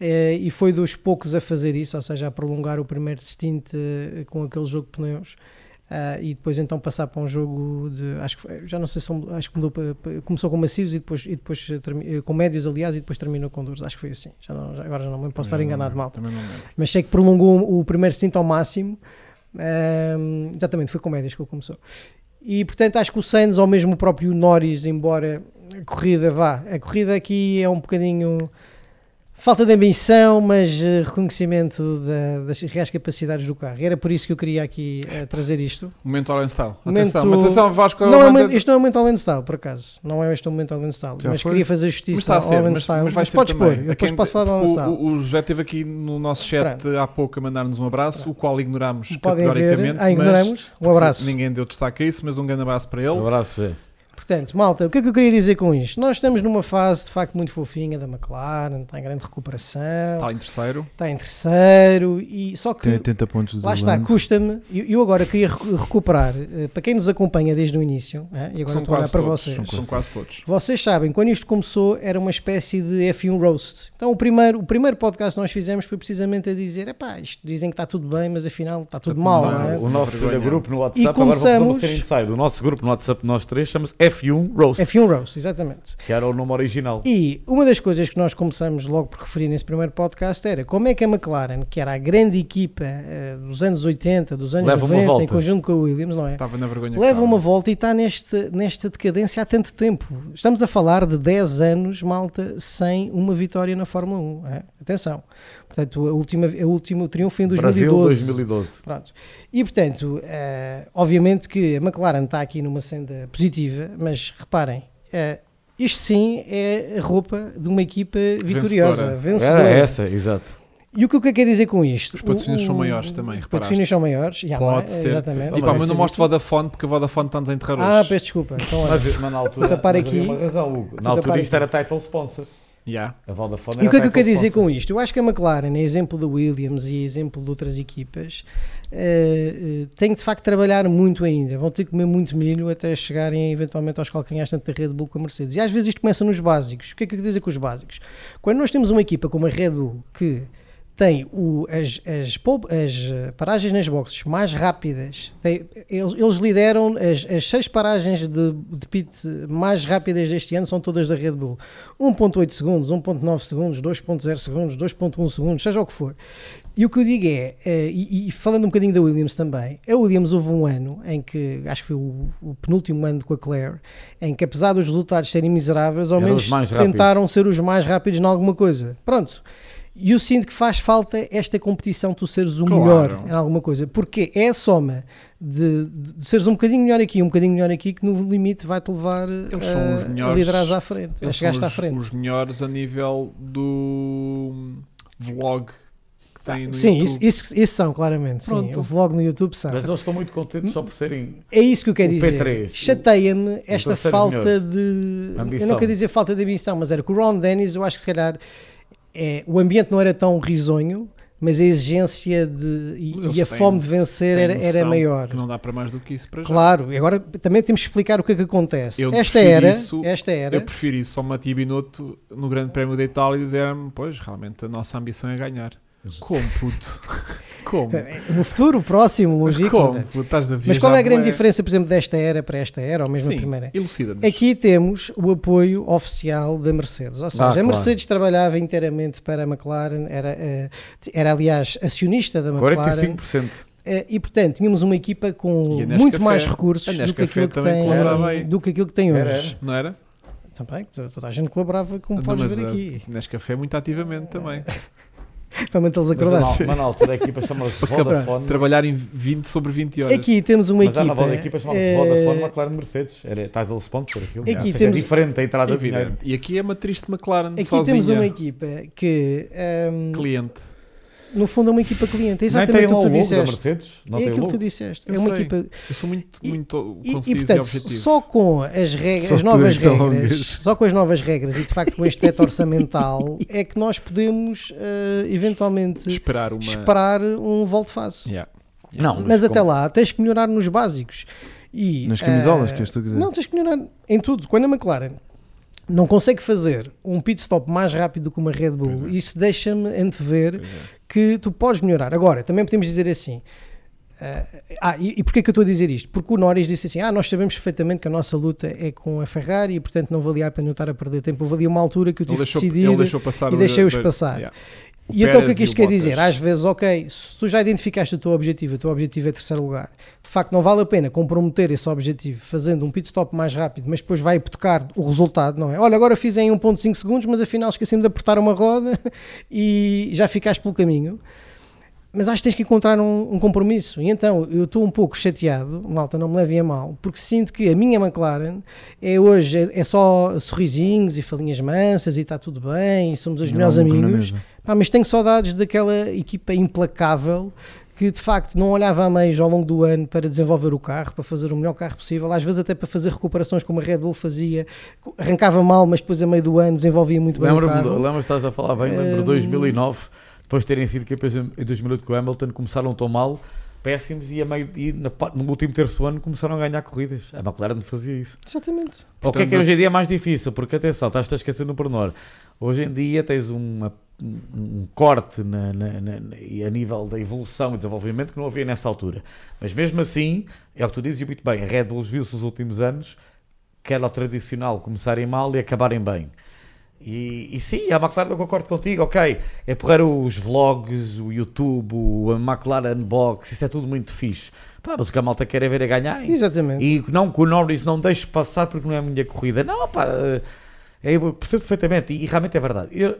C: Eh, e foi dos poucos a fazer isso, ou seja, a prolongar o primeiro stint eh, com aquele jogo de pneus ah, e depois então passar para um jogo de acho que foi- já não sei se são- acho que mudou para- para- começou com macios e depois e depois termi- eh, com médios aliás e depois terminou com duros acho que foi assim já não- já- agora já não me posso estar
A: Também não
C: enganado
A: lembro,
C: mal
A: Também não lembro.
C: mas sei que prolongou o primeiro cinto ao máximo. Ahm, exatamente, foi com médias que ele começou. E portanto acho que o Sainz, ou mesmo o próprio Norris, embora a corrida vá, a corrida aqui é um bocadinho falta de ambição, mas eh, reconhecimento da- das reais capacidades do carro. Era por isso que eu queria aqui eh, trazer isto.
A: Momento Allen Style.
C: Momento-
A: Atenção, mas atenção, Vasco.
C: Não é,
A: Holanda-
C: uma- isto não é um momento ao Alan Style, por acaso. Não é este um momento ao Alan Style,
D: Já
C: mas
D: foi?
C: queria fazer
A: Mas
C: justiça
A: está a
C: ao
A: ser,
C: Alan
A: mas,
C: Style.
A: mas vai ser
C: podes pôr,
A: também.
C: eu
A: A
C: depois
A: quem-
C: posso falar do Alan
A: porque
C: Style.
A: o, o, o José teve aqui no nosso chat há pouco a mandar-nos um abraço, o qual ignorámos
C: Podem ver,
A: categoricamente.
C: ah, ignoramos.
A: mas
C: Um abraço.
A: Ninguém deu destaque a isso, mas um grande abraço para
B: Um
A: ele.
B: abraço, Zé.
C: Portanto, malta, o que é que eu queria dizer com isto? Nós estamos numa fase de facto muito fofinha da McLaren, está em grande recuperação,
A: Está em terceiro.
C: está em terceiro, e só que
D: Tem 80 pontos do
C: lá está,
D: Lando.
C: custa-me. Eu, eu agora queria recu- recuperar, eh, para quem nos acompanha desde o início, eh, e agora
A: São
C: estou a olhar
A: quase,
C: para
A: todos,
C: vocês.
A: são, são quase todos.
C: Vocês sabem, quando isto começou era uma espécie de F1 Roast. Então o primeiro, o primeiro podcast que nós fizemos foi precisamente a dizer: epá, isto dizem que está tudo bem, mas afinal está tudo
A: tudo
C: mal,
A: mal,
C: não é?
A: Parece
B: O
A: uma
B: nosso
A: vergonha.
B: grupo no WhatsApp,
C: E
B: agora vamos
C: começamos-
B: ser inside. O nosso grupo no WhatsApp, nós três, chama-se F1 Roast,
C: F1 é? Roast, exatamente.
B: que era o nome original.
C: E uma das coisas que nós começamos logo por referir nesse primeiro podcast era como é que a McLaren, que era a grande equipa eh, dos anos 80, dos anos
B: Leva uma
C: 90,
B: volta. Tá.
C: em conjunto com a Williams, não é?
A: Estava na vergonha.
C: Leva
A: cara.
C: uma volta e está neste, nesta decadência há tanto tempo. Estamos a falar de 10 anos, malta, sem uma vitória na Fórmula 1. é? Atenção. Portanto, a última, a último triunfo em 2012.
B: Brasil 2012.
C: Pronto. E portanto, eh, obviamente que a McLaren está aqui numa senda positiva, mas reparem, eh, isto sim é a roupa de uma equipa vitoriosa, vencedora.
B: Era essa, exato.
C: E o que eu quero dizer com isto?
A: Os patrocínios
C: O- o-
A: são maiores também,
C: Os
A: reparaste?
C: patrocínios são maiores, já lá,
A: Pode ser.
C: exatamente.
A: E pá,
B: Mas
A: mas não
B: isso-
A: mostro Vodafone porque a Vodafone está-nos a entrar
C: Ah,
A: hoje.
C: peço desculpa. Então, olha.
B: Mas, mas na altura,
C: tapar
B: mas havia
C: aqui-
B: uma razão, Hugo. Na
C: vou tapar
B: altura isto era title sponsor.
A: Yeah.
B: A Vodafone
C: E
B: era
C: o que é que eu
B: title
C: quero dizer
B: sponsor.
C: com isto? Eu acho que a McLaren, é exemplo da Williams e exemplo de outras equipas, eh, eh, tem de facto de trabalhar muito ainda. Vão ter que comer muito milho até chegarem eventualmente aos calcanhares tanto da Red Bull como a Mercedes. E às vezes isto começa nos básicos. O que é que eu quero dizer com os básicos? Quando nós temos uma equipa como a Red Bull que tem o- as, as pol- as, eh, paragens nas boxes mais rápidas, tem- eles, eles lideram as, as seis paragens de, de pit mais rápidas deste ano, são todas da Red Bull. 1.8 segundos, 1.9 segundos, 2.0 segundos, 2.1 segundos, seja o que for. E o que eu digo é, eh, e, e falando um bocadinho da Williams também, a Williams houve um ano em que, acho que foi o, o penúltimo ano com a Claire, em que apesar dos resultados serem miseráveis, ao
B: Eram
C: menos
B: os mais rápidos.
C: tentaram ser os mais rápidos em alguma coisa. Pronto. E eu sinto que faz falta esta competição de tu seres o
A: Claro.
C: melhor em alguma coisa, porque é a soma de, de seres um bocadinho melhor aqui, um bocadinho melhor aqui, que no limite vai-te levar
A: Eles
C: a-
A: são os
C: a
A: melhores.
C: liderar à frente, a
A: Eles
C: chegar
A: são
C: Então à
A: os,
C: frente.
A: os melhores a nível do vlog que tem no
C: Sim,
A: YouTube.
C: isso, isso, isso são, claramente. Sim,
A: Pronto.
C: o vlog no YouTube são.
B: Mas não estou muito contente só por serem.
C: É isso que eu quero
B: O
C: dizer.
B: P3,
C: Chateia-me esta
B: terceiro
C: falta
B: melhor.
C: de. Eu
B: Ambição.
C: não quero dizer falta de ambição, mas era que o Ron Dennis, eu acho que se calhar é, o ambiente não era tão risonho, mas a exigência de,
A: Mas
C: e,
A: eles
C: e a
A: têm-
C: fome de vencer
A: têm
C: era, era
A: noção
C: maior.
A: Que não dá para mais do que isso para já.
C: Claro, e agora também temos que explicar o que é que acontece.
A: Eu
C: esta
A: prefiro
C: era,
A: isso-
C: esta era,
A: Eu prefiro isso só Mati Binotto no Grande Prémio da Itália e dizer-me, pois, realmente a nossa ambição é ganhar. Como, puto? Como?
C: É, no futuro próximo,
A: Mas
C: longínquo.
A: como? Puto, Estás a
C: um Mas qual é a
A: viajar
C: grande
A: bué.
C: diferença, por exemplo, desta era para esta era, ou mesmo a
A: Sim,
C: primeira? era?
A: Elucida-nos.
C: Aqui temos o apoio oficial da Mercedes. Ou seja,
B: Ah,
C: a
B: claro.
C: Mercedes trabalhava inteiramente para a McLaren, era, eh, era aliás acionista da McLaren.
B: 45%.
C: eh, E portanto, tínhamos uma equipa com
A: E a Nescafé.
C: muito mais
A: A
C: recursos do que,
A: Nescafé
C: aquilo que
A: também colaborava aí.
C: tem, do que aquilo que tem hoje.
B: Era,
A: Não era?
C: Também, toda toda a gente colaborava, como
A: Não,
C: podes
A: mas,
C: ver
A: eh,
C: aqui.
A: Nescafé muito ativamente também.
C: Para mantê-los
A: é
B: Mas, na-
C: acordados.
B: mas na altura a equipa chamava-se
A: Para acabar-
B: Vodafone.
A: Trabalhar em 20 sobre 20 horas.
C: Aqui temos uma
B: Mas há na
C: equipa.
B: volta da equipa chamava-se
C: eh,
B: Vodafone McLaren Mercedes. Era title sponsor aquilo.
C: Aqui
B: Ou seja,
C: temos-
B: É diferente a entrada de dinheiro.
A: Evidente. E aqui é uma triste McLaren
C: Aqui
A: sozinha.
C: temos uma equipa que, ehm,
A: Cliente.
C: no fundo, é uma equipa cliente. É
B: Nem
C: exatamente
B: tem
C: o
B: lá o
C: que tu
B: logo da
C: disseste.
B: Mercedes. Não
C: é
B: tem o
C: aquilo que tu
B: logo.
C: disseste.
A: Eu
C: é uma
A: sei.
C: equipa
A: Eu sou muito,
C: E-
A: muito
C: E,
A: conciso
C: e,
A: e,
C: portanto,
A: objetivo.
C: só com as regras,
D: Só
C: as
D: tu
C: novas
D: então,
C: regras,
D: Luís.
C: só com as novas regras e de facto com este teto orçamental é que nós podemos eh, eventualmente
A: Esperar uma...
C: esperar um volte face.
A: Yeah.
B: Não,
C: Mas até
B: como-
C: lá tens que melhorar nos básicos e
D: Nas camisolas,
C: eh,
D: queres tu dizer?
A: é.
C: Não, tens que melhorar em tudo. Quando a McLaren não consegue fazer um pit stop mais rápido do que uma Red Bull,
A: Pois é.
C: isso deixa-me antever
A: Pois é.
C: que tu podes melhorar. Agora, também podemos dizer assim. ah, ah, e, e porquê que eu estou a dizer isto? Porque o Norris disse assim: Ah, nós sabemos perfeitamente que a nossa luta é com a Ferrari e, portanto, não valia a pena eu estar a perder tempo. Houve ali uma altura que eu
A: Ele
C: tive
A: deixou,
C: que decidir.
A: ele deixou passar
C: e
A: o-
C: deixei-os
A: dois-
C: passar.
A: Yeah.
C: E então o que é
A: Pérez
C: que
A: e
C: isto quer
A: Bottas.
C: dizer? Às vezes, ok, se tu já identificaste o teu objetivo, o teu objetivo é terceiro lugar, de facto não vale a pena comprometer esse objetivo fazendo um pit stop mais rápido, mas depois vai apotecar o resultado, não é? Olha, agora fiz em 1.5 segundos, mas afinal esqueci-me de apertar uma roda e já ficaste pelo caminho. Mas acho que tens que encontrar um, um compromisso. E então, eu estou um pouco chateado, malta, não me levem a mal, porque sinto que a minha McLaren é hoje, é, é só sorrisinhos e falinhas mansas e está tudo bem, e somos os
D: Não há
A: um
C: melhores
D: lucro na
C: amigos.
D: mesa.
C: Pá, mas tenho saudades daquela equipa implacável que de facto não olhava a meios ao longo do ano para desenvolver o carro, para fazer o melhor carro possível, às vezes até para fazer recuperações como a Red Bull fazia, arrancava mal, mas depois a meio do ano desenvolvia muito bem o
B: Lembro-me,
C: carro.
B: lembro estás a falar bem, lembro
C: Hum.
B: de 2009, depois de terem sido campeões em em 2008 com o Hamilton, começaram tão mal, péssimos, e, a meio, e na pa- no último terço ano começaram a ganhar corridas. A McLaren fazia isso.
C: Exatamente.
B: O que é que
A: Portanto,
B: hoje em dia é mais difícil? Porque atenção, estás-te a esquecer no pormenor. Hoje em dia tens uma- um- um corte na- na- na- na- e a nível da evolução e desenvolvimento que não havia nessa altura. Mas mesmo assim, é o que tu dizes e muito bem, a Red Bull viu-se nos últimos anos que era o tradicional começarem mal e acabarem bem. E, e sim, a McLaren eu concordo contigo, ok. É porrar os vlogs, o YouTube, o- a McLaren Box, isso é tudo muito fixe. Pá, mas o que a malta quer é ver a ganharem.
C: Exatamente.
B: E não que o Norris não deixe passar porque não é a minha corrida. Não, pá, é, eu percebo perfeitamente e, e realmente é verdade. Eu-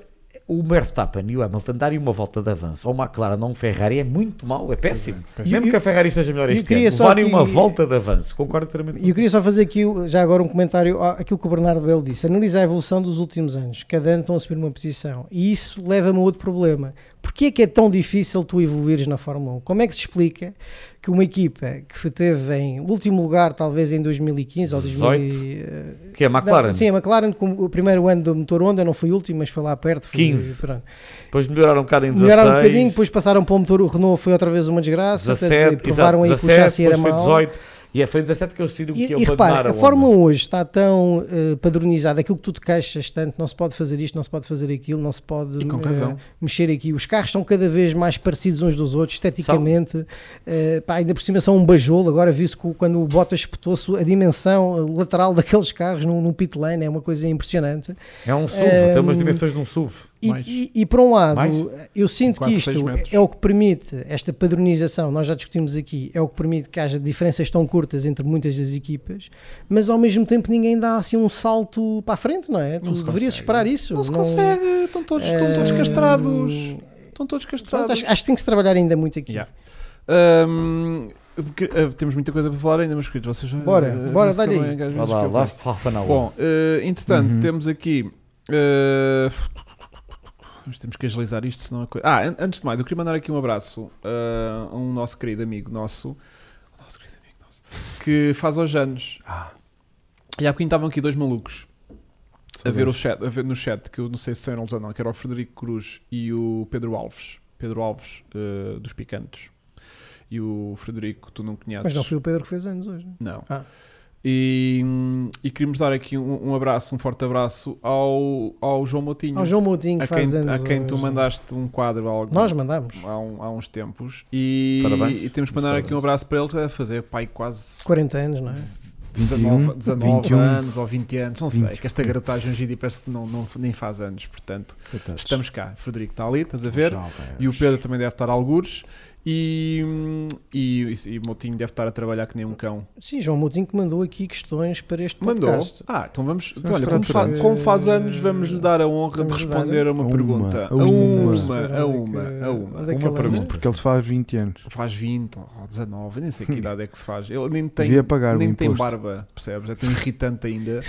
B: o Verstappen e o Hamilton darem uma volta de avanço ou uma McLaren ou um Ferrari é muito mau, é péssimo.
C: é.
B: Mesmo
C: Eu-
B: que a Ferrari esteja melhor
C: eu
B: este
C: queria
B: ano,
C: só
B: levarem
C: aqui-
B: uma volta de avanço. Concordo inteiramente
C: E eu queria só fazer aqui, já agora, um comentário à- àquilo que o Bernardo Belo disse. Analisa a evolução dos últimos anos. Cada ano estão a subir uma posição. E isso leva-me a um outro problema. Porquê é que é tão difícil tu evoluires na Fórmula 1? Como é que se explica que uma equipa que teve em último lugar, talvez em 2015 ou 2018,
B: contigo. Que é a McLaren.
C: eh, sim, a McLaren, com o primeiro ano do motor Honda, não foi o último, mas foi lá perto. Foi,
B: 15.
C: pronto.
B: Depois melhoraram um bocado em 16.
C: Melhoraram um bocadinho, depois passaram para o motor o Renault, foi outra vez uma desgraça. portanto,
B: 17,
C: provaram aí
B: exato,
C: que o chassi
B: 17,
C: era
B: depois foi
C: mau.
B: 18. E é, foi em 17 que eles tiram
C: E,
A: é
B: que eu
C: e repara,
B: abandonaram
C: a
B: Honda.
C: Fórmula 1 hoje está tão eh, padronizada, aquilo que tu te queixas tanto, não se pode fazer isto, não se pode fazer aquilo, não se pode
A: E com
C: eh,
A: razão.
C: mexer aqui. Os carros são cada vez mais parecidos uns dos outros, esteticamente. Eh, pá, ainda por cima são um bajolo. Agora vi-se que o- quando o Bottas espetou-se, a dimensão eh, lateral daqueles carros num, num pit lane é uma coisa impressionante.
B: É um SUV,
C: Eh,
B: tem umas dimensões de um SUV.
C: E,
A: Mais.
C: e- e, por um lado,
B: Mais?
C: eu sinto que
A: Quase seis
C: isto
A: metros.
C: é o que permite esta padronização, nós já discutimos aqui, é o que permite que haja diferenças tão curtas entre muitas das equipas, mas ao mesmo tempo ninguém dá assim um salto para a frente, não é?
A: Não
C: tu
A: se
C: deverias
A: consegue.
C: esperar isso.
A: Não se consegue, estão todos, estão todos
C: Eh,
A: castrados. Estão todos
C: Pronto,
A: castrados.
C: acho, acho que tem que se trabalhar ainda muito aqui.
A: Yeah. Ahm, porque, ah, temos muita coisa para falar ainda, meus queridos. Vocês já-
C: Bora,
A: ah,
C: bora,
A: disse que
C: dá-lhe
A: eu
C: aí.
A: bem, às
B: Vá
A: vezes
B: lá,
A: que eu
B: last half an hour.
A: Bom, eh, entretanto,
B: Uhum.
A: temos aqui. eh, mas temos que agilizar isto, senão a coisa. Ah, an- antes de mais, eu queria mandar aqui um abraço eh, a um nosso querido amigo nosso. Nosso querido amigo nosso. Que faz hoje anos.
C: Ah.
A: E há bocadinho estavam aqui dois malucos a ver, o chat, a ver no chat, que eu não sei se são eles ou não, que era o Frederico Cruz e o Pedro Alves. Pedro Alves eh, dos Picantes. E o Frederico, tu não conheces.
C: Mas não foi o Pedro que fez anos hoje. não é?
A: Não.
C: Ah.
A: E, e queríamos dar aqui um, um abraço, um forte abraço ao, ao João Motinho,
C: Ao João Moutinho que
A: a,
C: faz
A: quem,
C: anos
A: a quem tu
C: hoje.
A: mandaste um quadro há, algum-
C: Nós mandamos.
A: há, um- há uns tempos. E,
B: Parabéns.
A: e temos que
B: Muito
A: mandar aqui um
B: parabéns.
A: abraço para ele, que deve fazer pai quase
C: 40 anos, não é?
A: 19, 19
D: 21.
A: anos ou 20 anos, não sei.
D: 20.
A: Que esta garotagem hoje em dia parece que não, não, nem faz anos, portanto,
D: Coitados.
A: estamos cá. Frederico está ali, estás a ver?
D: Jovens.
A: E o Pedro também deve estar a algures. E, hum, e, e, e o Motinho deve estar a trabalhar que nem um cão.
C: Sim, João Moutinho que mandou aqui questões para este
A: Mandou.
C: podcast.
A: Ah, então vamos.
D: Vamos
A: olha, como,
D: tratar.
A: fa- como faz anos, vamos lhe dar a honra de
C: Vamos dar
A: responder a uma,
D: a uma,
A: pergunta.
D: a
A: A uma,
C: uma.
A: a uma, a uma.
C: Onde é que
B: Uma
C: ele
B: pergunta.
C: anda?
D: Porque eles fazem 20 anos.
A: Faz 20 ou 19, nem sei que idade é que se faz. Ele nem tem,
D: Hum. Devia pagar o
A: nem tem
D: imposto.
A: barba, percebes? É tão irritante ainda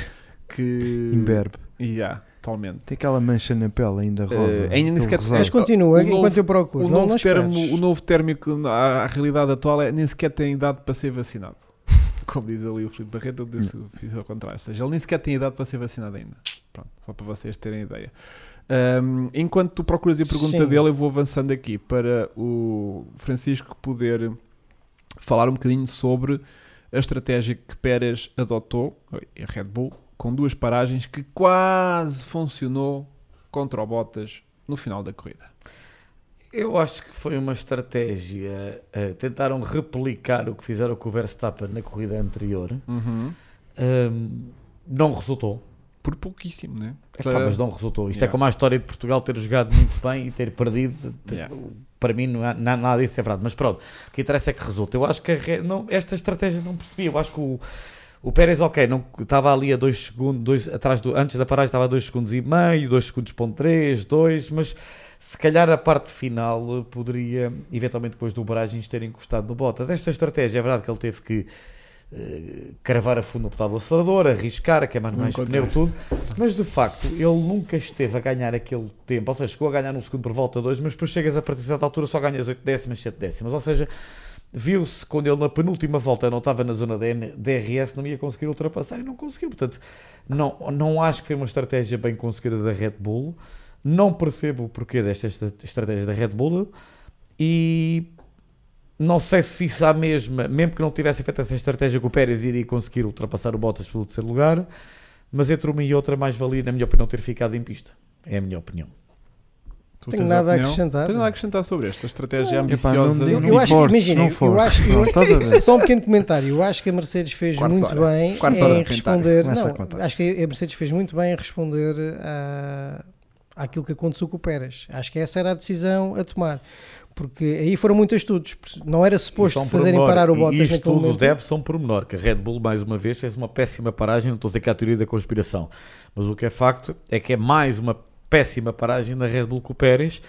A: que.
D: Imberbe.
A: E Já, totalmente.
D: Tem aquela mancha na pele ainda rosa.
A: Eh, ainda nem
D: aquele
A: sequer-
D: rosado.
C: Mas continua,
A: O novo-
C: enquanto eu procuro.
A: O
C: não,
A: novo,
C: não
A: termo,
C: esperes.
A: o novo termo que a, a realidade atual é nem sequer tem idade para ser vacinado. Como diz ali o Filipe Barreto, eu disse, fiz ao contrário. Ou seja, ele nem sequer tem idade para ser vacinado ainda. Pronto, só para vocês terem ideia. Ahm, enquanto tu procuras a pergunta
C: Sim.
A: dele, eu vou avançando aqui para o Francisco poder falar um bocadinho sobre a estratégia que Pérez adotou, oi, a Red Bull, com duas paragens que quase funcionou contra o Bottas no final da corrida.
B: Eu acho que foi uma estratégia. eh, tentaram replicar o que fizeram com o Verstappen na corrida anterior.
A: Uhum.
B: Ahm, não resultou.
A: Por pouquíssimo, né?
B: Epá, mas não resultou. Isto é
A: Yeah.
B: como a história de Portugal ter jogado muito bem e ter perdido. Te-
A: Yeah.
B: Para mim, não há, na- nada disso é verdade. Mas pronto, o que interessa é que resulta. Eu acho que a Re- não, esta estratégia não percebi. Eu acho que o, o Pérez, ok, não, estava ali a 2 segundos, dois, atrás do, antes da paragem estava a 2 segundos e meio, 2 segundos ponto 3, 2, mas se calhar a parte final eh, poderia, eventualmente depois do Bragens, ter encostado no Bottas. Esta estratégia, é verdade que ele teve que eh, cravar a fundo no pedal do acelerador, arriscar, queimar
A: Não
B: mais
A: encontrei.
B: pneu, tudo, mas de facto ele nunca esteve a ganhar aquele tempo, ou seja, chegou a ganhar um segundo por volta dois, mas depois chegas a partir de certa altura só ganhas 8 décimas, 7 décimas, ou seja, viu-se quando ele na penúltima volta não estava na zona DN DRS, não ia conseguir ultrapassar e não conseguiu, portanto, não, não acho que foi uma estratégia bem conseguida da Red Bull, não percebo o porquê desta estra- estratégia da Red Bull e não sei se isso há mesmo, mesmo que não tivesse feito essa estratégia que o Pérez iria conseguir ultrapassar o Bottas pelo terceiro lugar, mas entre uma e outra mais valia, na minha opinião, ter ficado em pista. É a minha opinião.
A: Tu
C: Tenho
A: tens
C: nada a
A: opinião?
C: acrescentar.
A: Tens nada a acrescentar sobre esta estratégia
D: Epá, não
A: ambiciosa.
D: me
C: Eu-
D: digas-
C: eu acho que,
D: forces,
C: imagina,
D: não
C: eu
D: forces.
C: acho que-
D: Não, estás a ver?
C: Só um pequeno comentário. Eu acho que a Mercedes fez
A: Quarta
C: muito
A: hora.
C: bem
A: Quarta hora de
C: em
A: comentário.
C: responder.
D: Começa
C: Não,
D: a contar.
C: acho que a Mercedes fez muito bem em responder a, àquilo que aconteceu com o Pérez. Acho que essa era a decisão a tomar. Porque aí foram muitos estudos. Não era
B: Isto
C: suposto
B: é um
C: fazerem
B: pormenor.
C: parar o
B: E
C: Bottas
B: isto
C: naquele
B: tudo
C: momento.
B: deve-se a um pormenor, que a Red Bull, mais uma vez, fez uma péssima paragem, não estou a dizer que é a teoria da conspiração, mas o que é facto é que é mais uma péssima paragem da Red Bull com o Pérez,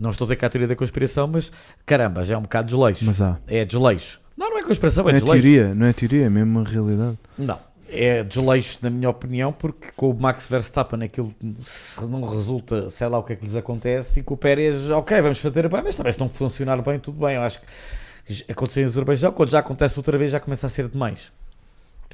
B: não estou a dizer que é a teoria da conspiração, mas caramba, já é um bocado desleixo.
D: Mas há.
B: É desleixo. Não, não é conspiração,
D: Não
B: é
D: é
B: desleixo.
D: teoria, não é teoria, é mesmo uma realidade.
B: Não, é desleixo na minha opinião, porque com o Max Verstappen aquilo se não resulta, sei lá o que é que lhes acontece, e com o Pérez, ok, vamos fazer bem, mas também se não funcionar bem, tudo bem. Eu acho que j- aconteceu em Azerbaijão, quando já acontece outra vez já começa a ser demais,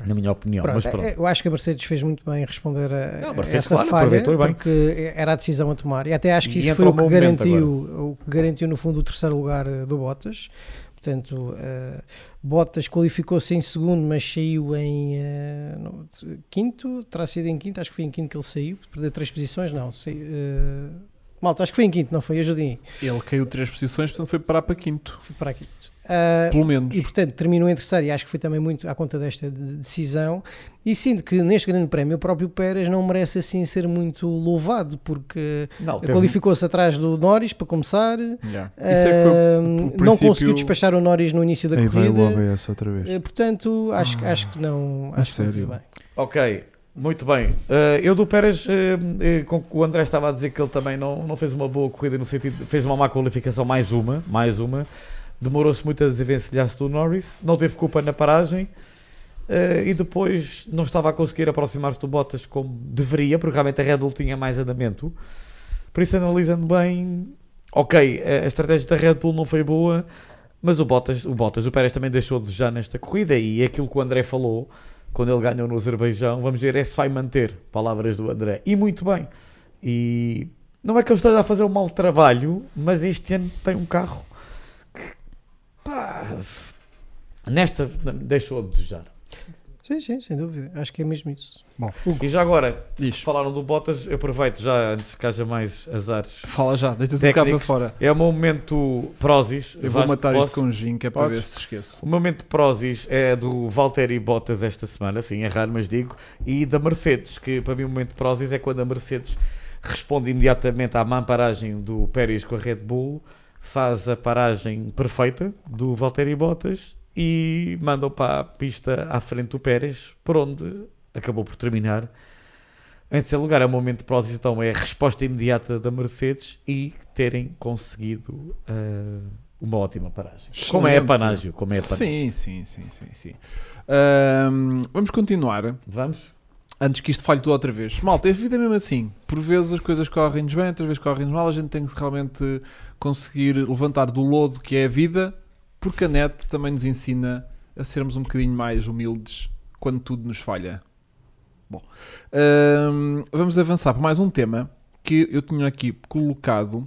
B: na minha opinião,
C: Pronto, é,
B: mas pronto.
C: Eu acho que a Mercedes fez muito bem em responder a,
B: Não, a
C: a
B: Mercedes,
C: essa
B: claro,
C: falha
B: aproveitou bem.
C: porque era a decisão a tomar. E até acho que
B: E
C: isso
B: entra
C: foi
B: ao
C: o que,
B: movimento
C: garantiu, o que garantiu, no fundo, o terceiro lugar eh, do Bottas. Portanto, eh, Bottas qualificou-se em segundo, mas saiu em eh, no- t- quinto. Terá sido em quinto, acho que foi em quinto que ele saiu. Perdeu três posições, não. Sei, eh, malta, acho que foi em quinto, não foi? Ajudem aí.
A: Ele caiu três posições, portanto foi parar para quinto.
C: Fui para aqui. Ah,
A: Pelo menos.
C: e portanto terminou em terceiro e acho que foi também muito à conta desta de- decisão e sinto que neste grande prémio o próprio Pérez não merece assim ser muito louvado porque
B: Não, teve-
C: qualificou-se atrás do Norris para começar
D: Yeah. Isso é que foi
C: ah,
D: o
C: não
D: princípio-
C: conseguiu despachar o Norris no início da
D: Aí vai o
C: corrida
D: ABS outra vez.
C: Eh, portanto acho,
D: Ah,
C: que- acho que não
D: é
A: a
C: acho que foi
A: sério?
C: tudo bem
B: Ok, muito bem. Eh, eu do Pérez, eh, eh, com que o André estava a dizer que ele também não, não fez uma boa corrida no sentido de- fez uma má qualificação, mais uma, mais uma. Demorou-se muito a desenvencilhar-se do Norris, não teve culpa na paragem eh, e depois não estava a conseguir aproximar-se do Bottas como deveria, porque realmente a Red Bull tinha mais andamento. Por isso, analisando bem, ok, a a estratégia da Red Bull não foi boa, mas o Bottas, o Bottas, o Pérez também deixou a desejar nesta corrida e aquilo que o André falou quando ele ganhou no Azerbaijão, vamos ver é se vai manter, palavras do André. E muito bem. E não é que ele esteja a fazer um mau trabalho, mas este ano tem um carro que, pá, nesta deixou a desejar.
C: sim, sim, sem dúvida, acho que é mesmo isso
B: E já agora,
A: Diz.
B: falaram do Bottas, eu aproveito já antes que haja mais azares.
A: Fala já, deixa-te cá para
B: Técnicos.
A: fora.
B: É o meu momento prosis.
A: Eu vou
B: Vasco,
A: matar
B: posso?
A: isto com gin, que é para
D: Podes.
A: ver se esqueço.
B: O meu momento de prosis é do Valtteri Bottas esta semana, sim, é raro, mas digo, e da Mercedes, que para mim o momento de prosis é quando a Mercedes responde imediatamente à má paragem do Pérez com a Red Bull, faz a paragem perfeita do Valtteri Bottas e manda-o para a pista à frente do Pérez, por onde acabou por terminar. Em terceiro lugar, é o momento de prosis, então, é a resposta imediata da Mercedes e terem conseguido ah, uma ótima paragem. Como é a
A: Excelente.
B: panágio, como é a panágio.
A: Sim, sim, sim, sim, sim. Ahm, vamos continuar,
B: Vamos?
A: antes que isto falhe tudo outra vez. Malta, a vida é mesmo assim. Por vezes as coisas correm-nos bem, outras vezes correm-nos mal. A gente tem que realmente conseguir levantar do lodo que é a vida, porque a net também nos ensina a sermos um bocadinho mais humildes quando tudo nos falha. Bom, ahm, vamos avançar para mais um tema que eu tinha aqui colocado,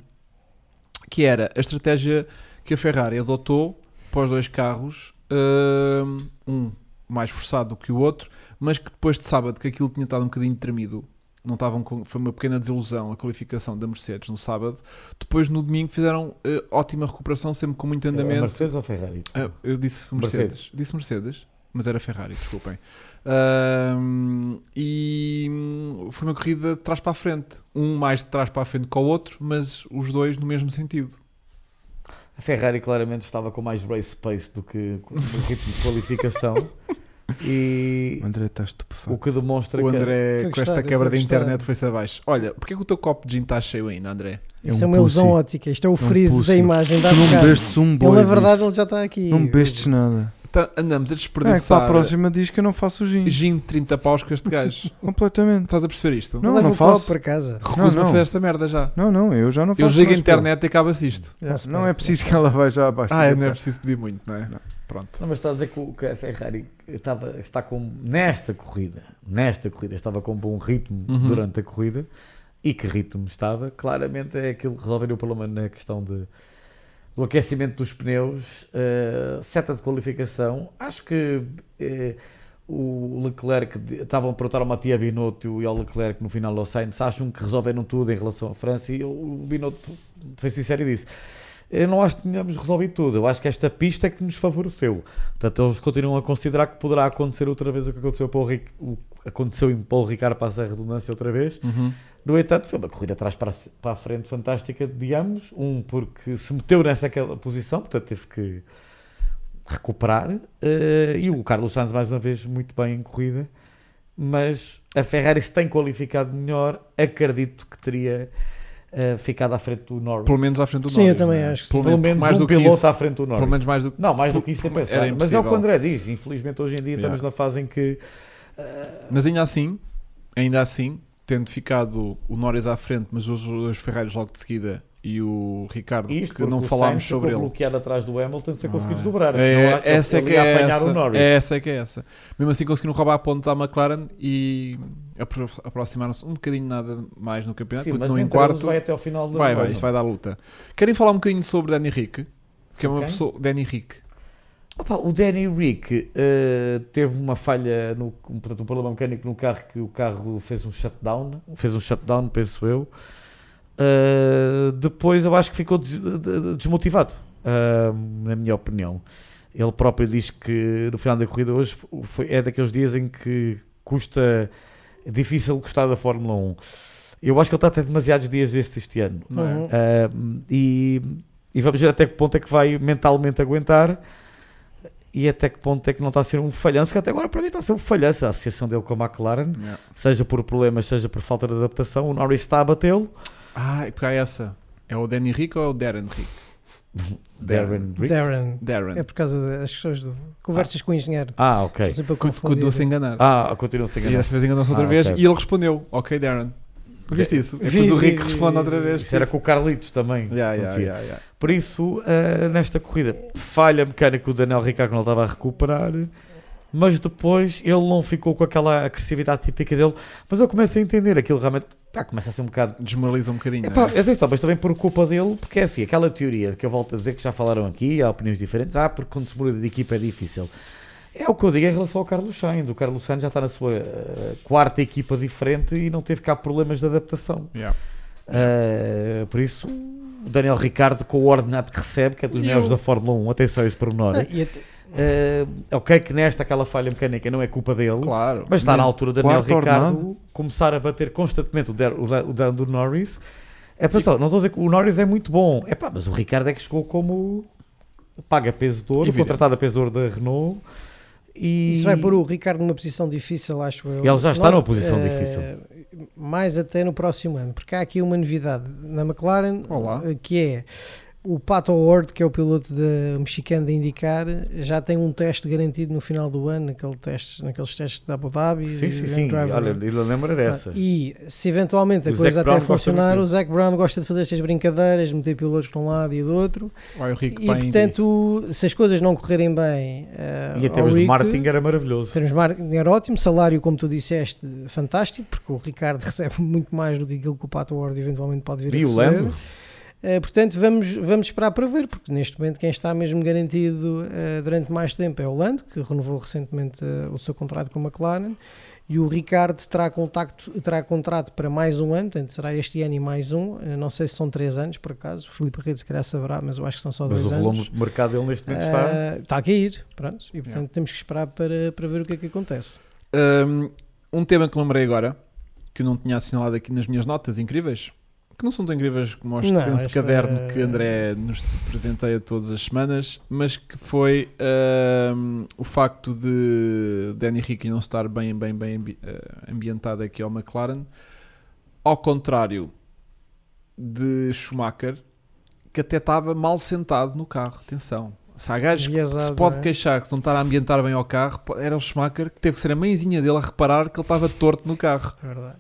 A: que era a estratégia que a Ferrari adotou para os dois carros, ahm, um mais forçado do que o outro, mas que depois de sábado, que aquilo tinha estado um bocadinho tremido, não estavam com- foi uma pequena desilusão a qualificação da Mercedes no sábado. Depois no domingo fizeram eh, ótima recuperação, sempre com muito
B: É
A: andamento.
B: Mercedes ou Ferrari?
A: Ah, eu disse Mercedes.
B: Mercedes.
A: Disse Mercedes, mas era Ferrari, desculpem. Ahm, e hum, foi uma corrida de trás para a frente. Um mais de trás para a frente que o outro, mas os dois no mesmo sentido.
B: A Ferrari claramente estava com mais race pace do que com o ritmo de qualificação.
C: eh,
B: e
D: O André está
B: o
D: estupefacto.
B: que demonstra
A: o
B: que.
A: André,
C: Foi
A: com
C: gostar,
A: esta quebra da
C: foi gostar.
A: internet, foi-se abaixo. Olha, porque é que o teu copo de gin está cheio ainda, André?
D: É
C: isso é
D: um
C: uma ilusão
D: pussy.
C: ótica, isto é o
D: um
C: freeze da
D: pussy.
C: imagem da
D: Tu não
C: bocado.
D: bebestes um
C: ele
D: boi.
C: na verdade
D: disso.
C: ele eh, já está aqui
D: Não bestes nada.
A: Tá- andamos a
D: É que para a
A: desperdiçar
D: próxima diz que eu não faço o gin.
A: gin de 30 paus com este gajo.
D: Completamente.
A: Estás a perceber isto?
D: Não,
C: Leva
D: não
C: o copo
D: faço.
C: para casa
A: Recuso-me a
D: não.
A: fazer esta merda já.
D: Não, não, eu já não faço
A: Eu chego à
D: mais, pô.
A: internet e acaba-se isto.
D: Yeah,
C: Não se
D: Não
C: pode,
D: é preciso que ela vá já abaixo.
A: Ah,
D: do
A: não é
D: meu
A: preciso pedir muito, não é? Pronto.
B: Não, mas está a dizer que, o- que a Ferrari estava, está com. Nesta corrida, nesta corrida, estava com um bom ritmo
A: Uhum.
B: durante a corrida. E que ritmo estava? Claramente é aquilo que resolveria o problema na questão de, do aquecimento dos pneus, eh, seta de qualificação. Acho que eh, o Leclerc de- estavam a perguntar ao Matia Binotto e ao Leclerc no final ao Sainz. Acham que resolveram tudo em relação à França? E o Binotto foi sincero e disse: Eu não acho que tenhamos resolvido tudo. Eu acho que esta pista é que nos favoreceu. Portanto, eles continuam a considerar que poderá acontecer outra vez o que aconteceu, para o Ric- o que aconteceu em Paulo Ricardo, passa a redundância outra vez.
A: Uhum.
B: No entanto, foi uma corrida atrás para, a- para a frente fantástica de ambos. Um porque se meteu nessa aquela posição, portanto teve que recuperar. eh, e o Carlos Sainz, mais uma vez, muito bem em corrida. Mas a Ferrari, se tem qualificado melhor, acredito que teria eh, ficado à frente do Norris.
A: Pelo menos à frente do
C: Sim, eu
A: Norris,
C: também
A: não é?
C: acho que sim.
B: Pelo, menos
A: mais
B: um
A: do que
B: piloto
A: isso.
B: à frente do Norris.
A: Pelo menos mais do que
B: Não, mais do
A: Por-
B: que isso nem
A: por- era
B: pensar. Mas é o que
A: impossível.
B: o André diz. Infelizmente, hoje em dia,
A: Yeah.
B: estamos na fase em que
A: Mas ainda assim, ainda assim, tendo ficado o Norris à frente, mas os, os Ferraris logo de seguida e o Ricardo,
B: isto
A: que não
B: porque o
A: falámos
B: Sainz
A: sobre
B: ficou
A: ele.
B: bloqueado atrás do Hamilton sem
D: Ah,
B: conseguir
D: é.
B: desdobrar.
A: É,
B: senão ele-
A: essa é
B: ele
A: que
B: ia
A: é
B: apanhar o
A: essa.
B: Norris.
A: É essa é que é essa. Mesmo assim conseguiram roubar pontos à McLaren e apro- aproximaram-se um bocadinho nada mais no campeonato.
B: Sim, mas
A: Continuam em
B: entre eles
A: quarto.
B: vai até ao final da
A: Vai, vai,
B: corrida.
A: isto vai dar luta. Querem falar um bocadinho sobre Danny Rick? Que é uma
B: Quem?
A: pessoa. Danny Rick.
B: Opa, o Danny Rick eh, teve uma falha, no, um- portanto, um problema mecânico no carro que o carro fez um shutdown. Fez um shutdown, penso eu. Eh, depois eu acho que ficou des- de- de- desmotivado. ahm, na minha opinião. Ele próprio diz que no final da corrida hoje foi, é daqueles dias em que custa é difícil gostar da Fórmula 1. Eu acho que ele está a ter demasiados dias deste este ano.
A: não é?
C: Uhum.
B: Ah, e, e vamos ver até que ponto é que vai mentalmente aguentar e até que ponto é que não está a ser um falhanço, porque até agora para mim está a ser um falhanço a associação dele com a McLaren,
A: Yeah.
B: seja por problemas, seja por falta de adaptação. O Norris está a batê-lo.
A: Ah, e porque há essa. É o Danny Rico ou o Darren Rico?
B: Darren Rick.
C: Darren.
A: Darren.
C: É por causa das questões do. Conversas com o engenheiro.
B: Ah, ok.
C: Estou sempre a
A: Continua-se a
C: confundir.
A: enganar.
B: Ah, continuam-se a
A: E
B: enganar.
A: dessa vez enganou-se outra
B: Ah,
A: vez
B: ok.
A: e ele respondeu: Ok, Darren. Viste isso? É
C: Vi,
A: quando o
C: vi,
A: Rico
C: vi,
A: responde
C: vi,
A: outra
C: vi.
A: vez.
B: Isso era com o Carlitos também.
A: Yeah, yeah,
B: acontecia.
A: yeah, yeah.
B: Por isso, ah, nesta corrida, falha mecânica o Daniel Ricciardo que não estava a recuperar, mas depois ele não ficou com aquela agressividade típica dele. Mas eu começo a entender aquilo realmente. Pá, começa a ser um bocado.
A: Desmoraliza um bocadinho.
B: Epá,
A: né?
B: atenção, mas também por culpa dele, porque é assim, aquela teoria que eu volto a dizer que já falaram aqui, há opiniões diferentes, ah, porque quando se muda de equipa é difícil. É o que eu digo em relação ao Carlos Sainz. O Carlos Sainz já está na sua ah, quarta equipa diferente e não teve cá problemas de adaptação.
A: Yeah.
B: Uh, por isso, o Daniel Ricardo, com o ordenado que recebe, que é dos
A: E
B: melhores
A: eu-
B: da Fórmula 1, atenção a esse pormenor.
C: Ah, e até-
B: Uh, ok, que nesta aquela falha mecânica não é culpa dele,
A: Claro.
B: mas está na
D: Mas
B: altura do Daniel
D: quarto
B: Ricardo
D: ordenado?
B: começar a bater constantemente o Dan- o Dan- o Dan do Norris. É pessoal, não estou a dizer que o Norris é muito bom, é pá, mas o Ricardo é que chegou como paga peso de ouro,
A: Evidente.
B: contratado a peso de ouro da Renault. E
C: Isso vai pôr o Ricardo numa posição difícil, acho eu.
B: Ele já está
C: Não,
B: numa posição
C: eh,
B: difícil.
C: Mais até no próximo ano, porque há aqui uma novidade na McLaren
A: Olá.
C: eh, que é o Pato Ward, que é o piloto de, mexicano de indicar, já tem um teste garantido no final do ano, naquele teste, naqueles testes da Abu Dhabi.
B: Sim, sim,
C: de
B: sim.
C: Driver.
B: Olha, ele lembra dessa.
C: Ah, E se eventualmente a
B: O Zac
C: coisa
B: Brown
C: até
B: gosta
C: funcionar,
B: muito.
C: o Zac Brown gosta de fazer estas brincadeiras, meter pilotos de um lado e do outro.
A: Vai o Rico
C: E
A: para a Indy.
C: portanto, se as coisas não correrem bem, eh,
B: E em
C: ao
B: termos de
C: Rick-
B: marketing era maravilhoso.
C: termos de marketing era ótimo, salário, como tu disseste, fantástico, porque o Ricardo recebe muito mais do que aquilo que o Pato Ward eventualmente pode vir a
B: E o
C: receber.
B: Lando?
C: Eh, portanto, vamos, vamos esperar para ver, porque neste momento quem está mesmo garantido eh, durante mais tempo é o Lando, que renovou recentemente eh, o seu contrato com a McLaren, e o Ricardo terá, contacto, terá contrato para mais um ano, portanto será este ano e mais um, Eh, não sei se são três anos por acaso, o Filipe Rede se calhar saberá, mas eu acho que são só
B: Mas
C: dois
B: o
C: anos.
B: volume de mercado dele neste momento está.
C: Ah, está a cair, pronto, e portanto temos que esperar para, para ver o que é que acontece.
A: Um, um tema que lembrei agora, que eu não tinha assinalado aqui nas minhas notas incríveis, que não são tão incríveis como este
C: Não,
A: tenso
C: esta- é
A: caderno que André nos presenteia todas as semanas, mas que foi um, o facto de Danny Rick não estar bem, bem, bem ambi- eh, ambientado aqui ao McLaren, ao contrário de Schumacher, que até estava mal sentado no carro. Atenção. Se há gajos que
C: Enviesado,
A: se pode
C: não é?
A: queixar que se não estar a ambientar bem ao carro, po- era o Schumacher que teve que ser a mãezinha dele a reparar que ele estava torto no carro.
C: É verdade.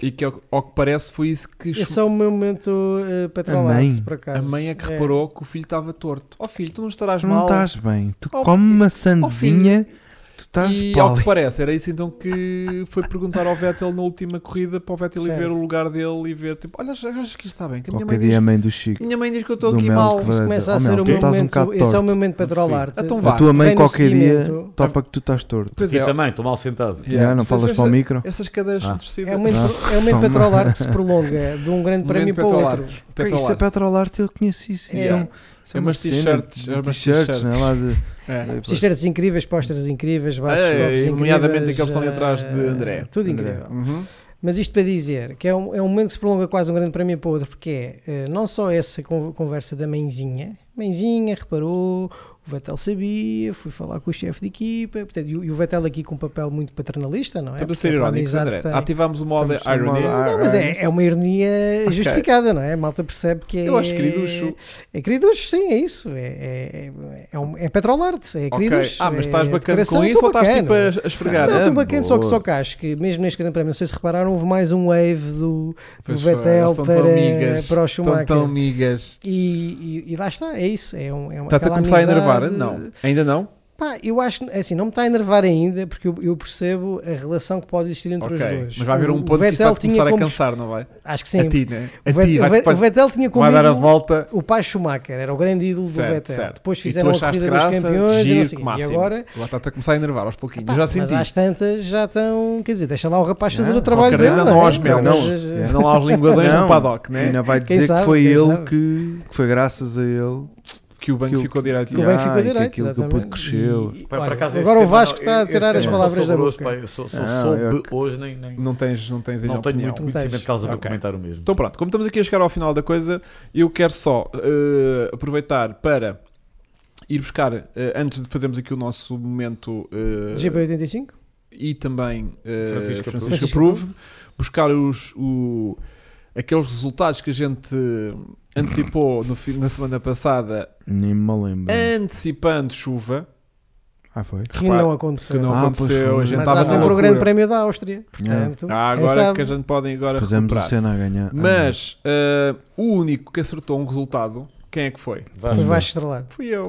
A: E que, ao, ao que parece, foi isso que Schum-
C: Esse é o meu momento uh,
D: A
C: patrolado,
D: mãe.
C: por
A: a
C: acaso.
A: mãe é que reparou que o filho estava torto. Ó filho, tu não estarás
D: Tu não
A: mal.
D: estás bem. Tu
A: Oh,
D: come uma
A: oh, filho.
D: sandezinha, tu estás
A: e ao
D: pálida.
A: que parece, era isso então que foi perguntar ao Vettel na última corrida para o Vettel ir
C: Certo.
A: ver o lugar dele e ver, tipo, olha, achas que isto está bem, que a minha
D: Qualquer
A: mãe,
D: dia a
A: diz,
D: mãe do Chico.
A: minha mãe diz que eu estou
D: do
A: aqui
D: Mel
A: mal.
D: que vai-
C: Isso começa a
D: Oh,
C: ser
D: Mel,
C: o
D: tu
C: meu
D: estás um
C: momento.
D: bocado
C: esse é o
D: torto.
C: meu momento patrolado.
A: Então vá.
D: A tua mãe
C: Vem no
D: qualquer dia
C: seguimento.
D: topa que tu estás torto.
A: Pois
B: E
A: é,
B: também, estou mal sentado.
A: Yeah.
D: Já, não
A: Pois
D: falas
A: é,
D: para o micro?
A: essas cadeiras
B: Ah.
A: são torcidas.
C: É um momento,
D: Ah,
C: é um momento
D: toma.
C: patrolado que se prolonga de um grande prémio para o
A: petrolar.
C: outro.
D: Isso é Petrolarte, eu conheço isso. Isso
C: É.
D: é um-
A: É
D: isso é uma
A: umas
D: cena
A: t-shirts,
D: de
A: é umas
D: T-shirts, não é? Lá de-
A: É.
D: de-
C: T-shirts incríveis, posters incríveis, bases
A: É,
C: de copos incríveis.
A: nomeadamente aqueles que estão ali
C: eh,
A: atrás de André.
C: Tudo
D: André.
C: incrível.
A: Uhum.
C: Mas isto para dizer que é um, é um momento que se prolonga quase um grande prémio para o outro, porque é eh, não só essa con- conversa da mãezinha, mãezinha reparou, o Vettel sabia, fui falar com o chefe de equipa, portanto, e, o- e o Vettel aqui com um papel muito paternalista, não é?
A: Estamos a
C: Porque
A: ser
C: é para
A: irónicos,
C: amizade
A: André.
C: que tem.
A: Ativámos o modo
D: Estamos Ah, no modo
A: irony.
D: irony.
C: Não, mas é, é uma ironia
A: Ah, Ok.
C: justificada, não é? A malta percebe que é.
A: Eu acho queriducho.
C: É queriducho, sim, é isso. É, é, é, é, um, é petrolarte, é
A: Ok.
C: queriducho.
A: Ah, mas
C: é
A: estás bacana
C: decoração,
A: com isso ou
C: estou
A: estás tipo
C: bacana.
A: a, né? a esfregar?
C: Não,
D: Caramba,
C: estou bacana, só que,
D: boa.
C: só que acho que mesmo neste grande prémio, não sei se repararam, houve mais um wave do, do
A: Pois foi,
C: Vettel
A: eles estão tão
C: para,
A: amigas,
C: para o
A: estão
C: Schumacher.
A: tão amigas.
C: E, e- e lá está, é isso. É um, é uma,
A: Está-te a
C: aquela
A: começar a enervar?
C: amizade-
A: Não. Ainda não?
C: Pá, eu acho que, assim, não me está a enervar ainda, porque eu, eu percebo a relação que pode existir entre os
A: Ok.
C: dois.
A: Mas vai haver
C: O-
A: um
C: o
A: ponto que isto
C: Vettel
A: vai começar
C: tinha
A: a
C: como-
A: cansar, não vai?
C: Acho que
A: A
C: sim. um
A: ti, né? A
C: O, Vet-
A: ti.
C: o
A: vai-
C: Vet- o
A: vai-
C: Vettel tinha
A: Vai dar a
C: comigo
A: volta.
C: o pai Schumacher, era o grande ídolo
A: Certo,
C: do Vettel.
A: certo.
C: Depois
A: E tu
C: fizeram a
A: achaste
C: corrida
A: graça,
C: dos campeões e,
A: giro,
C: não sei o
A: que
C: quê. e
A: máximo.
C: agora,
A: Lá está-te a começar a enervar aos pouquinhos.
C: pá,
A: Já
C: mas
A: senti.
C: às tantas já estão, quer dizer, deixa lá o rapaz fazer
D: Não,
C: o trabalho
A: qualquer
C: dele.
A: dia
C: Não,
A: não
C: é?
A: aos melos.
C: Mas, eh,
A: Não há os linguadões no
D: Não.
A: paddock, né?
D: Ainda vai
C: Quem
D: dizer que
C: sabe,
D: foi
C: quem
D: ele
C: sabe.
D: que, que foi graças a ele
A: Que que o banco
D: Que o-
A: ficou direito.
C: o
D: Yeah,
C: bem ficou
D: e que
C: direito.
D: aquilo que o
C: exatamente.
D: puto cresceu.
C: E-
B: Pá,
C: olha,
B: por acaso,
C: agora
B: esse
C: o Vasco
B: tema
C: está
B: não-
C: a tirar
B: esse
C: as
B: tema só
C: palavras da
B: sobre
C: boca.
B: Hoje, pá, eu sou, sou,
D: Ah,
B: soube
D: eu-
B: hoje, nem, nem-
A: Não tens, não tens aí
B: não tenho
A: opinião.
B: muito conhecimento de causa para
A: Ok.
B: comentar o mesmo.
A: Então pronto, como estamos aqui a chegar ao final da coisa, eu quero só eh, aproveitar para ir buscar, eh, antes de fazermos aqui o nosso momento eh,
C: GP85?
A: e também eh,
B: Francisco
A: Francisco,
B: Approved.
C: Francisco
A: Approved, buscar os, o- aqueles resultados que a gente antecipou no fim- na semana passada,
D: Nem me lembro.
A: Ah, antecipando chuva,
D: Ah, foi?
C: Que
A: Repara,
C: não aconteceu.
A: que não
D: Ah, pois
A: aconteceu,
D: foi.
A: a gente
C: Mas
A: estava na
C: há sempre o Grande
A: loucura.
C: Prémio da Áustria. Portanto,
A: Ah,
C: quem
A: agora
C: sabe?
A: que a gente podem agora
D: Pusemos o
A: recuperar.
D: Senna a ganhar. Ah,
A: Mas eh, o único que acertou um resultado, quem é que foi?
B: Vasco.
C: Foi Vasco estrelado.
A: Fui eu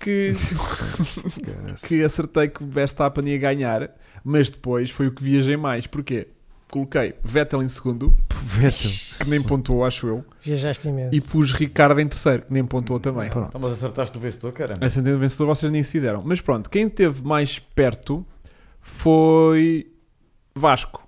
A: que,
D: Ah, caraças.
A: que acertei que o Verstappen ia ganhar, mas depois foi o que viajei mais. Porquê? Coloquei Vettel em segundo,
D: Vettel.
A: que nem pontuou, acho eu,
C: Viajaste imenso.
A: e pus Ricardo em terceiro, que nem pontuou também.
D: É Hum, Pronto.
B: Então, mas acertaste no vencedor,
C: É
B: caramba.
A: A sentença vencedor vocês nem se fizeram. Mas pronto, quem esteve mais perto foi Vasco,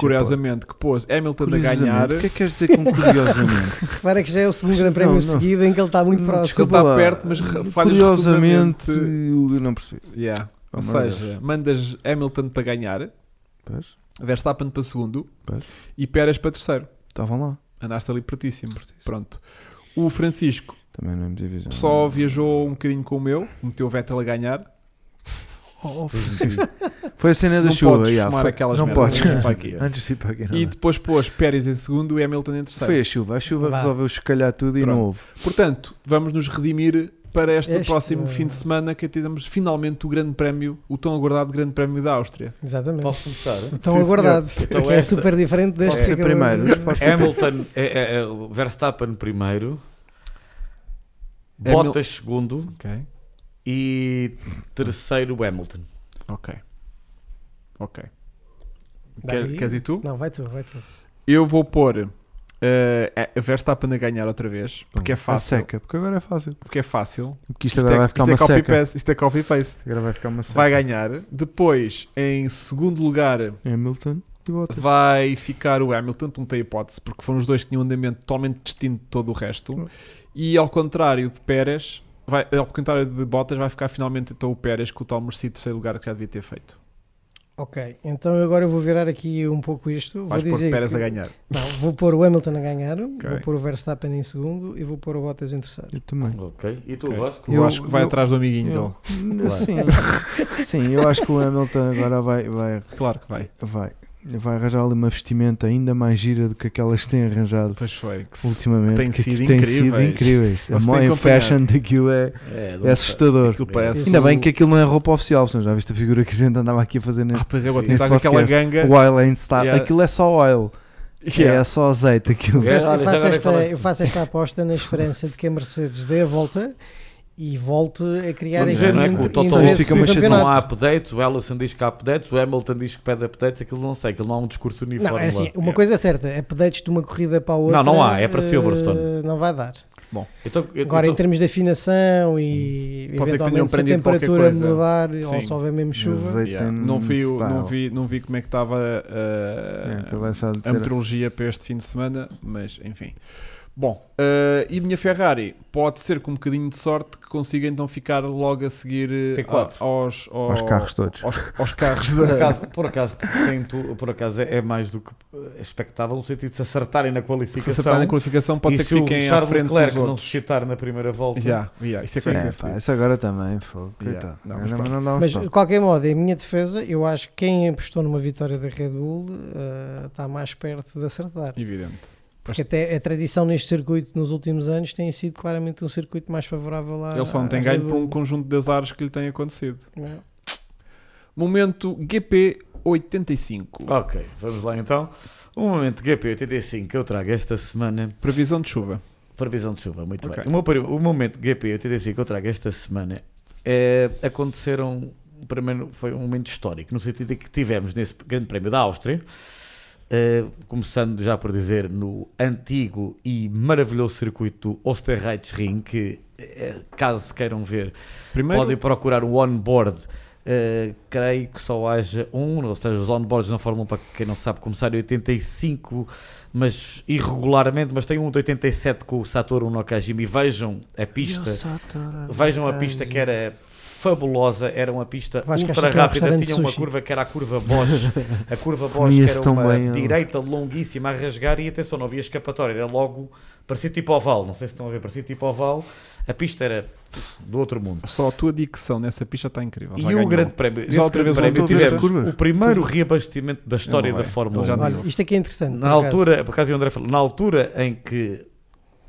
A: curiosamente, que pôs
D: pá.
A: Hamilton a
D: Curiosamente.
A: ganhar.
D: O que é que queres dizer com curiosamente?
C: Repara que já é o segundo Grande
D: Não,
C: Prémio
D: não.
C: seguido em que ele está muito próximo.
A: Hum, desculpa. está perto, mas re- falhas
D: Curiosamente,
A: rotundamente.
D: eu não percebi.
A: Yeah.
D: Oh,
A: Ou
D: meu
A: seja,
D: Deus.
A: mandas Hamilton para ganhar,
D: Pois,
A: Verstappen para segundo
D: Pois.
A: e Pérez para terceiro.
D: estavam lá.
A: Andaste ali pertíssimo. Pronto. O Francisco
D: Também não é divisão.
A: só viajou um bocadinho com o meu, meteu o Vettel a ganhar.
D: Oh, Francisco. Foi a cena da
A: não
D: chuva.
A: podes
D: já,
A: fumar
D: foi-
A: aquelas
D: não
A: merdas.
D: podes.
A: Vamos para aqui.
D: Antes de ir para aqui, não
A: E
D: é?
A: depois pôs Pérez em segundo e Hamilton em terceiro.
D: Foi a chuva. A chuva
C: Vá.
D: resolveu escalhar tudo e
A: Pronto.
D: não houve.
A: Portanto, vamos nos redimir para este,
C: Este-
A: próximo fim de semana que temos finalmente o grande prémio, o tão aguardado grande prémio da Áustria.
C: Exatamente.
B: Posso começar?
C: Tão
A: Sim,
C: aguardado.
B: Então
C: que é
B: esta-
C: super diferente deste
D: Pode ser
C: que acabou
A: é
D: primeiro.
C: de-
D: Pode ser
B: Hamilton, é, é, é, o Verstappen primeiro,
C: É
A: Hamil-
B: Bottas segundo
A: Ok,
B: e terceiro Hamilton.
A: ok. Ok.
C: Dá
A: Quer,
C: aí?
A: queres ir tu?
C: Não, vai tu, vai tu.
A: Eu vou pôr eh, a Verstappen a ganhar outra vez, porque é
D: Pronto. A
A: fácil.
D: seca, porque agora é fácil.
A: Porque é fácil.
D: Porque isto, agora vai ficar uma
A: é copy
D: seca.
A: paste, isto é copy-paste.
D: Agora vai ficar uma seca.
A: Vai ganhar. Depois, em segundo lugar,
D: É Hamilton e Bottas.
A: vai ficar o Hamilton, não tem hipótese, porque foram os dois que tinham um andamento totalmente distinto de todo o resto. E ao contrário de Pérez, vai, ao contrário de Bottas, vai ficar finalmente então o Pérez com o tal merecido terceiro lugar que já devia ter feito.
C: Ok, então agora eu vou virar aqui um pouco isto.
A: Vais
C: vou
A: pôr
C: dizer
A: Pérez
C: que-
A: a ganhar.
C: Não, vou pôr o Hamilton a ganhar, vou pôr o Verstappen em segundo e vou pôr o Bottas em terceiro.
D: Eu também.
B: Ok. E tu,
A: Ok.
B: Vasco? É,
A: Eu,
D: Eu-
A: acho que vai
D: eu-
A: atrás do amiguinho
D: eu-
A: dele.
D: Sim. Sim, eu acho que o Hamilton agora vai, vai,
A: Claro que vai.
D: vai, vai arranjar ali uma vestimenta ainda mais gira do que aquelas que têm arranjado
A: Pois foi. que se-
D: ultimamente.
A: têm
D: que,
A: sido
D: têm sido
A: incríveis.
D: incríveis. A
A: Vocês têm que
D: moda em
A: acompanhar.
D: fashion daquilo é,
B: É,
D: é assustador.
A: Aquilo parece-
D: Ainda bem que aquilo não é roupa oficial, senão já viste a figura que a gente andava aqui a fazer
A: Ah,
D: neste
A: pois é, agora
D: Sim,
A: tens
D: este
A: aquela
D: podcast.
A: ganga.
D: oil and style.
A: Ah, Yeah.
D: Aquilo é só oil,
A: Yeah.
D: é só azeite aquilo.
C: Eu
B: É,
C: faço, eu
B: olha, já
C: faço
B: agora
C: esta,
B: falaste.
C: eu faço esta aposta na esperança de que a Mercedes dê a volta e volte a criar
B: Vamos
C: aqui
B: ver, não é? Que
C: um
B: o
C: inter-
B: Toto
C: interesse
B: Wolff
D: Isto fica
C: no
D: uma
B: diz que
D: chatice.
B: não há
C: campeonato.
B: updates, o Ellison diz que há updates, o Hamilton diz que pede updates, aquilo não sei, aquilo não há um discurso uniforme.
C: Não, é assim,
B: lá.
C: uma coisa é certa, updates de uma corrida para a outra.
B: não há, é para
C: eh,
B: Silverstone.
C: Não vai dar.
B: Então, eu-
C: Agora,
B: então-
C: em termos de afinação e
A: Pode ser que tenham
C: eventualmente se a
A: aprendido qualquer
C: temperatura
A: coisa.
C: mudar ou
A: Sim.
C: só houver mesmo chuva,
D: Azeite
A: Yeah.
D: and
A: Não, vi, o-
D: style.
A: não, vi, não vi como é que estava
D: É,
A: uh,
D: aquilo é só
A: a
D: dizer-
A: meteorologia para este fim de semana, mas enfim. Bom, uh, e minha Ferrari pode ser com um bocadinho de sorte que consiga então ficar logo a seguir uh,
B: P4.
A: a- aos, ao-
D: aos carros todos.
A: Aos, aos carros
B: Por
A: da.
B: acaso, por acaso, tem tu- por acaso é, é mais do que eh, expectável no sentido de se acertarem na
A: Se
B: qualificação.
A: acertar na qualificação, pode
B: e
A: ser que
B: se o
A: fiquem à
B: Charles
A: frente
B: Leclerc
A: dos
B: não se
A: outros.
B: chitar na primeira volta.
A: Já, já, isso é que vai
D: É,
A: ser
D: pá,
A: fedido.
D: isso agora também, fogo.
A: Yeah.
D: coitado.
A: Não,
D: Não,
A: mas
D: não,
A: pronto.
D: dá um
C: Mas,
D: stop.
C: de qualquer modo, em minha defesa, eu acho que quem apostou numa vitória da Red Bull eh, está mais perto de acertar.
A: Evidente.
C: Porque até a tradição neste circuito nos últimos anos tem sido claramente um circuito mais favorável à.
A: Ele só não tem
C: à
A: ganho
C: Red
A: por um
C: Bull,
A: conjunto de azares que lhe tem acontecido.
C: não é?
A: Momento GP85.
B: Ok, vamos lá então. Um momento GP85 que eu trago esta semana.
A: Previsão de chuva.
B: Previsão de chuva, muito
A: Ok.
B: bem. O, meu, pri- o momento GP85 que eu trago esta semana é, aconteceram. Primeiro foi um momento histórico, no sentido em que tivemos nesse Grande Prémio da Áustria, eh, começando já por dizer no antigo e maravilhoso circuito do Osterreichsring, que eh, caso queiram ver,
A: Primeiro,
B: podem procurar o onboard Uh, creio que só haja um, ou seja, os onboards na Fórmula 1, para quem não sabe, começaram em 85, mas irregularmente, mas tem um de 87 com o Satoru Nakajima e vejam a pista, vejam a pista que era fabulosa, era uma pista
C: Vasco, acho
B: ultra
C: que é um
B: rápida,
C: restaurante
B: tinha uma
C: sushi.
B: curva que era a curva Bosch, a curva Bosch que
E: Conheço
B: era
E: tão
B: uma
E: bem, ó.
B: direita longuíssima a rasgar e atenção, não havia escapatória, era logo, parecia tipo oval, não sei se estão a ver, parecia tipo oval, a pista era pff, do outro mundo.
A: Só a tua dicção nessa pista está incrível.
B: E
A: já
B: o
A: ganhou.
B: grande prémio,
A: Já
B: esse
A: outra vez
B: grande prémio
A: voltou a ver
B: tivemos
E: as curvas?
B: o primeiro reabastecimento da história
A: Não
B: da
A: é.
B: Fórmula 1.
A: Já
C: Olha,
A: digo.
C: isto é que é interessante.
B: Na
C: por acaso.
B: altura, por causa do André falou, na altura em que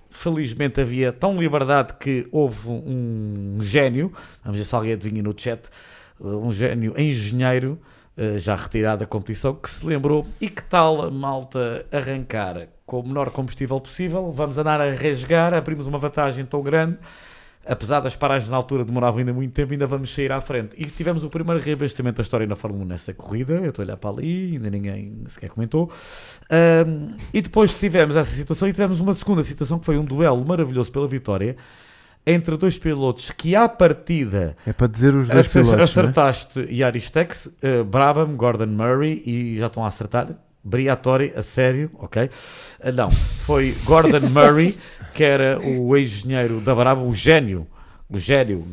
B: felizmente havia tão liberdade que houve um gênio, vamos ver se alguém adivinha no chat, um gênio engenheiro eh, já retirado da competição que se lembrou e que tal a malta arrancar com o menor combustível possível, vamos andar a rasgar, abrimos uma vantagem tão grande apesar das paragens na altura demoravam ainda muito tempo, ainda vamos sair à frente. E tivemos o primeiro reabastecimento da história na Fórmula 1 nessa corrida. Eu estou a olhar para ali, ainda ninguém sequer comentou. Ahm, e depois tivemos essa situação e tivemos uma segunda situação que foi um duelo maravilhoso pela vitória entre dois pilotos que, à partida,
E: É para dizer os dois
B: acer-
E: pilotos. né?
B: acertaste Yaris Tex, eh, Brabham, Gordon Murray e já estão a acertar. Briatore, a sério, ok? Ah, Não, foi Gordon Murray, que era o engenheiro da Brabham, o gênio, o gênio,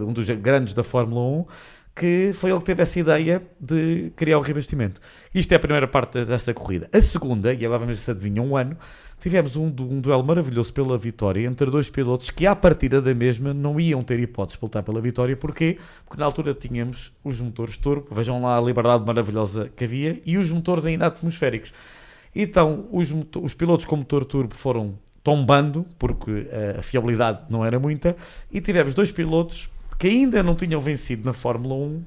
B: um dos grandes da Fórmula 1, que foi ele que teve essa ideia de criar o revestimento. Isto é a primeira parte dessa corrida. A segunda, e agora vamos ver se adivinha um ano, tivemos um, du- um duelo maravilhoso pela vitória entre dois pilotos que, à partida da mesma, não iam ter hipótese de lutar pela vitória. Porquê? Porque na altura tínhamos os motores turbo, vejam lá a liberdade maravilhosa que havia, e os motores ainda atmosféricos. Então, os, moto- os pilotos com motor turbo foram tombando, porque eh, a fiabilidade não era muita, e tivemos dois pilotos que ainda não tinham vencido na Fórmula 1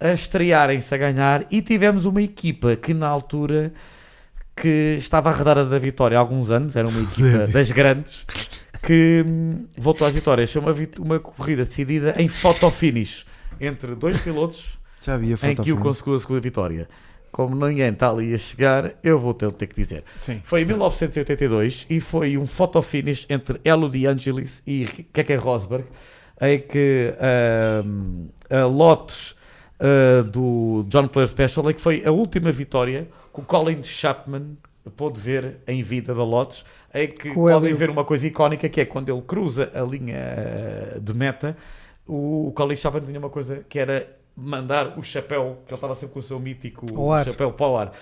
B: a estrearem-se a ganhar e tivemos uma equipa que na altura que estava arredada da vitória há alguns anos, era uma equipa das grandes que hum, voltou às vitórias. Foi uma, vit- uma corrida decidida em fotofinish entre dois pilotos
D: é?
E: Já havia
B: em
E: foto.
B: que o conseguiu a segunda vitória. Como ninguém está ali a chegar, eu vou ter, ter que dizer.
A: Sim.
B: Foi em 1982 e foi um fotofinish entre Elo De Angelis e Keke Rosberg, em que ahm, a Lotus ah, do John Player Special é que foi a última vitória que o Colin Chapman pôde ver em vida da Lotus, em que
C: Com
B: podem
C: Hélio.
B: ver uma coisa icónica que é quando ele cruza a linha ah, de meta, o, o Colin Chapman tinha uma coisa que era mandar o chapéu, que ele estava sempre com o seu mítico
C: Ao ar.
B: chapéu para o ar.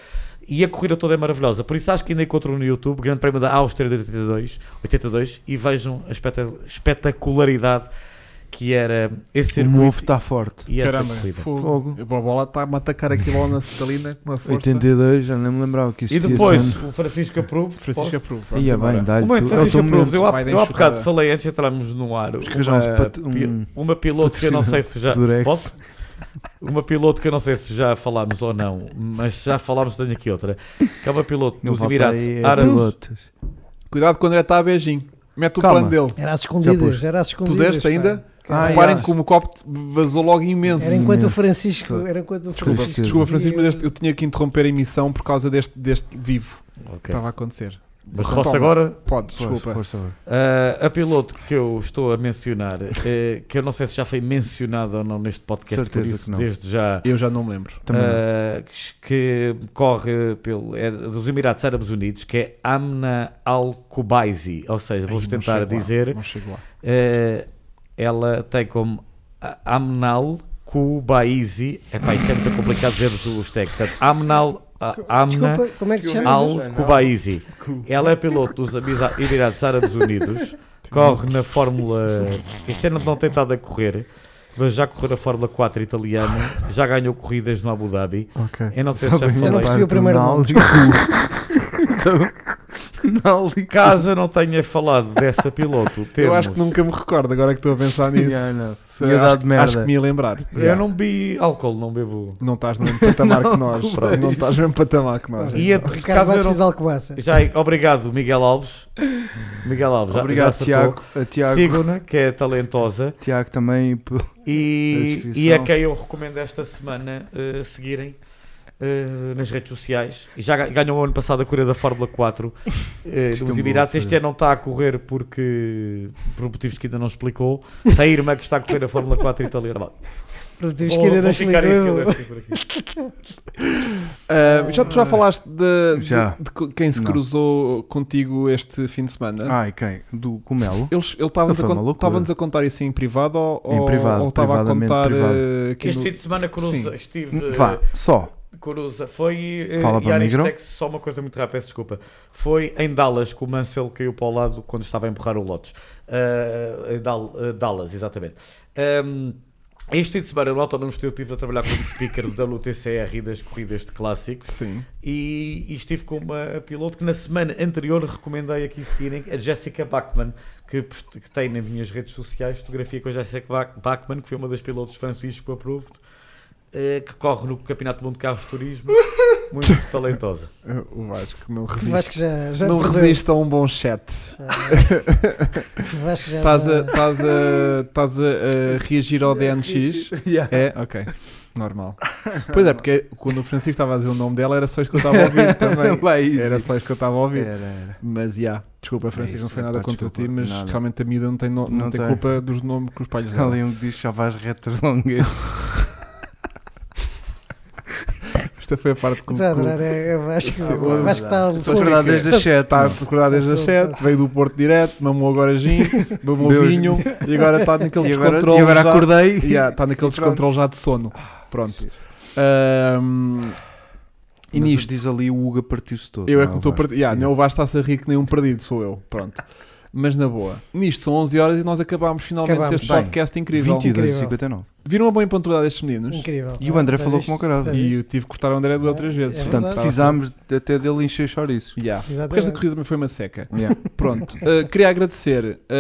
B: E a corrida toda é maravilhosa. Por isso acho que ainda encontram no YouTube Grande Prémio da Áustria de 82, 82 e vejam a espeta- espetacularidade que era esse
E: O novo
B: circuito
E: está forte.
B: e essa
A: Caramba,
B: corrida.
A: fogo. A bola está-me a atacar aqui lá na Cetalina com uma força.
E: 82, já nem me lembrava que isso
B: E depois o Francisco Aprove.
A: Francisco Aprovo. vamos
E: Ia
A: embora.
E: bem, dá-lhe
B: O momento
E: tu. É o
B: Francisco
E: teu
B: Aproves,
E: momento.
B: eu, há-
A: Vai dar
B: eu há bocado
A: enxurrada.
B: falei antes de entrarmos no ar.
E: que arranjar uns
B: Uma,
E: pat-
B: Ah, pi-
E: um-
B: uma piloto que eu não sei se já.
E: Durex.
B: Posso? Uma piloto que eu não sei se já falámos ou não, mas já falámos, tenho aqui outra. Que é uma piloto
E: Não
B: dos
E: falta
B: Emirados
E: aí, é
B: Árabes.
E: pilotos.
A: Cuidado quando o André está a beijinho. Mete o
E: Calma.
A: plano dele.
C: Era às escondidas,
E: pus.
C: era às escondidas.
A: Puseste
C: pá.
A: ainda?
E: Ah,
A: Reparem
E: já.
A: como o copo vazou logo imenso.
C: Era enquanto o
E: Imenso.
C: Francisco. Era enquanto o
E: Desculpa,
C: Francisco.
A: Desculpa,
C: dizia-
A: Francisco, mas este- eu tinha que interromper a emissão por causa deste, deste vivo que
B: Ok.
A: estava a acontecer. Então
B: Mas
A: Toma.
B: Ross agora
A: Pode,
E: Força,
A: desculpa.
E: força, força.
B: Uh, a piloto que eu estou a mencionar, eh, que eu não sei se já foi mencionada ou não neste podcast,
E: Certeza
B: por isso,
E: que não.
B: desde já,
A: Eu já não me lembro.
E: Também não.
B: uh, que corre pelo, é dos Emirados Árabes Unidos, que é Amna Al-Kubaisi. Ou seja, vou-vos
A: Ai, não
B: tentar
A: chego lá,
B: dizer,
A: não chego lá.
B: eh, ela tem como A- Amnal Kubaisi. Epá, isto é muito complicado ver-vos os textos. Portanto, Amnal. a- Amna
C: Desculpa, como é que se chama?
B: Al Kubaisi. Ela é piloto dos Abisa- Emirados Árabes Unidos, corre na Fórmula. Este ano não tem estado a correr, mas já correu na Fórmula 4 italiana, já ganhou corridas no Abu Dhabi.
E: Ok.
B: Eu não sei se já
A: um
E: bem
B: falei.
C: não percebi o primeiro nome.
E: Nálico.
B: Caso eu não tenha falado dessa piloto, temos.
A: Eu acho que nunca me recordo, agora que estou a pensar nisso.
E: Yeah, não.
A: Se-
E: Ia
A: acho-
E: dar de merda.
A: Acho que me ia lembrar.
B: Eu não bebi álcool, não bebo.
A: Não estás no mesmo patamar que nós.
E: é?
B: Pronto.
A: Não estás no mesmo patamar que nós.
B: E a-
C: Ricardo
B: caso eu
C: Baixas
B: não...
C: Alcobaça.
B: já, obrigado, Miguel Alves. Miguel Alves, já, já
E: Obrigado,
B: acertou.
E: Tiago. A Tiago,
B: Siguna, que é talentosa.
E: Tiago também. pô. A
B: E,
E: descrição.
B: e a quem eu recomendo esta semana eh, seguirem eh, nas redes sociais. E Já ga- ganhou o ano passado a corrida da Fórmula 4 eh,
E: Descambou,
B: dos Emirados.
E: foi.
B: Este ano não está a correr porque, por motivos que ainda não explicou, tem a irmã que está a correr a Fórmula 4 italiana. Bom,
C: Pronto, tive que
B: Vou,
C: ir
B: vou
C: a
B: ficar em silêncio por aqui.
A: Ah, já, tu já falaste de, de-
D: Já.
A: de co- quem se
D: Não.
A: cruzou contigo este fim de semana?
D: Ai, quem? Do Comelo?
A: Eles ele estava-nos
D: Foi
A: a,
D: uma
A: con-
D: loucura.
A: estava-nos a contar isso em privado ou,
D: Em
A: ou-
D: privado,
A: ou estava a
D: privadamente
A: contar
D: privado.
A: eh, aqui
B: Este
A: no-
B: fim de semana cruza,
A: Sim.
B: estive
D: Vá, só.
B: Coruza, foi eh,
D: Fala
B: e
D: para o micro.
B: Aristex, só uma coisa muito rápida, peço desculpa. Foi em Dallas que o Mansell caiu para o lado quando estava a empurrar o Lotus. Ah, em Dal- eh, Dallas, exatamente. Ahm, este fim de semana no Autónomo Estúdio estive a trabalhar como speaker da WTCR e das corridas de clássicos
A: Sim.
B: e, e estive com uma piloto que na semana anterior recomendei aqui seguirem, a Jessica Bachmann, que, post- que tem nas minhas redes sociais fotografia com a Jessica Bach- Bachmann, que foi uma das pilotos Francisco Approved, eh, que corre no Campeonato do Mundo de Carros de Turismo, muito talentosa.
A: O Vasco não resiste.
C: Vasco já, já
A: não
C: perdeu.
A: resiste a um bom chat.
C: Vasco
B: É
C: já.
A: Estás a,
C: já-
A: estás a, estás a, a reagir ao DNX?
D: Yeah.
A: É? Ok. Normal. Pois é, porque quando o Francisco estava a dizer o nome dela era só isso que eu estava a ouvir também.
D: Vai, easy.
A: Era só isso que eu estava a ouvir.
D: Era, era.
A: Mas já, desculpa Francisco,
D: isso,
A: não foi
D: epá,
A: nada contra
D: desculpa,
A: ti, mas
D: nada.
A: realmente a miúda não tem, no- não
D: Não
A: tem,
D: tem.
A: culpa dos nomes que os palhos
D: Há
A: dela.
D: Ali um que diz chava as retas longas.
A: Esta foi a parte que
C: Estou a adorar,
A: que-
C: é, é Vasco.
A: Sim,
C: Vasco está a
D: Estou a verdade desde as 7.
A: está recordado Tá desde as
C: Sim,
A: 7, veio do Porto direto, mamou agora gin, mamou
D: Bebeu
A: vinho e agora está naquele
D: E agora,
A: descontrole.
D: e agora
A: já-
D: acordei.
A: Yeah, está naquele descontrole já de sono. Pronto. Ahm, e
D: E nisto
A: nisto,
D: diz ali o Hugo partiu-se todo.
A: eu é
D: não
A: que me estou
D: Vasco?
A: perdido. Yeah, Não é o Vasco está-se a rir que nem um perdido, sou eu. Pronto. Mas na boa. Nisto são 11 horas e nós acabámos finalmente
C: Acabámos.
A: este
D: Bem,
A: podcast incrível.
D: 22
C: Incrível.
D: 59.
A: Viram a boa impontualidade destes meninos?
C: Incrível.
D: E o André
C: Já
D: falou
C: viste?
D: como o caralho.
C: Já
A: E eu
C: viste?
A: tive que cortar o André duas ou três vezes.
C: É
D: Portanto,
C: verdade. É
D: precisámos de- até dele encher chouriços.
A: Yeah. Porque esta
C: Exatamente.
A: corrida também foi uma seca.
D: Yeah.
A: Pronto, uh, queria agradecer. uh,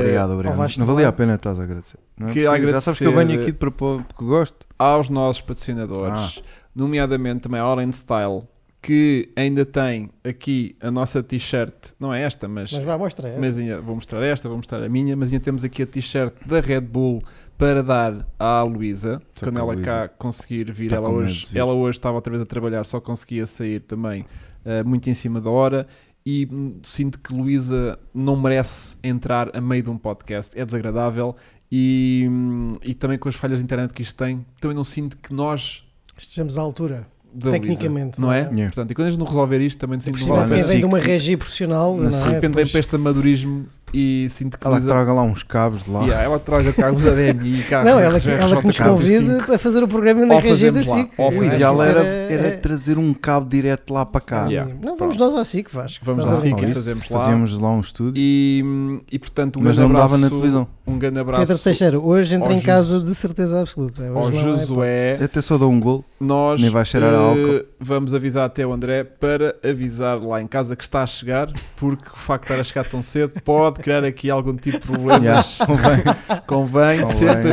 D: Obrigado, obrigado.
C: Vasco
D: Não valia
C: lá.
D: a pena estás a agradecer. Não é
A: Que
D: preciso. Já
A: agradecer-
D: sabes que eu venho aqui de propósito porque gosto.
A: aos nossos patrocinadores,
D: Ah.
A: nomeadamente também a Orange Style, que ainda tem aqui a nossa t-shirt, não é esta, mas,
C: Mas vá, mostra essa.
A: mas ainda- vou mostrar esta, vou mostrar a minha, mas ainda temos aqui a t-shirt da Red Bull para dar à Luísa,
D: Só
A: quando
D: que a
A: ela
D: Luísa
A: cá conseguir vir,
D: está
A: ela,
D: com
A: hoje,
D: medo de vir.
A: ela hoje estava outra vez a trabalhar, só conseguia sair também eh, muito em cima da hora e hum, sinto que Luísa não merece entrar a meio de um podcast, é desagradável e, hum, e também com as falhas de internet que isto tem, também não sinto que nós
C: Estejamos à altura.
A: da
C: Tecnicamente,
A: Luísa, não é?
C: não É
D: é? Yeah.
A: Portanto, e quando a gente não resolver isto, também sinto
C: Por
A: que
D: Vá
A: não
C: cima,
D: lá,
C: de
A: vale
C: quem
D: na
A: a pena.
C: vem de
D: SIC.
C: uma regia profissional.
D: Na
C: não
D: SIC.
A: De
C: é?
A: repente vem
C: Pois-
A: para este amadorismo e sinto que
D: Ela que
A: Luísa...
D: traga Tá lá uns cabos lá.
A: Yeah, ela traga cargos a DMI e cargos
C: Não, ela,
A: de-
C: ela que nos
A: cargos de
C: convide
A: cinco.
C: para fazer o programa na
A: Ou
C: regia da
A: fazemos lá,
C: SIC.
A: ou
C: Eu
D: O
C: acho que
D: ideal
C: isso
D: era,
C: é-
D: era trazer um cabo direto lá para cá.
A: Yeah.
C: Não, vamos nós à SIC, Vasco.
A: Vamos
C: Estás
A: à
C: a
D: assim
A: SIC e
C: brincar?
D: Fazemos isso,
A: fazemos lá.
D: Fazíamos lá um estúdio,
A: assim. E, e, portanto, um
D: mas não
A: grande
D: dava na
A: abraço-
D: televisão.
A: Um grande abraço
C: Pedro Teixeira, hoje entra
A: ao
C: em casa
A: Josu-
C: de certeza absoluta. Hoje
A: ao
C: não é há
A: Josué.
D: Até só dou um gol.
A: Nós
D: Nem vai cheirar a
A: eh,
D: álcool.
A: vamos avisar até o André para avisar lá em casa que está a chegar, porque o facto de estar a chegar tão cedo pode criar aqui algum tipo de
D: Yeah.
A: problemas. Convém,
D: Convém
A: sempre avisar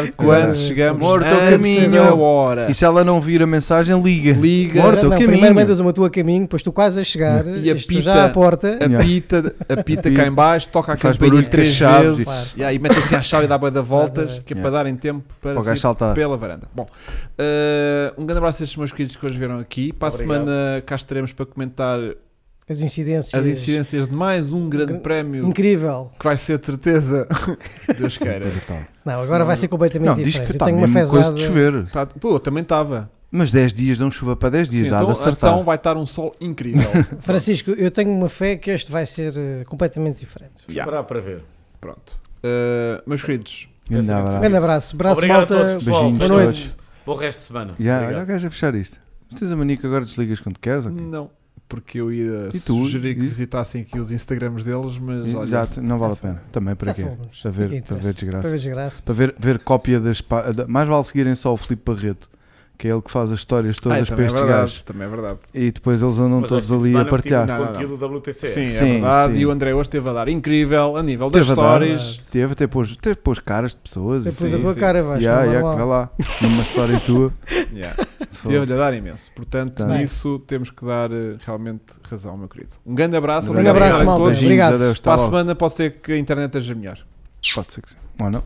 D: avisar.
A: quando
D: Verdade.
A: chegamos
D: Morto ao
A: antes
D: caminho.
A: da hora.
D: E se ela não vir a mensagem, liga.
A: Liga.
D: Morto,
C: não,
D: o
C: primeiro
D: caminho.
C: mandas uma tua a caminho, depois tu quase a chegar,
A: E
C: és tu
A: apita.
C: já à porta.
D: Yeah.
A: Apita, apita cá
D: Apita.
A: em baixo, toca a
D: Faz
A: campainha
D: barulho
A: três
D: três chaves.
A: vezes
C: Claro.
A: yeah, e mete assim à chave e dá boia de voltas,
C: Exatamente.
A: que é
D: Yeah.
A: para darem tempo para
D: Para o gajo
A: sair
D: saltar.
A: pela varanda. Bom, eh, um grande abraço a estes meus queridos que hoje vieram aqui. Para a
B: Obrigado.
A: semana cá estaremos para comentar
C: As incidências.
A: as incidências de mais um grande
C: Gran-
A: prémio
C: Incrível.
A: que vai ser de certeza. Deus queira.
D: Brutal.
C: Não, agora vai ser completamente
D: Não, diz
C: diferente.
D: que
C: Eu
D: está
C: tenho uma
D: mesmo coisa
C: fezada.
D: de chover.
A: Tá- pô, eu também estava.
D: Mas 10 dias dão chuva para 10 dias, já há
A: Então,
D: de acertar.
A: então vai estar um sol incrível.
C: Francisco, eu tenho uma fé que este vai ser eh, completamente diferente.
B: Vou Esperar para ver.
A: Pronto. Eh, meus queridos,
D: Grande abraço.
C: Grande abraço, abraço
B: Obrigado
C: malta.
B: a todos, pessoal.
D: beijinhos
B: Boa
C: a
B: noite. Bom resto de semana.
D: Yeah,
B: Obrigado.
D: olha o gajo a fechar isto. Mas Tens a mania que agora desligas quando queres? ou quê?
A: não. Porque eu ia
D: E tu?
A: sugerir que
D: E-
A: visitassem aqui os Instagrams deles, mas olha, Ah,
D: Já te- não vale a pena. Também para
C: Já
D: quê?
C: fomos.
D: Para ver,
C: Ninguém
D: para ver
C: interessa. Para
D: desgraça.
C: ver desgraça.
D: Para ver, ver cópia das. pa- da- Mais vale seguirem só o Filipe Barreto, que é ele que faz as histórias
A: Ah,
D: todas
A: também
D: para
A: é
D: estes
A: verdade,
D: gajos.
A: Também é verdade.
D: E depois eles andam
B: Mas
D: todos
B: esta
D: ali a
B: semana
D: partilhar.
B: tive um
A: Não, não,
B: Conteúdo WTC.
A: Sim, é
D: Sim,
A: verdade.
D: sim.
A: E o André hoje teve a dar incrível a nível das
D: Teve a dar.
A: histórias.
D: Teve até pôs, teve pôs caras de pessoas. e
C: Depois
D: sim,
C: a tua
D: sim.
C: cara, Vasco.
D: Yeah,
C: não é
D: yeah, que vai
C: normal.
D: lá. Numa história tua.
A: é. Yeah.
D: Fogo.
A: Teve-lhe a dar imenso. Portanto,
D: Tá.
A: nisso temos que dar eh, realmente razão, meu querido. Um grande abraço.
D: Um
C: grande
A: obrigado
C: abraço,
A: a
C: malta.
A: todos.
D: Beijinhos,
C: Obrigado.
D: adeus, até
A: Para a
D: logo.
A: semana pode ser que a internet esteja melhor.
D: Pode ser que sim. Ou não?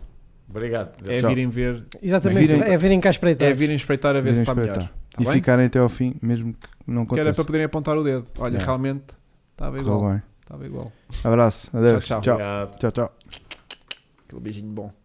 B: Obrigado.
A: É
D: Tchau.
A: virem ver,
C: Exatamente,
D: Virem-
C: é virem cá espreitar.
A: é virem espreitar a ver se
D: Virem
A: está melhor.
D: espreitar.
A: Tá
D: e
A: bem?
D: ficarem até ao fim, mesmo que não
A: Que era
D: aconteça.
A: para poderem apontar o dedo. Olha,
D: Yeah.
A: realmente estava
D: É. Correu
A: igual.
D: bem.
A: Estava igual.
D: Abraço. Adeus.
A: Tchau, tchau.
D: Tchau,
B: Obrigado.
D: tchau. tchau.
A: Aquele beijinho bom.